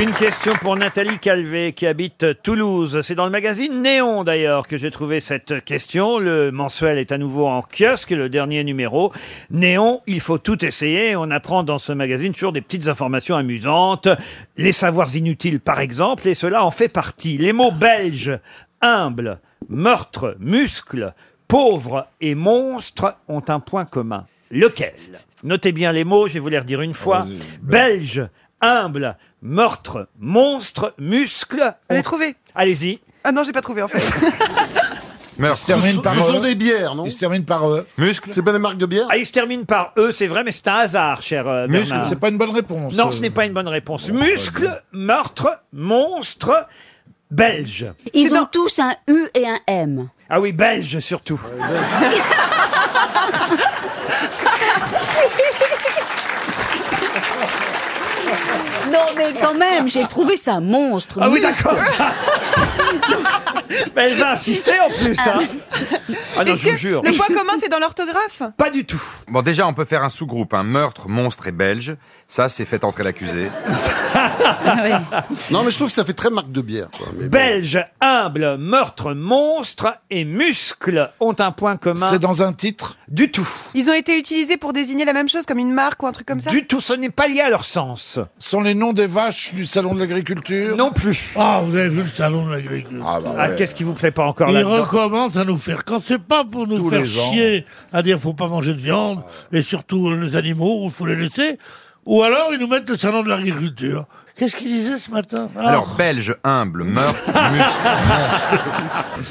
Une question pour Nathalie Calvé qui habite Toulouse. C'est dans le magazine Néon d'ailleurs que j'ai trouvé cette question. Le mensuel est à nouveau en kiosque, le dernier numéro. Néon, il faut tout essayer. On apprend dans ce magazine toujours des petites informations amusantes, les savoirs inutiles par exemple, et cela en fait partie. Les mots belges, humble, meurtre, muscle, pauvre et monstre ont un point commun. Lequel Notez bien les mots, je vais vous les redire une fois. Belge, humble, meurtre, monstre, muscle. Allez, trouvez. Allez-y. Ah non, j'ai pas trouvé en fait. Ils se terminent par Ce E. sont des bières, non Ils se terminent par E. Muscle. C'est pas des marques de bière Ah, il se termine par E, c'est vrai, mais c'est un hasard, cher euh, Muscle, Bernard. c'est pas une bonne réponse. Non, ce n'est pas une bonne réponse. Muscle, meurtre, monstre, belge. Ils ont tous un U et un M. Ah oui, belge surtout. Non, mais quand même, j'ai trouvé ça monstre. Ah oui, monstre. d'accord. Mais elle va insister en plus, hein. Ah non, je vous jure. Le point commun, c'est dans l'orthographe. Pas du tout. Bon, déjà, on peut faire un sous-groupe, un meurtre, monstre et belge. Ça, c'est fait entrer l'accusé. Ah Non, mais je trouve que ça fait très marque de bière. quoi, mais bon. Belge, humble, meurtre, monstre et muscle ont un point commun. C'est dans un titre Du tout. Ils ont été utilisés pour désigner la même chose, comme une marque ou un truc comme ça. Du tout, ce n'est pas lié à leur sens. Ce sont les noms des vaches du salon de l'agriculture Non plus. Ah, vous avez vu le salon de l'agriculture Ah, bah Ah, ouais. qu'est-ce qui vous plaît pas encore Ils là-dedans recommencent à nous faire. Quand c'est pas pour nous Tous faire les ans. chier à dire faut pas manger de viande et surtout euh, les animaux, il faut les laisser, ou alors ils nous mettent le salon de l'agriculture. Qu'est-ce qu'ils disaient ce matin Ah, Alors, belge, humble, meurtre,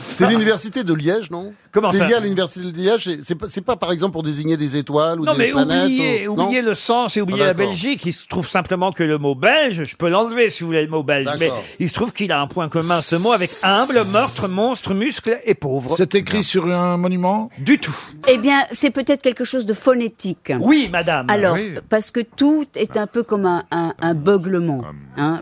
C'est l'université de Liège, non Comment C'est ça lié à l'université de Liège. c'est- C'est pas, c'est pas, par exemple pour désigner des étoiles ou Non, des mais planètes. oubliez, ou- oubliez non le sens et oubliez Ah, la d'accord. Belgique. Il se trouve simplement que le mot belge, je peux l'enlever si vous voulez le mot belge, mais D'accord. il se trouve qu'il a un point commun, ce mot, avec humble, meurtre, monstre, muscle et pauvre. C'est écrit sur un monument Du tout. Eh bien, c'est peut-être quelque chose de phonétique. Oui, madame. Alors, Oui. parce que tout est un peu comme un, un, un beuglement. Euh, Hein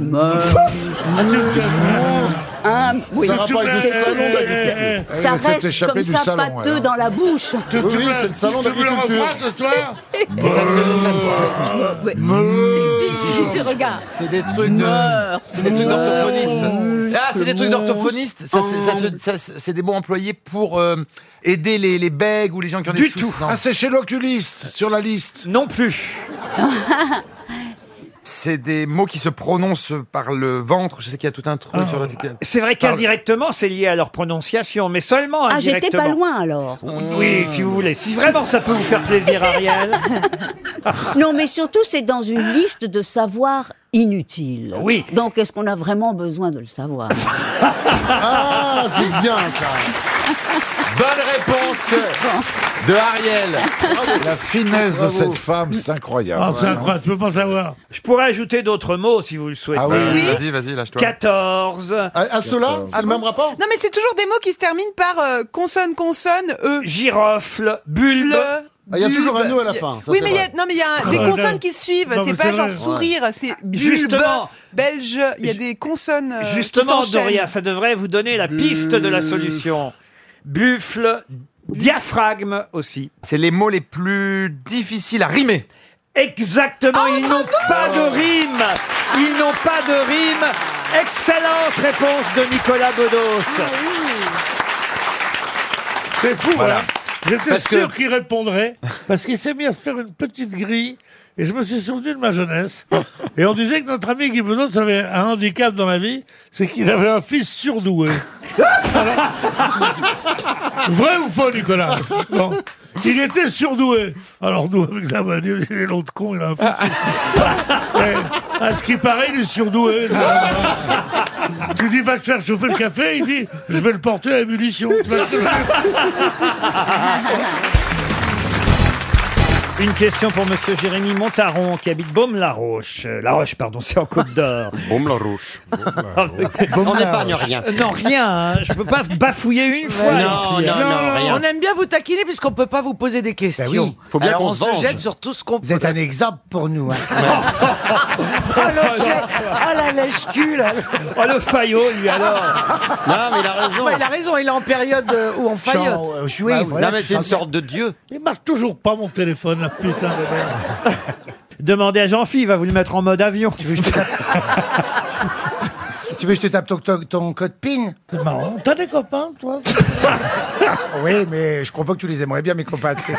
meurtre, Ah, muscle, monstre, hein, oui. Ça euh, a rapport avec le C'est- salon c'est- d'agriculture. c'est- Ça Oui, mais c'est reste échappé comme du ça, salon, pâteux alors. dans la bouche. Oui, oui, c'est le salon d'agriculture. Bah, ce soir Et ça, c'est- ça, c'est- c'est- ouais. C'est- c'est- c'est- regarde. C'est des trucs de- C'est des trucs d'orthophonistes. Ah, c'est des trucs d'orthophonistes. Ça, c'est- ça se- ça se- C'est des bons employés pour euh, aider les, les bègues ou les gens qui ont des Du soucis. tout. Ah, c'est chez l'oculiste, sur la liste. Non plus. Ah, C'est des mots qui se prononcent par le ventre. Je sais qu'il y a tout un truc sur la Ah. C'est vrai Par le- qu'indirectement, c'est lié à leur prononciation, mais Oh, seulement Ah, indirectement. j'étais pas loin alors. Oui, si vous voulez. Si vraiment ça peut vous faire plaisir, Ariel. Non, mais surtout, c'est dans une liste de savoirs inutiles. Oui. Donc, est-ce qu'on a vraiment besoin de le savoir Ah, c'est bien ça. Bonne réponse de Ariel. La finesse de cette femme, c'est incroyable. Ah, c'est incroyable, tu peux pas savoir. Je pourrais ajouter d'autres mots si vous le souhaitez. Ah oui, Euh, oui. vas-y, vas-y, lâche-toi. 14. À, cela c'est le même rapport Non, mais c'est toujours des mots qui se terminent par euh, consonne, consonne, e. Girofle, bulbe. Ah, il y a toujours un E à la fin, oui, mais il y a, Ah, non, mais il y a un- des Strudel. consonnes qui se suivent. Non, mais C'est c'est pas genre vrai. sourire, c'est bulbe, Justement. belge. Il y a des consonnes. euh, qui Justement, s'enchaînent. Doria, ça devrait vous donner la piste de la solution. Buffle, diaphragme aussi. C'est les mots les plus difficiles à rimer. Exactement, ils n'ont pas de rime. Ils n'ont pas de rime. Excellente Ah réponse de Nicolas Bedos. oui. C'est fou, Voilà. hein. J'étais Parce que- sûr qu'il répondrait, parce qu'il s'est mis à se faire une petite grille. Et je me suis souvenu de ma jeunesse. Et on disait que notre ami Guy Bedos avait un handicap dans la vie, c'est qu'il avait un fils surdoué. Alors- vrai ou faux, Nicolas Non. Il était surdoué. Alors nous, avec la main, il est l'autre con, il a un fils. Et, à Ah, ce qui paraît, il est surdoué. tu dis, va te faire chauffer le café, il dit, je vais le porter à ébullition. Une question pour Monsieur Jérémy Montaron qui habite Baume-la-Roche. Euh, La Roche, pardon, c'est en Côte d'Or. Baume-la-Roche. On n'épargne rien. Euh, Euh, Non, rien. hein. Je peux pas bafouiller une fois. non, ici, hein. On aime bien vous taquiner puisqu'on peut pas vous poser des questions. Eh oui. Faut bien Alors qu'on on se se venge. jette sur tout ce qu'on peut. Vous êtes un exemple hein. pour nous. Oh, Ah, le- oh, la lèche-cul, là. Oh, le faillot, lui, alors Non, mais il a raison. il a raison, il est en période euh, où on faillote. Bah oui. Non, mais c'est une sorte de dieu. Il marche toujours pas mon téléphone, la putain de merde. Demandez à Jean-Phi, il va vous le mettre en mode avion. Tu veux que je te tape ton, ton- ton code PIN C'est marrant. T'as des copains, toi Oui, mais je crois pas que tu les aimerais bien, mes copains. tu sais.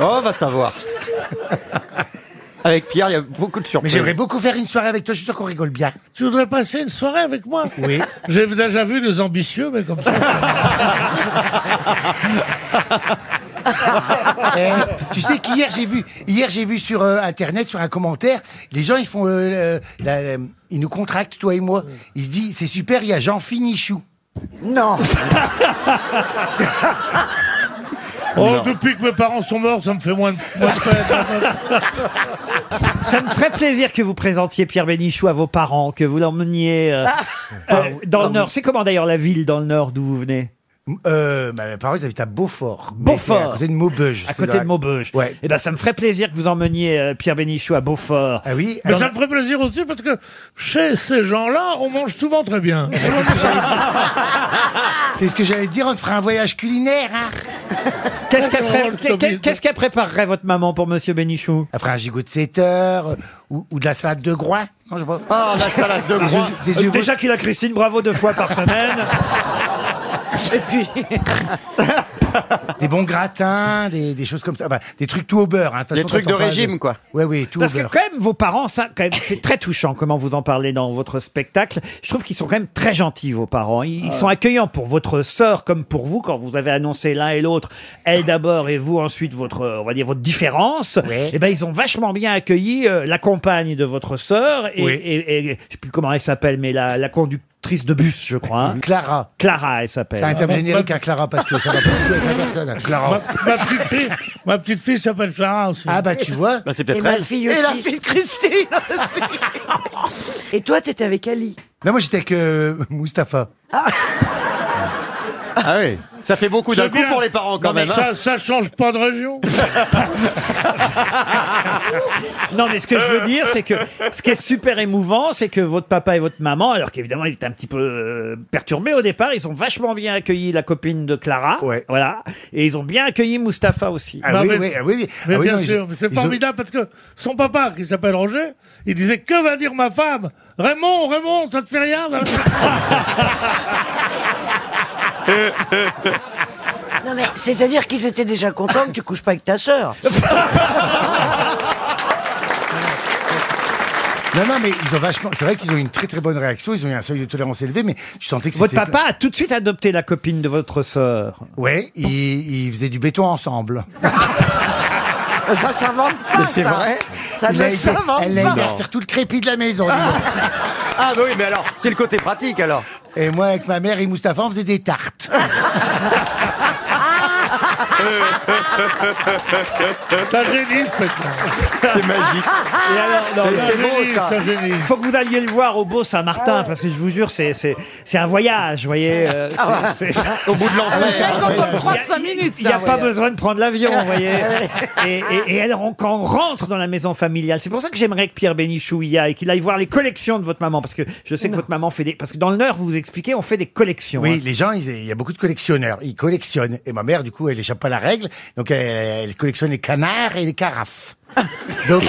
Oh, on va savoir. Avec Pierre, il y a beaucoup de mais surprises. j'aimerais beaucoup faire une soirée avec toi, je suis sûr qu'on rigole bien. Tu voudrais passer une soirée avec moi Oui. J'ai déjà vu des ambitieux, mais comme ça. Eh, tu sais qu'hier j'ai vu, hier j'ai vu sur euh, internet sur un commentaire, les gens ils font, euh, la- la- ils nous contractent toi et moi. Ils se disent c'est super, il y a Jean Finichou. Non. Oh, depuis que mes parents sont morts, ça me fait moins de, moins de peine. Ça me ferait plaisir que vous présentiez Pierre Bénichou à vos parents, que vous l'emmeniez euh, Ah. euh, dans le Nord. C'est comment d'ailleurs la ville dans le Nord d'où vous venez Euh, bah, mes parents ils habitent à Beaufort. Mais Beaufort. c'est à côté de Maubeuge. À C'est côté dans- de Maubeuge. Ouais. Eh ben, ça me ferait plaisir que vous emmeniez euh, Pierre Bénichou à Beaufort. Ah oui. Mais ça me ferait plaisir aussi parce que chez ces gens-là, on mange souvent très bien. C'est ce que j'allais te dire, on te fera un voyage culinaire. hein. Qu'est-ce qu'elle Oh, ferait- qu'est- qu'est- qu'est-ce qu'elle préparerait votre maman pour Monsieur Bénichou Elle ferait un gigot de 7 heures euh, ou, ou de la salade de groin. Non, je sais pas. Ah, la salade de Des groin. œufs- Euh, des œufs- Déjà qu'il a Christine Bravo deux fois par semaine. Et puis. des bons gratins, des, des choses comme ça. Enfin, des trucs tout au beurre. Hein. Des trucs de régime, quoi. Oui, oui, tout Parce au que beurre. quand même, vos parents, ça, quand même, c'est très touchant comment vous en parlez dans votre spectacle. Je trouve qu'ils sont quand même très gentils, vos parents. Ah. Ils, ils sont accueillants pour votre sœur comme pour vous quand vous avez annoncé l'un et l'autre, elle d'abord et vous ensuite votre, euh, on va dire votre différence. Et ben ils ont vachement bien accueilli euh, la compagne de votre sœur et, Oui. et- et- je sais plus comment elle s'appelle, mais la, la conductrice de bus, je crois. hein. Clara. Clara, elle s'appelle. C'est un terme générique, hein, Clara, parce que ça va pas du tout avec la personne. hein. Clara. ma petite fille, ma petite fille s'appelle Clara aussi. Ah, bah, tu vois. c'est peut-être Et ma elle. fille Et la aussi. fille de Christine aussi. Et toi, t'étais avec Ali Non, moi, j'étais avec euh, Mustapha. Ah oui. Ça fait beaucoup d'un C'est coup bien. pour les parents quand Non, mais même. Ça, hein. ça change pas de région. Non, mais ce que je veux dire, c'est que ce qui est super émouvant, c'est que votre papa et votre maman, alors qu'évidemment, ils étaient un petit peu euh, perturbés au départ, ils ont vachement bien accueilli la copine de Clara. Voilà. Et ils ont bien accueilli Mustapha aussi. Ah Non, oui, Bah, mais- oui, ah oui, oui. Mais Ah oui, bien non, ils- sûr, mais c'est ils ont- formidable parce que son papa, qui s'appelle Roger, il disait Que va dire ma femme Raymond, Raymond, ça te fait rien là Non, mais c'est-à-dire qu'ils étaient déjà contents que tu couches pas avec ta sœur. Non, non, mais ils ont vachement. C'est vrai qu'ils ont eu une très très bonne réaction. Ils ont eu un seuil de tolérance élevé, mais je sentais que Votre c'était- papa a tout de suite adopté la copine de votre sœur. Ouais, ils, ils faisaient du béton ensemble. Ah, Ça s'invente pas. Mais c'est ça. vrai. Ça Il ne a aidé- s'invente Elle pas. a aidé à Non. faire tout le crépi de la maison. ah bah oui, mais alors, c'est le côté pratique alors. Ah, Et moi, avec ma mère et Moustapha, on faisait des tartes. C'est un génie, ce mec-là. C'est magique. Et alors, non, Mais mais- c'est beau, ça. Faut que vous alliez le voir au Beau Saint-Martin, parce que je vous jure, c'est c'est c'est un voyage, vous voyez. euh, Ah c'est- ouais. c'est- Au bout de l'enfer. Ah ouais, c'est quand on le Il y a- croise cinq minutes, Il n'y c'est a un pas voyage. Ah besoin de prendre l'avion, vous voyez. Ouais. Et, et, et alors, on- quand on rentre dans la maison familiale, c'est pour ça que j'aimerais que Pierre Bénichou y aille, qu'il aille voir les collections de votre maman, parce que je sais que votre maman fait des. Parce que dans le Nord, vous vous expliquez, on fait des collections. Oui, hein. les gens, ils- il y a beaucoup de collectionneurs. Ils collectionnent. Et ma mère, du coup, elle est échappe pas à la règle. Donc elle, elle collectionne les canards et les carafes. Donc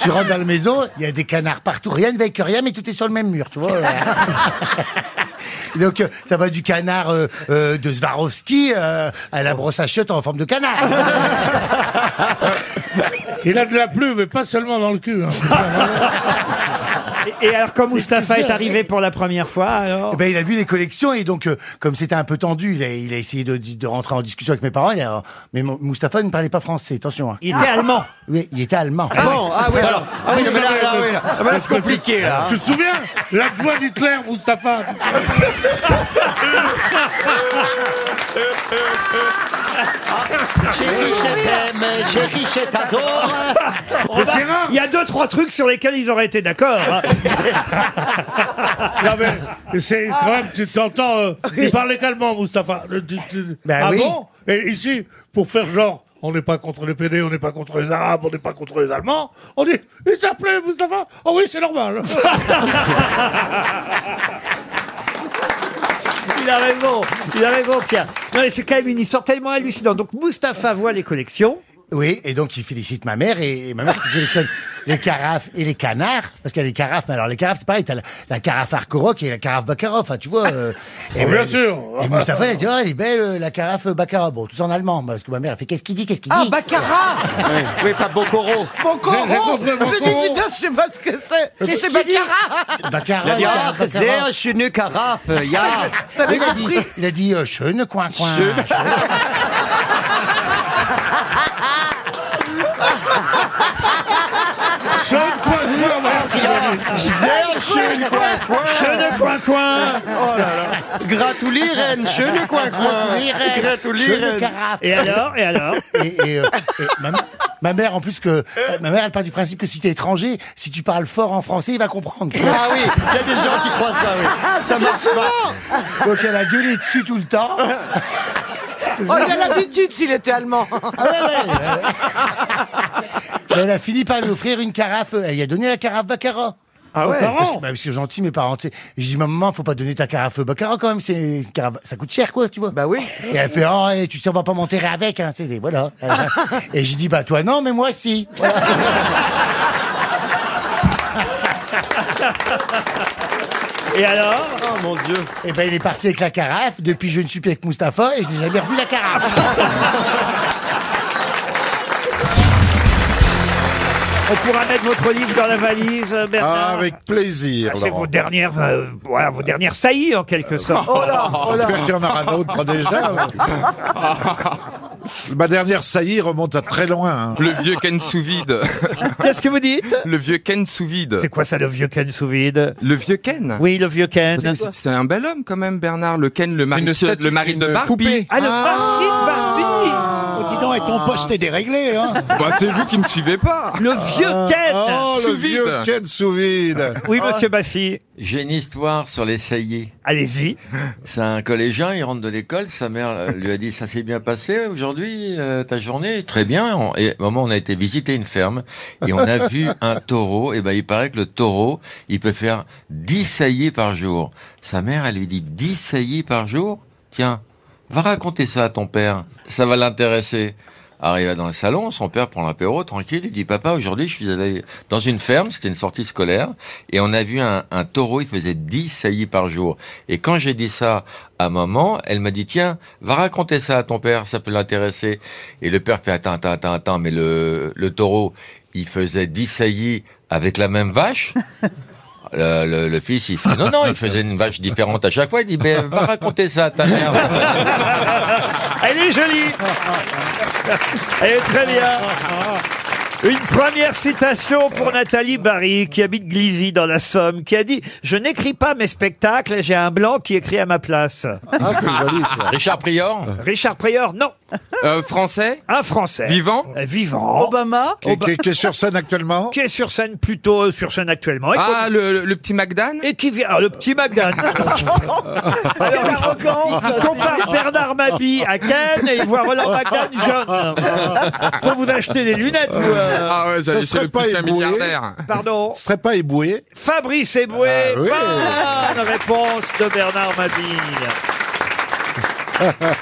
tu rentres dans la maison, il y a des canards partout, rien ne veille que rien, mais tout est sur le même mur, tu vois. Donc euh, ça va du canard euh, euh, de Swarovski euh, à la brosse à chiottes en forme de canard. Il a de la pluie, mais pas seulement dans le cul. hein. Et et alors, comme Mustapha est arrivé pour la première fois, alors Eh ben, il a vu les collections et donc, euh, comme c'était un peu tendu, il a, il a essayé de, de rentrer en discussion avec mes parents. il a- oh, mais Mo- Mustapha ne parlait pas français, attention. hein. Il était allemand. Oui, il était allemand. Ah bon, ah oui, alors, ah oui, non, mais là, là, oui, là. Ah, mais là, c'est compliqué, là. Tu te souviens L'adjoint d'Hitler, Moustapha Chérie, je t'aime, chérie, je t'adore. On va- Il y a deux, trois trucs sur lesquels ils auraient été d'accord. hein. Non mais, c'est quand même, tu t'entends, euh, il parlait calmement, Moustapha. Le- tu- tu- ah oui. bon Et ici, pour faire genre, on n'est pas contre les PD, on n'est pas contre les Arabes, on n'est pas contre les Allemands, on dit, il s'appelait Moustapha Oh oui, c'est normal Il a raison, il a raison, Pierre. Non, mais c'est quand même une histoire tellement hallucinante. Donc, Mustapha voit les collections. Oui, et donc il félicite ma mère et, et ma mère qui collectionne les carafes et les canards parce qu'elle a les carafes. Mais alors les carafes, c'est pareil, t'as la, la carafe Arkorok et la carafe Baccarat, enfin, tu vois. euh, et Oh, bien sûr. Et Mustapha elle a dit, oh, elle est belle euh, la carafe Baccarat. Bon, tout en allemand parce que ma mère elle fait qu'est-ce qu'il dit, qu'est-ce qu'il dit. Ah, Baccarat Oui, oui, pas Bocoro. Bocoro J'ai compris, Je Bocoro. dis putain, je sais pas ce que c'est. Qu'est-ce C'est qu'il dit Bah, Baccarat. Baccarat Il a dit, Baccarat, ah, Baccarat. sehr schöne Carafe, euh, Ah, ja. Oui, il a dit, il a dit euh, schöne coin coin. Schöne- Schöne Coin-Coin, Sehr schön, coin, coin. Schöne Coin-Coin. Oh là là. Gratulieren, schöne coin, coin. Gratulieren. Et alors Et alors et, et, euh, et ma, ma mère, en plus que euh, ma mère, elle part du principe que si t'es étranger, si tu parles fort en français, il va comprendre. Ah, Ah oui, il y a des gens qui croient ça, oui. Ah, Ça C'est marche souvent. Donc elle a gueulé dessus tout le temps. Oh, il a l'habitude s'il était allemand. Mais elle a fini par lui offrir une carafe. euh, Elle lui a donné la carafe Baccarat. Ah Aux ouais. parents. Parce que, bah, parce que gentil, mes parents, tu sais. Je dis, maman, faut pas donner ta carafe Baccarat quand même, c'est une carafe- ça coûte cher, quoi, tu vois. Bah oui. Et elle fait, oh, eh, tu sais, on va pas m'enterrer avec, hein, c'est des, voilà. et je dis, bah, toi, non, mais moi, si. Voilà. Ah, Et alors Oh mon dieu. Et ben, il est parti avec la carafe. Depuis, je ne suis plus avec Mustapha et je n'ai jamais revu la carafe. On pourra mettre votre livre dans la valise, euh, Bernard. Ah, avec plaisir. Ah, C'est Laurent. vos dernières, euh, voilà, vos dernières saillies en quelque sorte. Oh là, oh là. J'espère qu'il y en aura d'autres déjà. Ma dernière saillie remonte à très loin. hein. Le vieux Ken sous vide. Qu'est-ce que vous dites Le vieux Ken sous vide. C'est quoi ça, le vieux Ken sous vide Le vieux Ken Oui, le vieux Ken. C'est- C'est un bel homme quand même, Bernard. Le Ken, le mari, statue, le mari de Euh, une Barbie. poupée. Ah, le mari de Ah. Barbie Dis donc, et ton poste est déréglé, hein Bah, c'est vous qui me suivez pas. Ah. Le vieux Ken Oh, le vieux Ken Ah. sous vide. Oui, monsieur Baffy. J'ai une histoire sur les saillies. Allez-y. C'est un collégien, il rentre de l'école, sa mère euh, lui a dit ça s'est bien passé aujourd'hui, euh, ta journée, très bien. On- Et au moment où on a été visiter une ferme et on a vu un taureau, et ben il paraît que le taureau, il peut faire 10 saillies par jour. Sa mère, elle lui dit 10 saillies par jour Tiens, va raconter ça à ton père, ça va l'intéresser. Arrivé dans le salon, son père prend l'apéro, tranquille, il dit, papa, aujourd'hui, je suis allé dans une ferme, c'était une sortie scolaire, et on a vu un, un taureau, il faisait 10 saillies par jour. Et quand j'ai dit ça à maman, elle m'a dit, tiens, va raconter ça à ton père, ça peut l'intéresser. Et le père fait, attends, attends, attends, attends, mais le, le taureau, il faisait 10 saillies avec la même vache? Le, le- le fils, il fait, non, non, il faisait une vache différente à chaque fois. Il dit, mais va raconter ça à ta mère. Elle est jolie. Elle est Eh, très bien. Une première citation pour Nathalie Barry, qui habite Glizy dans la Somme, qui a dit « Je n'écris pas mes spectacles, j'ai un blanc qui écrit à ma place. Ah, Ah, Richard Prior Richard Prior, non. euh, français Un Français. Vivant Euh, Vivant. Obama Qui, qui- qui est sur scène actuellement Qui est sur scène plutôt euh, sur scène actuellement. Ah, le, le petit Magdan Et qui vient ah, le petit Magdan. Alors, il compare Bernard Mabie à Ken et il voit Roland Magdan jeune. Faut vous acheter des lunettes, vous. euh. Ah ouais, Ce j'allais chez serait le pas petit éboué. milliardaire. Pardon. Ce serait pas éboué. Fabrice Eboué, Ah oui. bonne réponse de Bernard Mabille.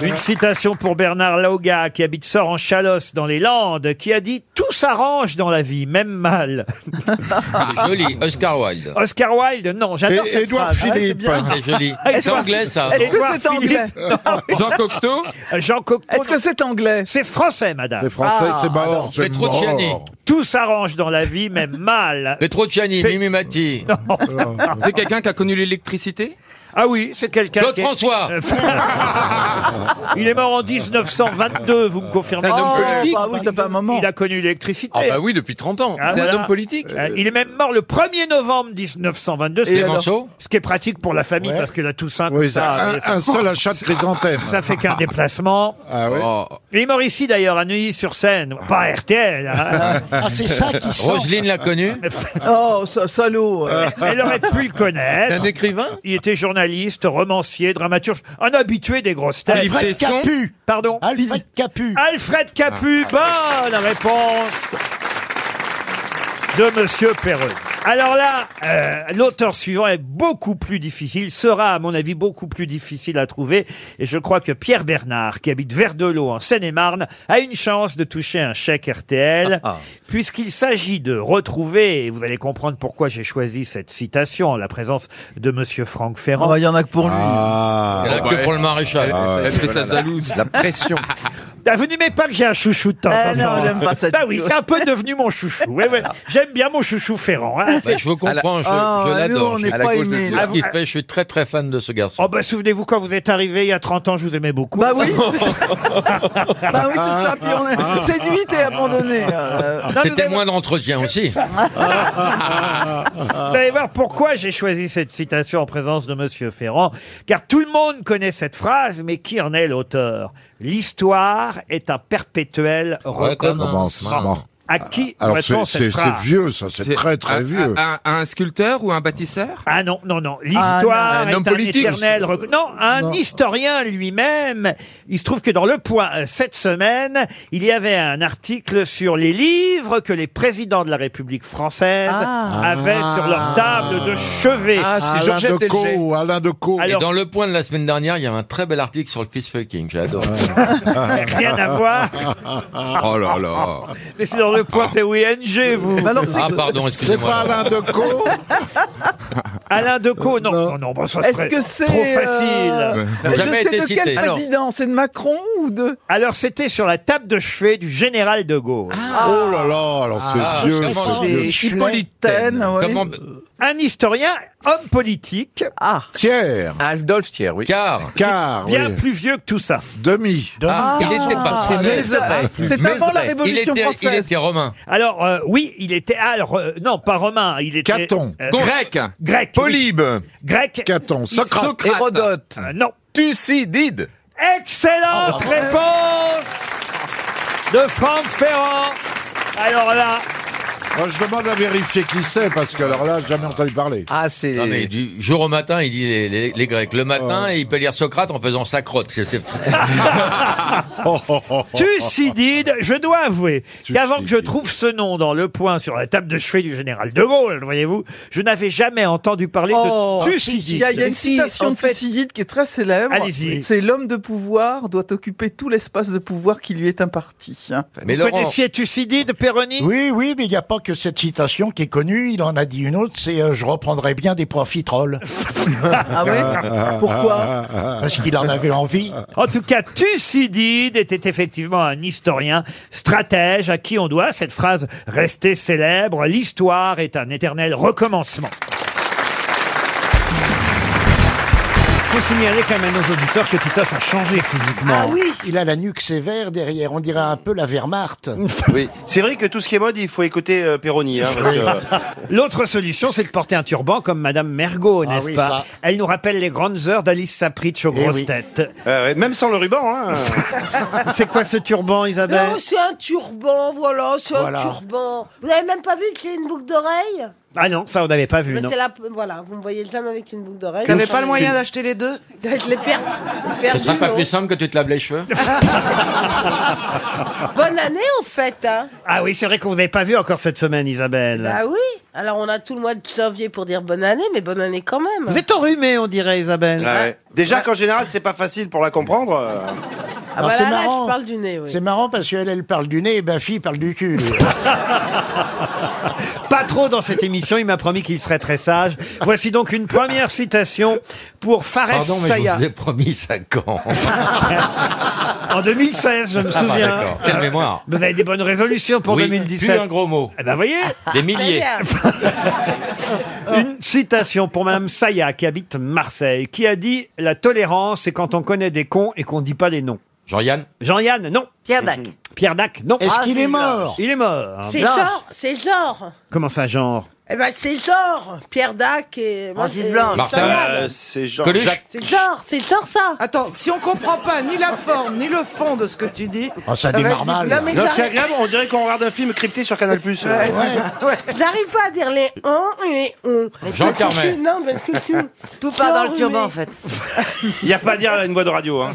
Une citation pour Bernard Lauga, qui habite Sort en Chalosse, dans les Landes, qui a dit « Tout s'arrange dans la vie, même mal Joli, Oscar Wilde. ». Oscar Wilde, non, j'adore Et- cette Édouard phrase. Philippe. Ah, c'est bien. C'est joli. C'est Édouard- anglais, ça. Édouard Est-ce que c'est Philippe. anglais Ah oui. Jean Cocteau Jean Cocteau. Est-ce que c'est anglais C'est français, madame. C'est français, c'est mort, alors, c'est Petrucciani. mort. Tout s'arrange dans la vie, même mal. Petrucciani, Pe- Mimi Mati. C'est quelqu'un qui a connu l'électricité Ah oui, c'est quelqu'un Claude qui est- François. Ah. Il est mort en 1922, vous me confirmez C'est un homme Oh, politique. bah oui, Il a connu l'électricité. Ah bah oui, depuis 30 ans. Ah, c'est voilà. un homme politique. Euh, Il est même mort le 1er novembre 1922. ce qui est- Clémenceau Ce qui est pratique pour la famille, parce que la Toussaint... Oui, tout ça, ça, un- ça- un seul achat de chrysanthème. Ça fait qu'un déplacement. Oh. Ah ouais. Il est mort ici, d'ailleurs, à Neuilly-sur-Seine. Pas à RTL. hein. Ah, c'est ça qui sent. Roselyne l'a connu Oh, salaud Elle aurait pu le connaître. C'est un écrivain Il était journaliste, romancier, dramaturge, un habitué des grosses têtes. Alfred Alfred Tesson Capu. Pardon Alfred Capu Alfred Capu, bonne réponse de Monsieur Perreux. Alors là, euh, l'auteur suivant est beaucoup plus difficile, sera à mon avis beaucoup plus difficile à trouver, et je crois que Pierre Bernard, qui habite Verdelot en Seine-et-Marne, a une chance de toucher un chèque RTL, puisqu'il s'agit de retrouver, et vous allez comprendre pourquoi j'ai choisi cette citation en la présence de Monsieur Franck Ferrand. Ah bah, il y en a que pour lui. Ah, Il y en a que pour le maréchal. bah, Ah, Elle ouais. fait sa jalouse. La pression. Ah, vous n'aimez pas que j'ai un chouchou de temps Eh en non, temps. j'aime pas cette- Bah oui, c'est un peu devenu mon chouchou. Oui, oui. J'aime bien mon chouchou Ferrand. hein. Ah, bah, je vous comprends, je, je l'adore. Je- Ah, à la gauche vous- de Dieu. ah, Ce vous- qu'il fait, je suis très très fan de ce garçon. Oh bah souvenez-vous quand vous êtes arrivé il y a 30 ans, je vous aimais beaucoup. Bah oui. Bah oui, c'est ça, puis on Ah. est séduit et abandonné. euh. C'était moins d'entretien aussi. Ah, bah, Vous allez voir pourquoi j'ai choisi cette citation en présence de Monsieur Ferrand, car tout le monde connaît cette phrase, mais qui en est l'auteur L'histoire est un perpétuel recommencement. Recommencement. À qui Ah, Alors doit-on c'est- cette c'est phrase c'est vieux, ça, c'est très très un, vieux. Un, un- un sculpteur ou un bâtisseur Ah non, non, non. L'histoire est un éternel rec- Non, un historien lui-même. Il se trouve que dans Le Point, euh, cette semaine, il y avait un article sur les livres que les présidents de la République française Ah. avaient sur leur Ah. table de chevet. Alain Decaux, Alain Decaux. Et dans le point de la semaine dernière, il y avait un très bel article sur le fist fucking. J'adore. Rien à voir. Oh là là. Mais c'est dans le point POING, vous. Ah pardon, excusez-moi. Decaux Alain Decaux, non. Non, non, bon, ça Est-ce serait que c'est trop euh, facile. et je sais de quel président C'est de Macron ou de Alors, c'était sur la table de chevet du général de Gaulle. Oh là là, alors c'est Ah, vieux. c'est c'est des vieux. Hippolytaine, ouais. Comment- Un historien, homme politique. Ah. Thiers. Adolphe Thiers, oui. Car. Car, Bien oui. plus vieux que tout ça. Demi. Ah, il était pas. C'est Mézeray. c'est avant la Mézeray. Révolution il était, française. Il était romain. Alors, euh, oui, il était... ah, alors, euh, non, pas romain, il était... Caton. Grec. Euh, Grec. Polybe. Grec. Caton. Socrate. Hérodote. Euh, non. Thucydide. Ah, Oh. Excellente Ah, réponse de Franck Ferrand. Alors là... Moi, je demande à vérifier qui c'est, parce que alors là, j'ai jamais entendu parler. Ah, c'est... Non, mais du jour au matin, il dit les, les- les Grecs. Le matin, Oh. il peut lire Socrate en faisant sa crotte. C'est- c'est- Thucydide, je dois avouer qu'avant que je trouve ce nom dans le point sur la table de chevet du général de Gaulle, voyez-vous, je n'avais jamais entendu parler Oh, de Il Thucydide. y a, il y a une citation de Thucydide qui est très célèbre. Allez-y. C'est l'homme de pouvoir doit occuper tout l'espace de pouvoir qui lui est imparti. Mais Vous Laurent- connaissiez Thucydide, Péroni Oui, oui, mais il n'y a pas que cette citation qui est connue. Il en a dit une autre, c'est euh, Je reprendrai bien des profiteroles ». Ah ouais Pourquoi Parce qu'il en avait envie. Ah. En tout cas, Thucydide était effectivement un historien, stratège, à qui on doit cette phrase restée célèbre, l'histoire est un éternel recommencement. faut signaler quand même à nos auditeurs que Titoff a changé physiquement. Ah oui Il a la nuque sévère derrière, on dirait un peu la Wehrmacht. Oui, c'est vrai que tout ce qui est mode, il faut écouter euh, Perroni. hein, parce que, euh, L'autre solution, c'est de porter un turban comme Madame Mergot, n'est-ce Ah oui, pas ça. Elle nous rappelle les grandes heures d'Alice Sapritch aux Eh grosses oui. têtes. euh, même sans le ruban. Hein. C'est quoi ce turban, Ah, bah. Isabelle Non, c'est un turban, voilà, c'est Voilà. un turban. Vous n'avez même pas vu que j'ai une boucle d'oreille Ah non, ça on n'avait pas vu. Mais Non. c'est la... Voilà, vous me voyez jamais avec une boucle d'oreille. T'avais pas le moyen d'acheter les deux Avec les per... Ce serait pas non. plus simple que tu te laves les cheveux Bonne année, au fait, hein Ah oui, c'est vrai qu'on vous n'avait pas vu encore cette semaine, Isabelle. Bah oui Alors, on a tout le mois de janvier pour dire bonne année, mais bonne année quand même Vous êtes enrhumé, on dirait, Isabelle. Ah Déjà qu'en général, c'est pas facile pour la comprendre. euh. Ah Alors, bah là, c'est là, marrant. je parle du nez, oui. C'est marrant parce qu'elle, elle parle du nez et ma fille parle du cul. lui. Pas trop dans cette émission, il m'a promis qu'il serait très sage. Voici donc une première citation pour Fares Pardon, mais je Saya. vous ai promis 5 ans. En 2016, je me Ah bah souviens. d'accord. Quelle mémoire. Vous avez des bonnes résolutions pour Oui, 2017. plus un gros mot. Eh ben, voyez. Des milliers. Une citation pour Madame Saya, qui habite Marseille, qui a dit La tolérance, c'est quand on connaît des cons et qu'on ne dit pas les noms. Jean-Yann Jean-Yann, non. Pierre Dac. Pierre Dac, non. Est-ce Ah, qu'il c'est est mort large. Il est mort. C'est genre, c'est genre Comment ça, genre Eh ben, c'est genre Pierre Dac et... moi, Francis c'est- Blanche. Martin. ça va. Euh, c'est Jean- Coluche. Jacques- C'est genre, c'est genre ça Attends, si on comprend pas ni la forme ni le fond de ce que tu dis, va Oh, être difficile. Non, mais Non, c'est j'arrive- agréable, on dirait qu'on regarde un film crypté sur Canal+. Plus. Ouais. J'arrive pas à dire les on et les on. Jean Parce que je Carmet. suis- Non, parce que je suis- Tout je suis part dans le enrhumée. turban, en fait. Il n'y a pas à dire à une voix de radio. Hein.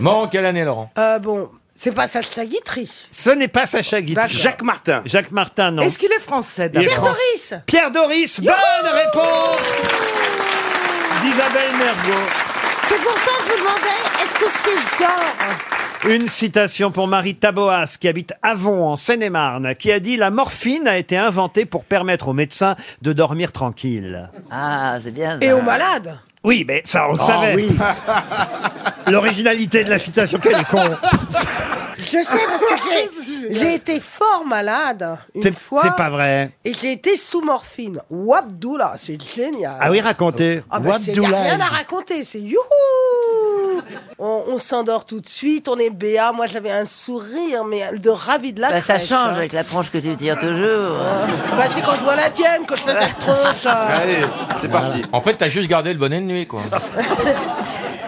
Mort en quelle année, Laurent Euh, bon, c'est pas Sacha Guitry. Ce n'est pas Sacha Guitry. Jacques Martin. Jacques Martin, non. Est-ce qu'il est français Il est Pierre français. Doris Pierre Doris, bonne réponse d'Isabelle Mergo. C'est pour ça que je vous demandais, est-ce que c'est genre Ah Une citation pour Marie Taboas, qui habite Avon, en Seine-et-Marne, qui a dit « La morphine a été inventée pour permettre aux médecins de dormir tranquille Ah, c'est bien. Et ça. aux malades ». Oui, mais ça, on le Ah Oh, savait. oui. L'originalité de la citation, quelle est con Je sais, parce que j'ai- j'ai été fort malade une C'est fois. c'est pas vrai. Et j'ai été sous morphine. Wabdoula, c'est génial. Ah oui, racontez. Ah bah, c'est y a Wabdoulaye. rien à raconter, c'est youhou On, on s'endort tout de suite, on est béat. Moi, j'avais un sourire, mais de ravi de la Bah, ça crèche, change hein. avec la tranche que tu tires toujours. Bah, c'est quand je vois la tienne, quand je fais cette tronche. euh. Allez, c'est parti. En fait, t'as juste gardé le bonnet de nuit, quoi.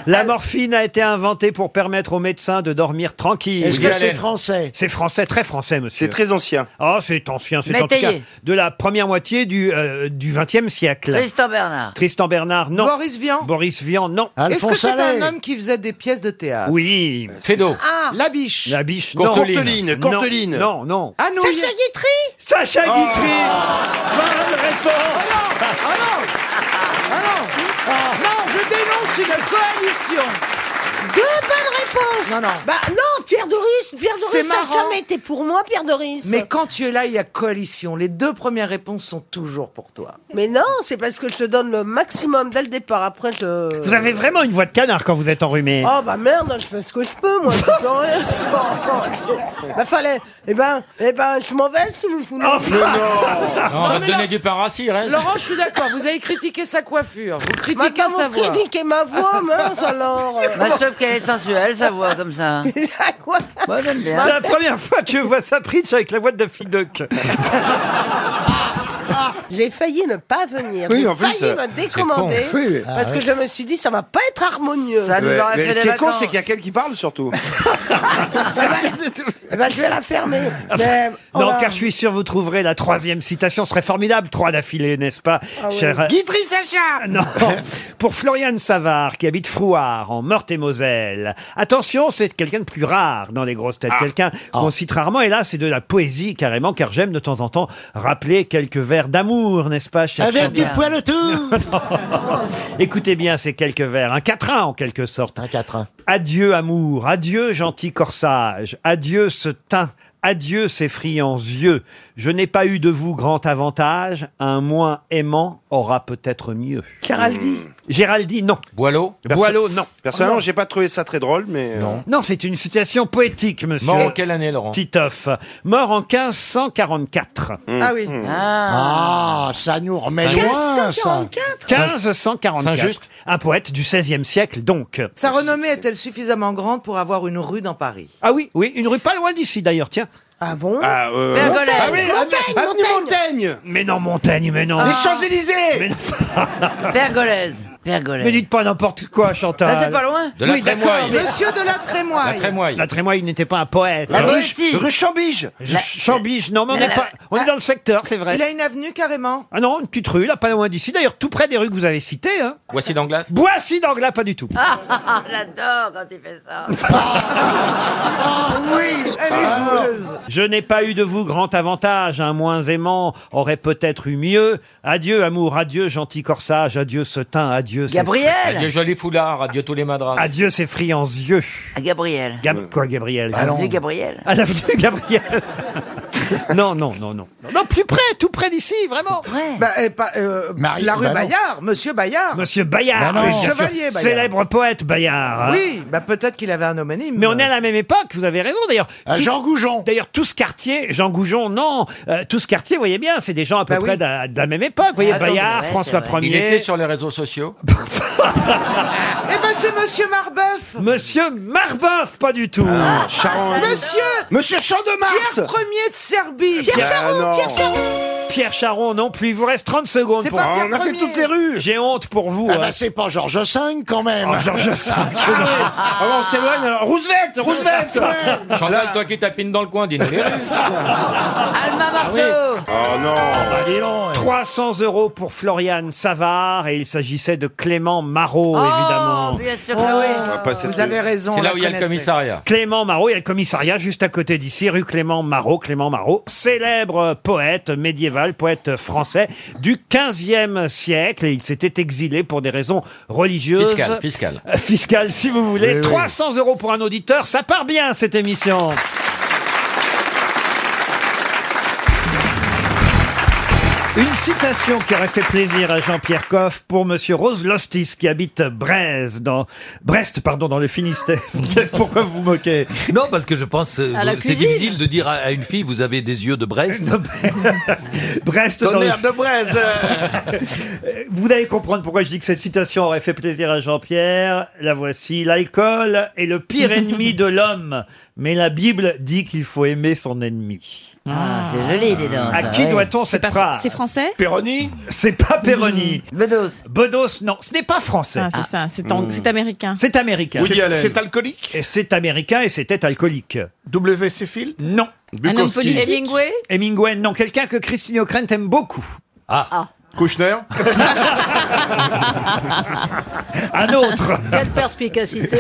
La morphine a été inventée pour permettre aux médecins de dormir tranquille. Est-ce que Woody c'est Allen. français C'est français, très français, monsieur. C'est très ancien. Ah, c'est ancien, c'est en tout cas Métayer. de la première moitié du, euh, du 20e siècle. Tristan Bernard. Tristan Bernard, non. Boris Vian. Boris Vian, non. Est-ce que c'est un homme qui faisait des pièces de théâtre Oui. Fédo. Ah La biche. La biche, Courteline. non. Courteline, Non, Courteline. Non, non. Ah, nous, il y a- Sacha Oh. Guitry Bonne réponse Ah non Non, je dénonce une coalition Deux bonnes réponses Non, non. Bah non, Pierre Doris, Pierre C'est Doris, ça marrant. n'a jamais été pour moi, Pierre Doris. Mais quand tu es là, il y a coalition. Les deux premières réponses sont toujours pour toi. Mais non, c'est parce que je te donne le maximum dès le départ. Après, je... Vous avez vraiment une voix de canard quand vous êtes enrhumé. Oh bah merde, je fais ce que je peux, moi. Je peux rien. bah fallait... Eh ben, eh ben, je m'en vais si vous le Ah, voulez. bah, Non, on va mais te donner du hein. pain rassis, reste. Laurent, je suis d'accord, vous avez critiqué sa coiffure, vous critiquez Maintenant, sa vous voix. critiquez ma voix, mince alors. Bah, sauf qu'elle est sensuelle, sa voix, Oh, comme ça. Quoi Moi, j'aime C'est bien. la première fois que je vois ça prise avec la voix de Daffy Duck. J'ai failli ne pas venir. Oui, J'ai en plus, failli euh, me c'est décommander con. Oui, oui. parce Ah, que oui. je me suis dit ça va pas être harmonieux. Ouais, mais ce qui est con, c'est qu'il y a quelqu'un qui parle surtout. Eh ben, je vais la fermer. Mais, oh non, là. car je suis sûr, vous trouverez la troisième citation. Ce serait formidable, trois d'affilée, n'est-ce pas, Ah cher... Guitry Sacha Ah Non. Pour Floriane Savard, qui habite Frouard, en Meurthe-et-Moselle. Attention, c'est quelqu'un de plus rare dans les grosses têtes. Quelqu'un qu'on cite rarement. Et là, c'est de la poésie, carrément, car j'aime de temps en temps rappeler quelques vers d'amour, n'est-ce pas, cher Avec du Chantal poil autour. Écoutez bien ces quelques vers, un quatrain en quelque sorte. Un quatrain. Adieu amour, adieu gentil corsage, adieu ce teint, adieu ces friands yeux. Je n'ai pas eu de vous grand avantage, un moins aimant aura peut-être mieux. Géraldi. Hmm. Géraldi, non. Boileau Boileau, non. Personnellement, j'ai pas trouvé ça très drôle, mais. euh, Non. Non, c'est une citation poétique, monsieur. Mort en quelle année, Laurent Titoff. Mort en 1544. Ah oui. Hmm. Ah, ça nous remet loin, ça. 1544. Saint-Just Un poète du XVIe siècle, donc. Sa renommée est-elle suffisamment grande pour avoir une rue dans Paris Ah oui, oui, une rue pas loin d'ici d'ailleurs, tiens. Ah bon Ah, euh, Pergolèse. ah oui, Montaigne, Avenue Montaigne. Ah. Ah, Mais non, Montaigne, mais non. Les Champs-Élysées Pergolèse. Pergolèse. Mais dites pas n'importe quoi, Chantal. Bah, c'est pas loin. De la oui, d'accord, Trémoille. mais- Monsieur de la Trémoille. La Trémoille. La Trémoille n'était pas un poète. La Ruche- Boétie. Ruche Chambige. La- Chambige, non, mais on n'est La- Ah. pas. On est dans le secteur, c'est vrai. Il a une avenue carrément. Ah non, une petite rue, là, pas loin d'ici. D'ailleurs, tout près des rues que vous avez citées. Hein. Voici d'Anglas. Boissy d'Anglas, pas du tout. Ah, j'adore quand tu fais ça. Ah oui, elle est joueuse. Je n'ai pas eu de vous grand avantage, un moins aimant aurait peut-être eu mieux. Adieu amour, adieu gentil corsage, adieu ce teint, adieu ces- Adieu joli foulard, adieu tous les madras. Adieu ces friands yeux. Ah, Gabriel. Gab- quoi Gabriel Ah, Avenue Gabriel. À l'avenue Gabriel. non, non, non, non. Non, plus près, tout près d'ici, vraiment. Bah, eh, pas, euh, Marie, la rue bah non. Bayard, Monsieur Bayard. Monsieur Bayard, Bah non, oui, le bien sûr. chevalier Bayard. célèbre poète Bayard. hein. Oui, bah peut-être qu'il avait un homonyme. Mais on est à la même époque, vous avez raison d'ailleurs. Ah, Jean Goujon. D'ailleurs, tout ce quartier, Jean Goujon, non. euh, tout ce quartier, vous voyez bien, c'est des gens à peu Bah oui. près de la- de la même époque. Vous voyez, Ah, Attends, Bayard, c'est vrai, François c'est vrai. Il Ier. était sur les réseaux sociaux. Eh ben c'est Monsieur Marbeuf. Monsieur Marbeuf, pas du tout. Monsieur. Ah, Monsieur Champ de Mars. Pierre Ier de Serbie. Pierre Ah, Charon, non. Pierre Pierre Charon. Pierre Charon, non plus. Il vous reste 30 secondes C'est pour. pas Pierre On a fait Ier. toutes les rues. J'ai honte pour vous. hein. Ah bah, c'est pas Georges V quand même. Ah Oh, Georges V. on s'éloigne alors. Roosevelt, Roosevelt, ouais. Chantal, toi qui tapines dans le coin, dis-nous les rues. Ah Alma Marceau. Oh non. 300 euros pour Floriane Savard et il s'agissait de Clément Marot, évidemment. bien sûr Oh, que oui. passer Vous dessus. avez raison. on Ah, bah, C'est là la où il y a le connaissait. commissariat. Clément Marot, il y a le commissariat juste à côté d'ici, rue Clément Marot. Clément Marot, célèbre poète médiéval, poète français du 15e siècle. Et il s'était exilé pour des raisons religieuses. Fiscal, fiscal. Euh, Fiscales, si vous voulez. 300 euros pour un auditeur, ça part bien cette émission. Une citation qui aurait fait plaisir à Jean-Pierre Coff pour Monsieur Rose Lostis qui habite Brest dans Brest pardon dans le Finistère. Qu'est-ce- Pourquoi vous vous moquez Non, parce que je pense euh, À la vous- c'est cuisine. difficile de dire à, à une fille vous avez des yeux de Brest. Brest dans le- Tonnerre de Brest. Euh, Vous allez comprendre pourquoi je dis que cette citation aurait fait plaisir à Jean-Pierre. La voici. L'alcool est le pire ennemi de l'homme, mais la Bible dit qu'il faut aimer son ennemi. Ah, c'est joli, dis donc, À ça, qui ouais. doit-on cette C'est pas- phrase c'est français Péroni C'est pas Péroni. Mm. Bedos. Bedos, non, ce n'est pas français. Ah, c'est ça, c'est ang- Mm. c'est américain. C'est américain. Woody C'est- Allen. C'est alcoolique Et C'est américain et c'était alcoolique. W. Céphile Non. homme Bukowski. politique Hemingway Hemingway, non. Quelqu'un que Christine O'Krent aime beaucoup. Ah. Kouchner Un autre Quelle perspicacité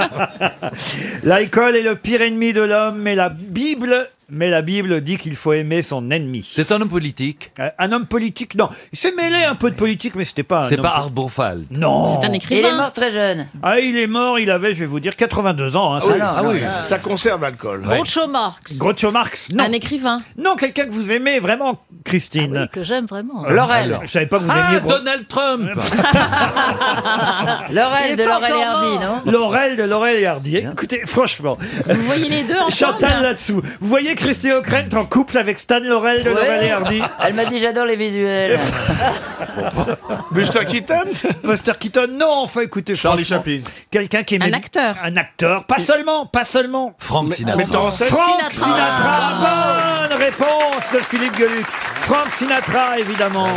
L'alcool est le pire ennemi de l'homme, mais la Bible, mais la Bible dit qu'il faut aimer son ennemi. C'est un homme politique. un homme politique, non. Il s'est mêlé un peu de politique, mais c'était pas. un C'est homme pas poli- Arbrophal. Non. Il est mort très jeune. Ah, il est mort. Il avait, je vais vous dire, 82 ans. hein, Ah oui, ah oui. Ça conserve l'alcool. Groucho Marx. Groucho Marx, non. Un Ah écrivain. Non, quelqu'un que vous aimez vraiment, Christine. Que j'aime vraiment. Euh, alors, Je savais pas que vous Ah, Ah, aimiez. Gro- Donald Trump. Laurel de Laurel et Hardy, non Laurel de Laurel et Hardy. Écoutez, franchement. Vous voyez les deux ensemble Chantal là-dessous. Vous voyez Christine O'Krent en couple avec Stan Laurel de Ouais. Laurel et Hardy. Elle m'a dit j'adore les visuels. Buster Keaton Buster Keaton, non, enfin écoutez. Charlie Chaplin. Quelqu'un qui aimait. Un acteur. Un acteur, pas seulement, pas seulement. Frank Sinatra. Metteur en scène. Frank Sinatra, bonne réponse de Philippe Gueluc. Frank Sinatra, évidemment.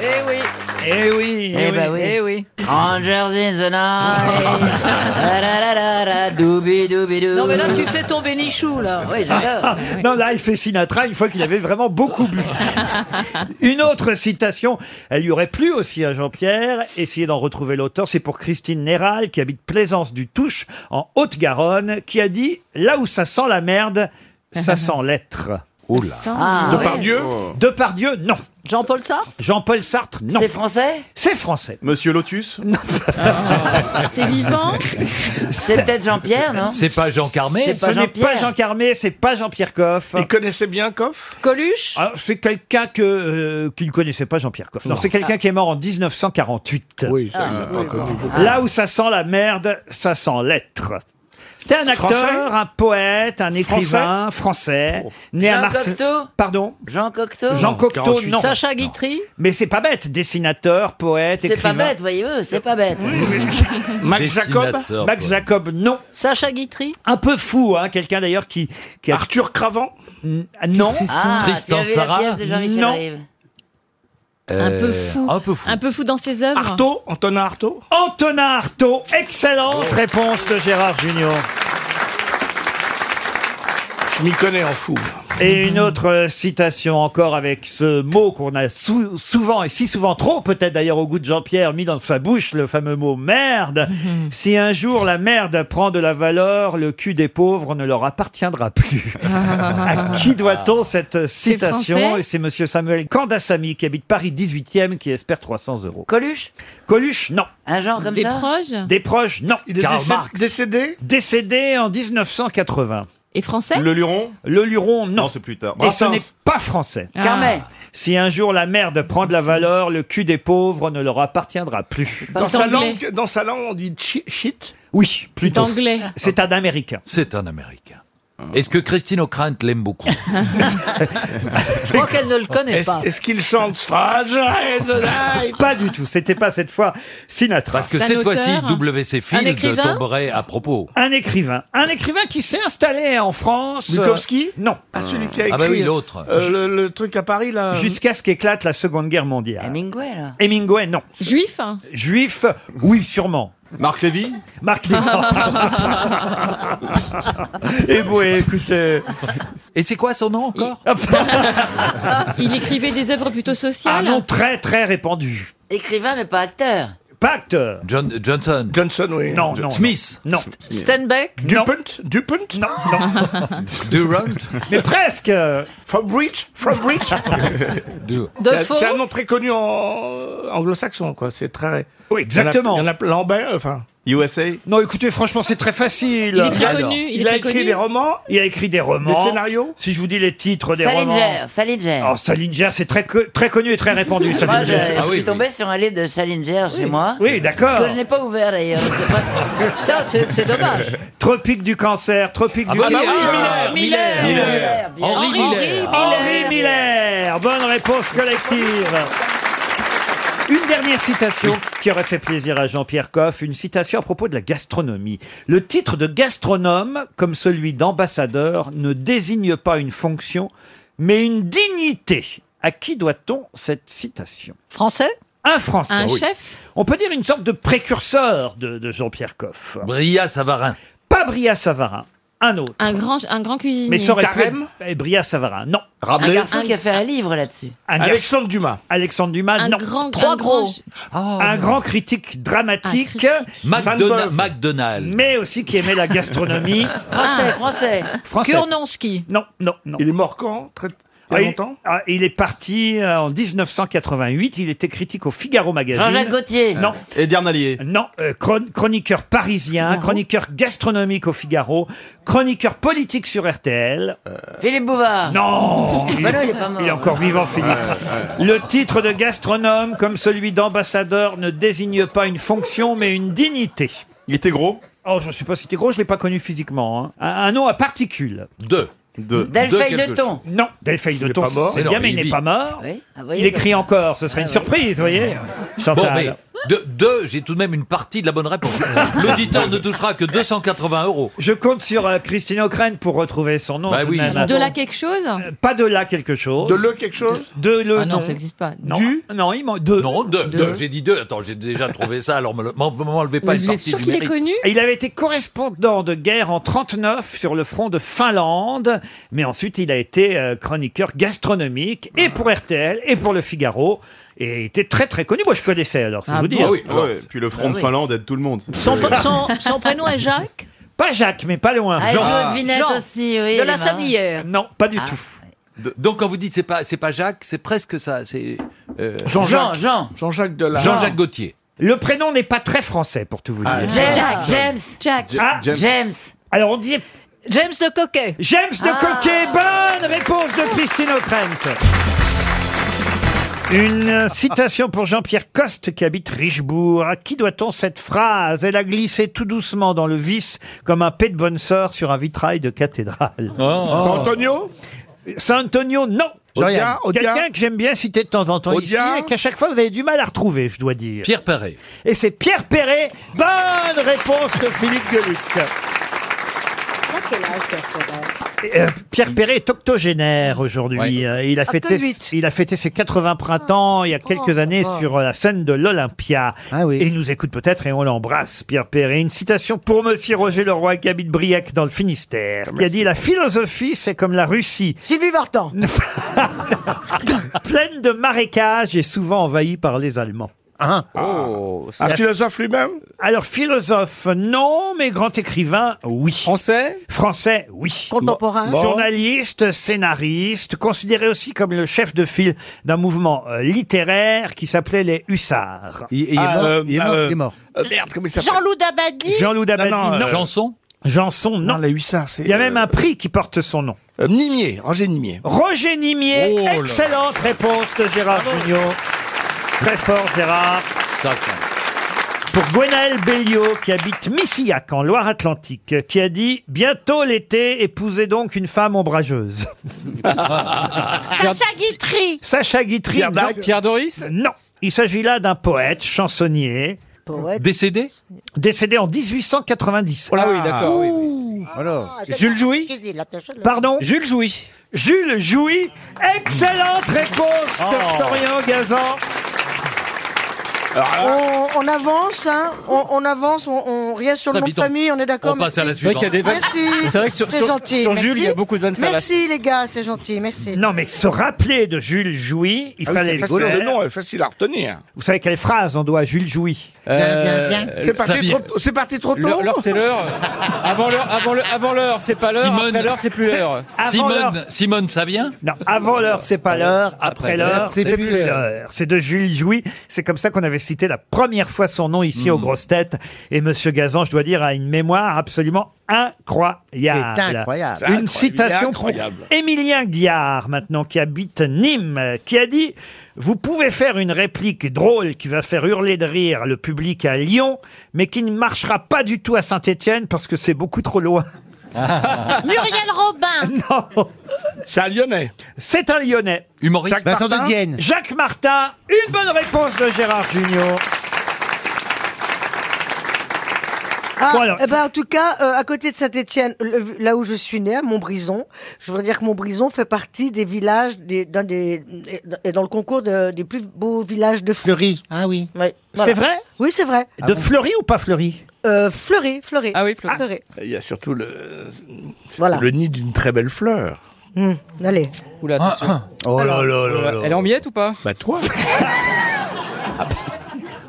Eh oui. Eh oui. Eh bah oui. Eh oui. Rangers in the night. Da da da da da, doubi doubi dou. Non mais là tu fais ton bénichou là. Oui, j'adore. Ah, non, là, il fait Sinatra une fois qu'il avait vraiment beaucoup bu. Une autre citation, elle y aurait plu aussi à Jean-Pierre. Essayez d'en retrouver l'auteur. C'est pour Christine Néral, qui habite Plaisance du Touche, en Haute-Garonne, qui a dit Là où ça sent la merde, ça sent l'être. Oula. sent- Ah, ouais. Depardieu Depardieu, non. Jean-Paul Sartre Jean-Paul Sartre, non. C'est français C'est français. Monsieur Lotus Non. Ah, C'est vivant C'est peut-être Jean-Pierre, non C'est pas Jean Carmé. C'est pas Ce n'est Jean-Pierre. pas Jean Carmé, c'est pas Jean-Pierre Coff. Il connaissait bien Coff Coluche Ah, C'est quelqu'un que, euh, qui ne connaissait pas Jean-Pierre Coff. Non, Non. c'est quelqu'un Ah. qui est mort en 1948. Oui, ça, il l'a Ah. pas Oui, connu. bon. Là où ça sent la merde, ça sent l'être. C'était un C'est acteur, français un poète, un écrivain français, né à Jean Marseille. Cocteau Pardon Jean Cocteau Jean Cocteau, 48. non. Sacha Guitry Mais c'est pas bête, dessinateur, poète, C'est écrivain. pas bête, voyez-vous, c'est pas bête. Max Jacob Dessinateur, Max quoi. Jacob, non. Sacha Guitry Un peu fou, hein, quelqu'un d'ailleurs qui, qui Arthur Cravant Non. Ah, tu as vu la pièce de Jean-Michel Non. Rive Euh, Un peu fou. un peu fou. dans ses œuvres. Artaud Antonin Artaud Antonin Artaud Excellente réponse de Gérard Junior. Je m'y connais en fou. Et une autre euh, citation encore avec ce mot qu'on a sou- souvent, et si souvent trop peut-être d'ailleurs au goût de Jean-Pierre, mis dans sa bouche, le fameux mot merde. Mhm. Si un jour la merde prend de la valeur, le cul des pauvres ne leur appartiendra plus. à qui doit-on cette citation français Et c'est monsieur Samuel Candassamy qui habite Paris 18e qui espère 300 euros. Coluche Coluche, non. Un genre comme Des ça proches Des proches, non. Il est Karl décé- Marx. décédé Décédé en 1980. Et français Luron Le Luron, non. c'est plus tard. Et ce Brassens. n'est pas français. Ah. Carmet. Si un jour la merde prend de la valeur, le cul des pauvres ne leur appartiendra plus. Dans sa, langue, dans sa langue, on dit chi- shit. Oui, plutôt. anglais. C'est un américain. C'est un Américain. Est-ce que Christine O'Krent l'aime beaucoup Je crois qu'elle ne le connaît Est-ce pas. est-ce qu'il chante Stranger is the Night Pas du tout. C'était pas cette fois Sinatra. Parce que cette fois-ci, WC Field tomberait à propos. Un écrivain. Un écrivain qui s'est installé en France. Bukowski Euh, Non. Ah, celui qui a écrit Ah bah oui, l'autre. euh, le, le truc à euh, Paris, là. Jusqu'à ce qu'éclate la Seconde Guerre mondiale. Hemingway, là. Hemingway, non. Juif hein. Juif, oui, sûrement. Marc Lévy Marc Lévy. Et bon, écoutez. Et c'est quoi son nom encore Ah, Il écrivait des œuvres plutôt Un sociales. nom très très répandu. Écrivain, mais pas acteur. Pas acteur. John, Johnson. Johnson, oui. Non, non. Smith. Non. Steinbeck Dupont Dupont Non, non. Durant. Mais presque. From Bridge From Bridge Du- C'est Defoe c'est un nom très connu en euh, anglo-saxon, quoi. C'est très. Oui, exactement. Il y en a, il y en a Lambert, enfin. USA Non, écoutez, franchement, c'est très facile. Il est très Alors. connu, il est a très écrit connu. des romans. Il a écrit des romans. Des scénarios Si je vous dis les titres des Salinger, romans. Salinger. Alors, Salinger, c'est très, co- très connu et très répandu, Moi, je, Salinger. je suis tombé sur un livre de Salinger chez moi. Ah Oui, d'accord. Que je n'ai pas ouvert d'ailleurs. C'est pas- Tiens, c'est- c'est dommage. Tropique du cancer, Tropique Ah du bah cancer. oui, ah, Miller, Miller, Miller, bien sûr. Henri Henri Miller. Henri Miller. Bonne réponse collective. Une dernière citation qui aurait fait plaisir à Jean-Pierre Coff, une citation à propos de la gastronomie. Le titre de gastronome, comme celui d'ambassadeur, ne désigne pas une fonction, mais une dignité. À qui doit-on cette citation Français Un Français. Ah Un oui. chef On peut dire une sorte de précurseur de, de Jean-Pierre Coff. Bria Savarin. Pas Bria Savarin, un autre. Un grand, un grand cuisinier. Mais ça aurait pu être- eh, Bria Savarin, non. Un garçon qui a fait un livre là-dessus. Alexandre Dumas. Alexandre Dumas, Un non. grand- Trois un gros. grand- Ah, un grand critique dramatique. McDonald. Van Gogh, McDonald. Mais aussi qui aimait la gastronomie. Français, Ah. français. Français. Kurnonski. Non, non, non. Il est mort quand Très. Ah, il, longtemps ah, il est parti euh, en 1988. Il était critique au Figaro Magazine. Jean-Jacques Gaultier. Non. Et Dernalier. Non, euh, chron- chroniqueur parisien, chroniqueur gastronomique au Figaro, chroniqueur politique sur RTL. Euh, Philippe Bouvard. Non Bah non, il est pas mort. Il est encore vivant, Philippe. Le titre de gastronome, comme celui d'ambassadeur, ne désigne pas une fonction, mais une dignité. Il était gros Oh, je ne sais pas si c'était gros, je ne l'ai pas connu physiquement. hein. Un, un nom à particules. Deux. Deux. Delphine de Thon. Non, Delphine de est Thon, pas mort. c'est Non, bien, mais il il n'est vit. pas mort. Oui. Ah, voyez Il écrit donc. Ah, encore, ce serait Ah, une surprise, vous voyez Bon, Chantal. mais deux, deux, j'ai tout de même une partie de la bonne réponse. L'auditeur ne touchera que 280 euros. Je compte sur euh, Christine O'Crane pour retrouver son nom. Bah tout de oui. même. De là quelque chose Ah Pas de là quelque chose. De le quelque chose De le Ah non, nom. ça n'existe pas. Non. Non, il manque deux. Non, deux. Deux. Deux, J'ai dit deux. Attends, j'ai déjà trouvé ça, alors me le- m'en- m'enlevez pas Mais une vous êtes partie sûr du qu'il est mérite. connu Et Ah, il avait été correspondant de guerre en 39 sur le front de Finlande, mais ensuite il a été euh, chroniqueur gastronomique et pour RTL et pour Le Figaro et il était très très connu. Moi je connaissais alors, c'est Ah vous dire. Ouais, Puis le front Bah de oui. Finlande aide tout le monde. Son, son- son prénom est Jacques Pas Jacques, mais pas loin. Ah, Jean. Claude Vinette Jean. aussi, oui. De il est la marrant. Sablière. Euh, Ah. Non, pas du tout. De- Donc quand vous dites c'est pas c'est pas Jacques, c'est presque ça. C'est euh, Jean-Jacques. Jean. Jean-Jacques Delarue. Jean-Jacques Gauthier. Le prénom n'est pas très français pour tout vous Ah, dire. James. Jack. James. Jack. Ah, James. Alors on dit James de Coquet. James de Ah. Ah. Coquet. Bonne réponse de Christine O'Krent. Une citation pour Jean-Pierre Coste qui habite Richebourg. À qui doit-on cette phrase Elle a glissé tout doucement dans le vice comme un paix de bonne sœur sur un vitrail de cathédrale. Oh. Antonio San Antonio, non Jean-Yann. Audiard, Audiard. Quelqu'un que j'aime bien citer de temps en temps Audiard. ici et qu'à chaque fois vous avez du mal à retrouver, je dois dire. Pierre Perret. Et c'est Pierre Perret. Bonne réponse de Philippe Gueluc. pas quel âge t'as, Thorel. Euh, Pierre Perret est octogénaire aujourd'hui. Euh, Il, a Ah, fêté, que huit. il a fêté ses 80 printemps il y a quelques années sur euh, la scène de l'Olympia. Et il nous écoute peut-être et on l'embrasse, Pierre Perret. Une citation pour Monsieur Roger Leroy qui habite Briec dans le Finistère. Il a dit La philosophie, c'est comme la Russie. Sylvie Vartan. Pleine de marécages et souvent envahie par les Allemands. Oh, Ah. Un philosophe lui-même Alors, philosophe, non, mais grand écrivain, oui. Français Français, oui. Contemporain Bon. Journaliste, scénariste, considéré aussi comme le chef de file d'un mouvement euh, littéraire qui s'appelait les Hussards. il est Ah, mort, euh, il est mort, euh, il est mort. merde, comment il Jean-Loup Dabadi Jean-Loup Dabadi, non. euh, Ah, Janson Janson, Ah, non. les Hussards, Il y a même un prix qui porte son nom. Euh, Nimier, Roger Nimier. Oh Roger Nimier, excellente réponse de Gérard Jugnot. Très fort, Gérard. Pour Gwenaël Béliot, qui habite Missillac, en Loire-Atlantique, qui a dit « Bientôt l'été, épousez donc une femme ombrageuse. Sacha Guitry. » Sacha Guitry. Pierre Dac, Pierre Doris Non. Il s'agit là d'un poète, chansonnier. Poète. Décédé Décédé en 1890. Ah oui, d'accord, oui, Ah, Ah, Alors, Jules Jouy Pardon Jules Jouy. Jules Jouy. Excellente réponse de Oh. Florian Gazan. On, on avance, hein on, on avance, on, on- rien sur le nom de Habitons. famille, on est d'accord. On passe à la merci. suivante. C'est vrai qu'il y a des vannes- Merci. C'est vrai que sur- C'est sur- gentil. sur Jules, merci. il y a beaucoup de vannes salaces. Merci les gars, c'est gentil, merci. Non, mais se rappeler de Jules Jouy, il Ah oui, fallait c'est le facile, faire. le nom est facile à retenir. Vous savez quelle phrase on doit à Jules Jouy Euh, Viens, viens, viens. C'est parti Xavier. trop tôt- c'est parti trop tôt L'heure, l'heure, c'est l'heure. Avant l'heure, avant l'heure, avant l'heure, c'est pas l'heure. Simone. Après l'heure, c'est plus l'heure. Avant Simone, l'heure. Simone, ça vient Non, avant l'heure, c'est pas l'heure. Après Après l'heure, c'est plus l'heure. C'est de Jules Jouy. C'est comme ça qu'on avait cité la première fois son nom ici aux grosses têtes. Et Monsieur Gazan, je dois dire, a une mémoire absolument incroyable. C'est incroyable. C'est Une incroyable. citation pour Incroyable. Émilien Guillard, maintenant, qui habite Nîmes, euh, qui a dit « Vous pouvez faire une réplique drôle qui va faire hurler de rire le public à Lyon, mais qui ne marchera pas du tout à Saint-Étienne parce que c'est beaucoup trop loin. » Muriel Robin. Non. C'est un Lyonnais. C'est un Lyonnais. Humoriste. Jacques Vincent Martin. de Dienne. Jacques Martin. Une bonne réponse de Gérard Junior. Ah, Bon, alors. eh ben, en tout cas, euh, à côté de Saint-Étienne, le- là où je suis née, à Montbrison, je voudrais dire que Montbrison fait partie des villages, des, dans des, et dans le concours de- des plus beaux villages de France. Fleury. Ah oui. C'est vrai Oui, c'est vrai. Ah De Fleury ou pas Fleury euh, Fleury, Fleury. Ah oui, Fleury. Il y a surtout le, Voilà. le nid d'une très belle fleur. Hmm, allez. Oula, Ah, attention. Oh là là euh, là là. Elle est en miettes ou pas Bah toi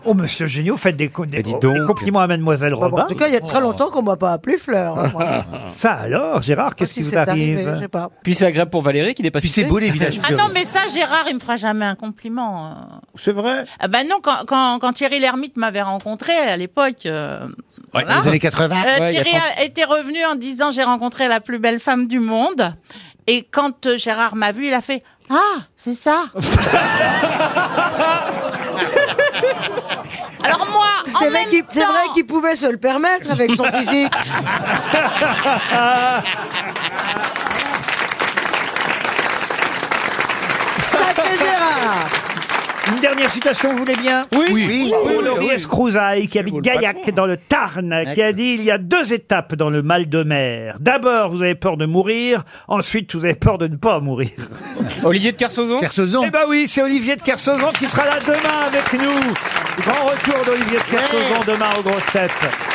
Oh, monsieur Géniaud, faites des, Eh, co- des- des compliments à mademoiselle Bah, bon, Robin. en tout cas, il y a très longtemps qu'on m'a pas appelé Fleur. hein, moi. Ça alors, Gérard, qu'est-ce si qui vous c'est arrivé, arrive je sais pas. Puis c'est agréable pour Valérie qui n'est pas Puis c'est beau les villages Ah non, mais ça, Gérard, il me fera jamais un compliment. euh. C'est vrai Ah ben non, quand, quand, quand Thierry Lhermitte m'avait rencontré à l'époque. euh, voilà. dans les années 80. Euh, Ouais, il y a Thierry trente- a- était revenu en disant J'ai rencontré la plus belle femme du monde. Et quand euh, Gérard m'a vu, il a fait Ah, c'est ça Alors moi, en C'est vrai même qu'il- temps. c'est vrai qu'il pouvait se le permettre avec son physique. Sacré Gérard Une dernière citation, vous voulez bien Oui, oui. Pour oui, Laurie oui. Escrouzaille, qui habite Gaillac, dans le Tarn, qui a dit « Il y a deux étapes dans le mal de mer. D'abord, vous avez peur de mourir. Ensuite, vous avez peur de ne pas mourir. » Olivier de Kersauzon Kersozon. Eh ben oui, c'est Olivier de Kersozon qui sera là demain avec nous. Grand retour d'Olivier de Kersozon demain aux grosses têtes.